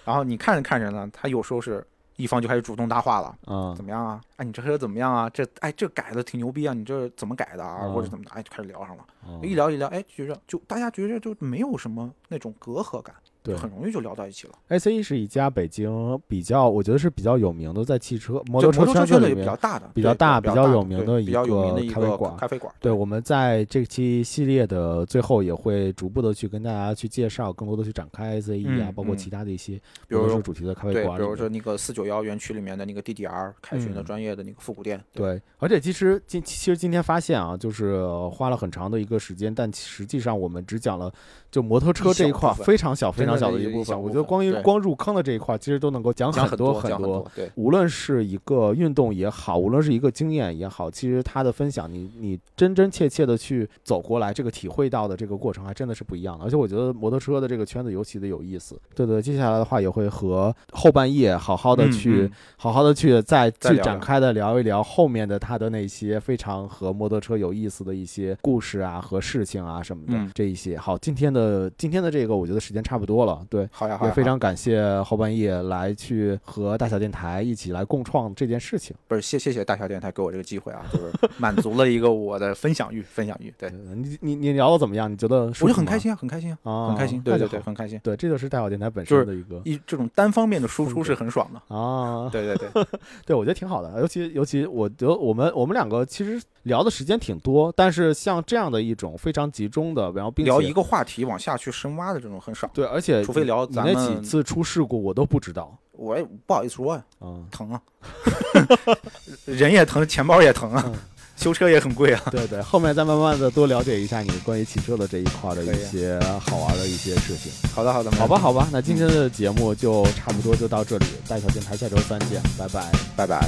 [SPEAKER 2] 然后你看着看着呢，他有时候是一方就开始主动搭话了，
[SPEAKER 1] 啊
[SPEAKER 2] 怎么样啊？哎，你这车怎么样啊？这哎这改的挺牛逼啊！你这怎么改的啊？
[SPEAKER 1] 嗯
[SPEAKER 2] 或者怎么的？哎，就开始聊上了。
[SPEAKER 1] 哦
[SPEAKER 2] 一聊一聊，哎，觉着就大家觉着就没有什么那种隔阂感，
[SPEAKER 1] 对
[SPEAKER 2] 就很容易就聊到一起了。
[SPEAKER 1] ，ACE 是一家北京比较，我觉得是比较有名的，在汽车摩
[SPEAKER 2] 就
[SPEAKER 1] 托
[SPEAKER 2] 摩托车
[SPEAKER 1] 圈子
[SPEAKER 2] 圈子
[SPEAKER 1] 里
[SPEAKER 2] 也比
[SPEAKER 1] 面
[SPEAKER 2] 较大的，
[SPEAKER 1] 比较
[SPEAKER 2] 对
[SPEAKER 1] 大
[SPEAKER 2] 比较
[SPEAKER 1] 比较
[SPEAKER 2] 大
[SPEAKER 1] 有名
[SPEAKER 2] 对
[SPEAKER 1] 的一
[SPEAKER 2] 比较有名
[SPEAKER 1] 个
[SPEAKER 2] 一
[SPEAKER 1] 咖
[SPEAKER 2] 个
[SPEAKER 1] 啡馆
[SPEAKER 2] 咖啡馆。
[SPEAKER 1] 对，我们在这期系列的最后也会逐步的去跟大家去介绍，更多的去展开 ACE 啊，
[SPEAKER 2] 嗯
[SPEAKER 1] 包括
[SPEAKER 2] 嗯
[SPEAKER 1] 其他的一些，
[SPEAKER 2] 比如
[SPEAKER 1] 说
[SPEAKER 2] 说
[SPEAKER 1] 主题的咖啡
[SPEAKER 2] 对，
[SPEAKER 1] 馆
[SPEAKER 2] 比
[SPEAKER 1] 里
[SPEAKER 2] 如
[SPEAKER 1] 面。
[SPEAKER 2] 说那个四九幺园区里面的那个 DDR 凯旋的
[SPEAKER 1] 嗯
[SPEAKER 2] 专业的那个复古店，对
[SPEAKER 1] 对，而且其实今其实今天发现啊，就是呃花了很长的一个时间，但其实际上我们只讲了就摩托车
[SPEAKER 2] 一
[SPEAKER 1] 这一
[SPEAKER 2] 小部
[SPEAKER 1] 块儿
[SPEAKER 2] 分
[SPEAKER 1] 非常小非
[SPEAKER 2] 真
[SPEAKER 1] 常
[SPEAKER 2] 的
[SPEAKER 1] 小
[SPEAKER 2] 是
[SPEAKER 1] 的一
[SPEAKER 2] 一
[SPEAKER 1] 部
[SPEAKER 2] 小
[SPEAKER 1] 分。我
[SPEAKER 2] 部
[SPEAKER 1] 觉得
[SPEAKER 2] 分
[SPEAKER 1] 光于
[SPEAKER 2] 对
[SPEAKER 1] 光入坑的这一块儿，其实都能够讲
[SPEAKER 2] 讲
[SPEAKER 1] 很
[SPEAKER 2] 多
[SPEAKER 1] 很
[SPEAKER 2] 讲很
[SPEAKER 1] 多。，
[SPEAKER 2] 对，
[SPEAKER 1] 无论是一个运动也好，无论是一个经验也好，其实他的分享，你你真真切切的去走过来，这个体会到的这个过程还真的是不一样的。而且我觉得摩托车的这个圈子尤其的有意思。对对，接下来的话也会和后半夜好好的
[SPEAKER 2] 嗯
[SPEAKER 1] 去、
[SPEAKER 2] 嗯
[SPEAKER 1] 好好的去再
[SPEAKER 2] 再
[SPEAKER 1] 去
[SPEAKER 2] 聊
[SPEAKER 1] 展
[SPEAKER 2] 聊
[SPEAKER 1] 开的聊一聊后面的他的那些非常和摩托车有意思的一些故事啊和事情啊什么的、
[SPEAKER 2] 嗯
[SPEAKER 1] 这一些。好，今天的今天的这个我觉得时间差不多了，对。
[SPEAKER 2] 好呀好
[SPEAKER 1] 也
[SPEAKER 2] 呀，
[SPEAKER 1] 非
[SPEAKER 2] 好呀
[SPEAKER 1] 常感谢后半夜来去和大小电台一起来共创这件事情。
[SPEAKER 2] 不是谢谢谢大小电台给我这个机会啊，就是满足了一个我的分享欲，分享欲，对，
[SPEAKER 1] 呃你你你聊的怎么样？你觉得
[SPEAKER 2] 我
[SPEAKER 1] 舒
[SPEAKER 2] 就
[SPEAKER 1] 服
[SPEAKER 2] 很
[SPEAKER 1] 吗
[SPEAKER 2] 开心啊，很开心啊，
[SPEAKER 1] 啊，
[SPEAKER 2] 很开心，
[SPEAKER 1] 那
[SPEAKER 2] 对
[SPEAKER 1] 就
[SPEAKER 2] 对对，
[SPEAKER 1] 好
[SPEAKER 2] 很开心，
[SPEAKER 1] 对，这就是大小电台本
[SPEAKER 2] 就
[SPEAKER 1] 身
[SPEAKER 2] 是
[SPEAKER 1] 的一个
[SPEAKER 2] 一这种单方面的输出是很爽 的，
[SPEAKER 1] 啊，
[SPEAKER 2] 对对对，
[SPEAKER 1] 对，我觉得挺好的，尤其尤其我觉得我们我们两个其实聊的时间挺多，但是像这样的一种非常集中的，然后并
[SPEAKER 2] 聊
[SPEAKER 1] 且
[SPEAKER 2] 一个话题往下去深挖的这种很少，
[SPEAKER 1] 对，而且
[SPEAKER 2] 除非聊
[SPEAKER 1] 你
[SPEAKER 2] 咱
[SPEAKER 1] 那
[SPEAKER 2] 们
[SPEAKER 1] 几次出事故我都不知道
[SPEAKER 2] 我也不好意思说呀，。
[SPEAKER 1] 啊
[SPEAKER 2] 疼啊， 人也疼，钱包也疼啊，修车也很贵啊，
[SPEAKER 1] 对对，后面再慢慢的多了解一下你关于汽车的这一块的一
[SPEAKER 2] 可以啊
[SPEAKER 1] 些好玩的一些事情。
[SPEAKER 2] 好的好的，
[SPEAKER 1] 好吧，，好吧，那今天的节目就差不多就到这里，大小电台下周三见，拜拜。
[SPEAKER 2] 拜拜。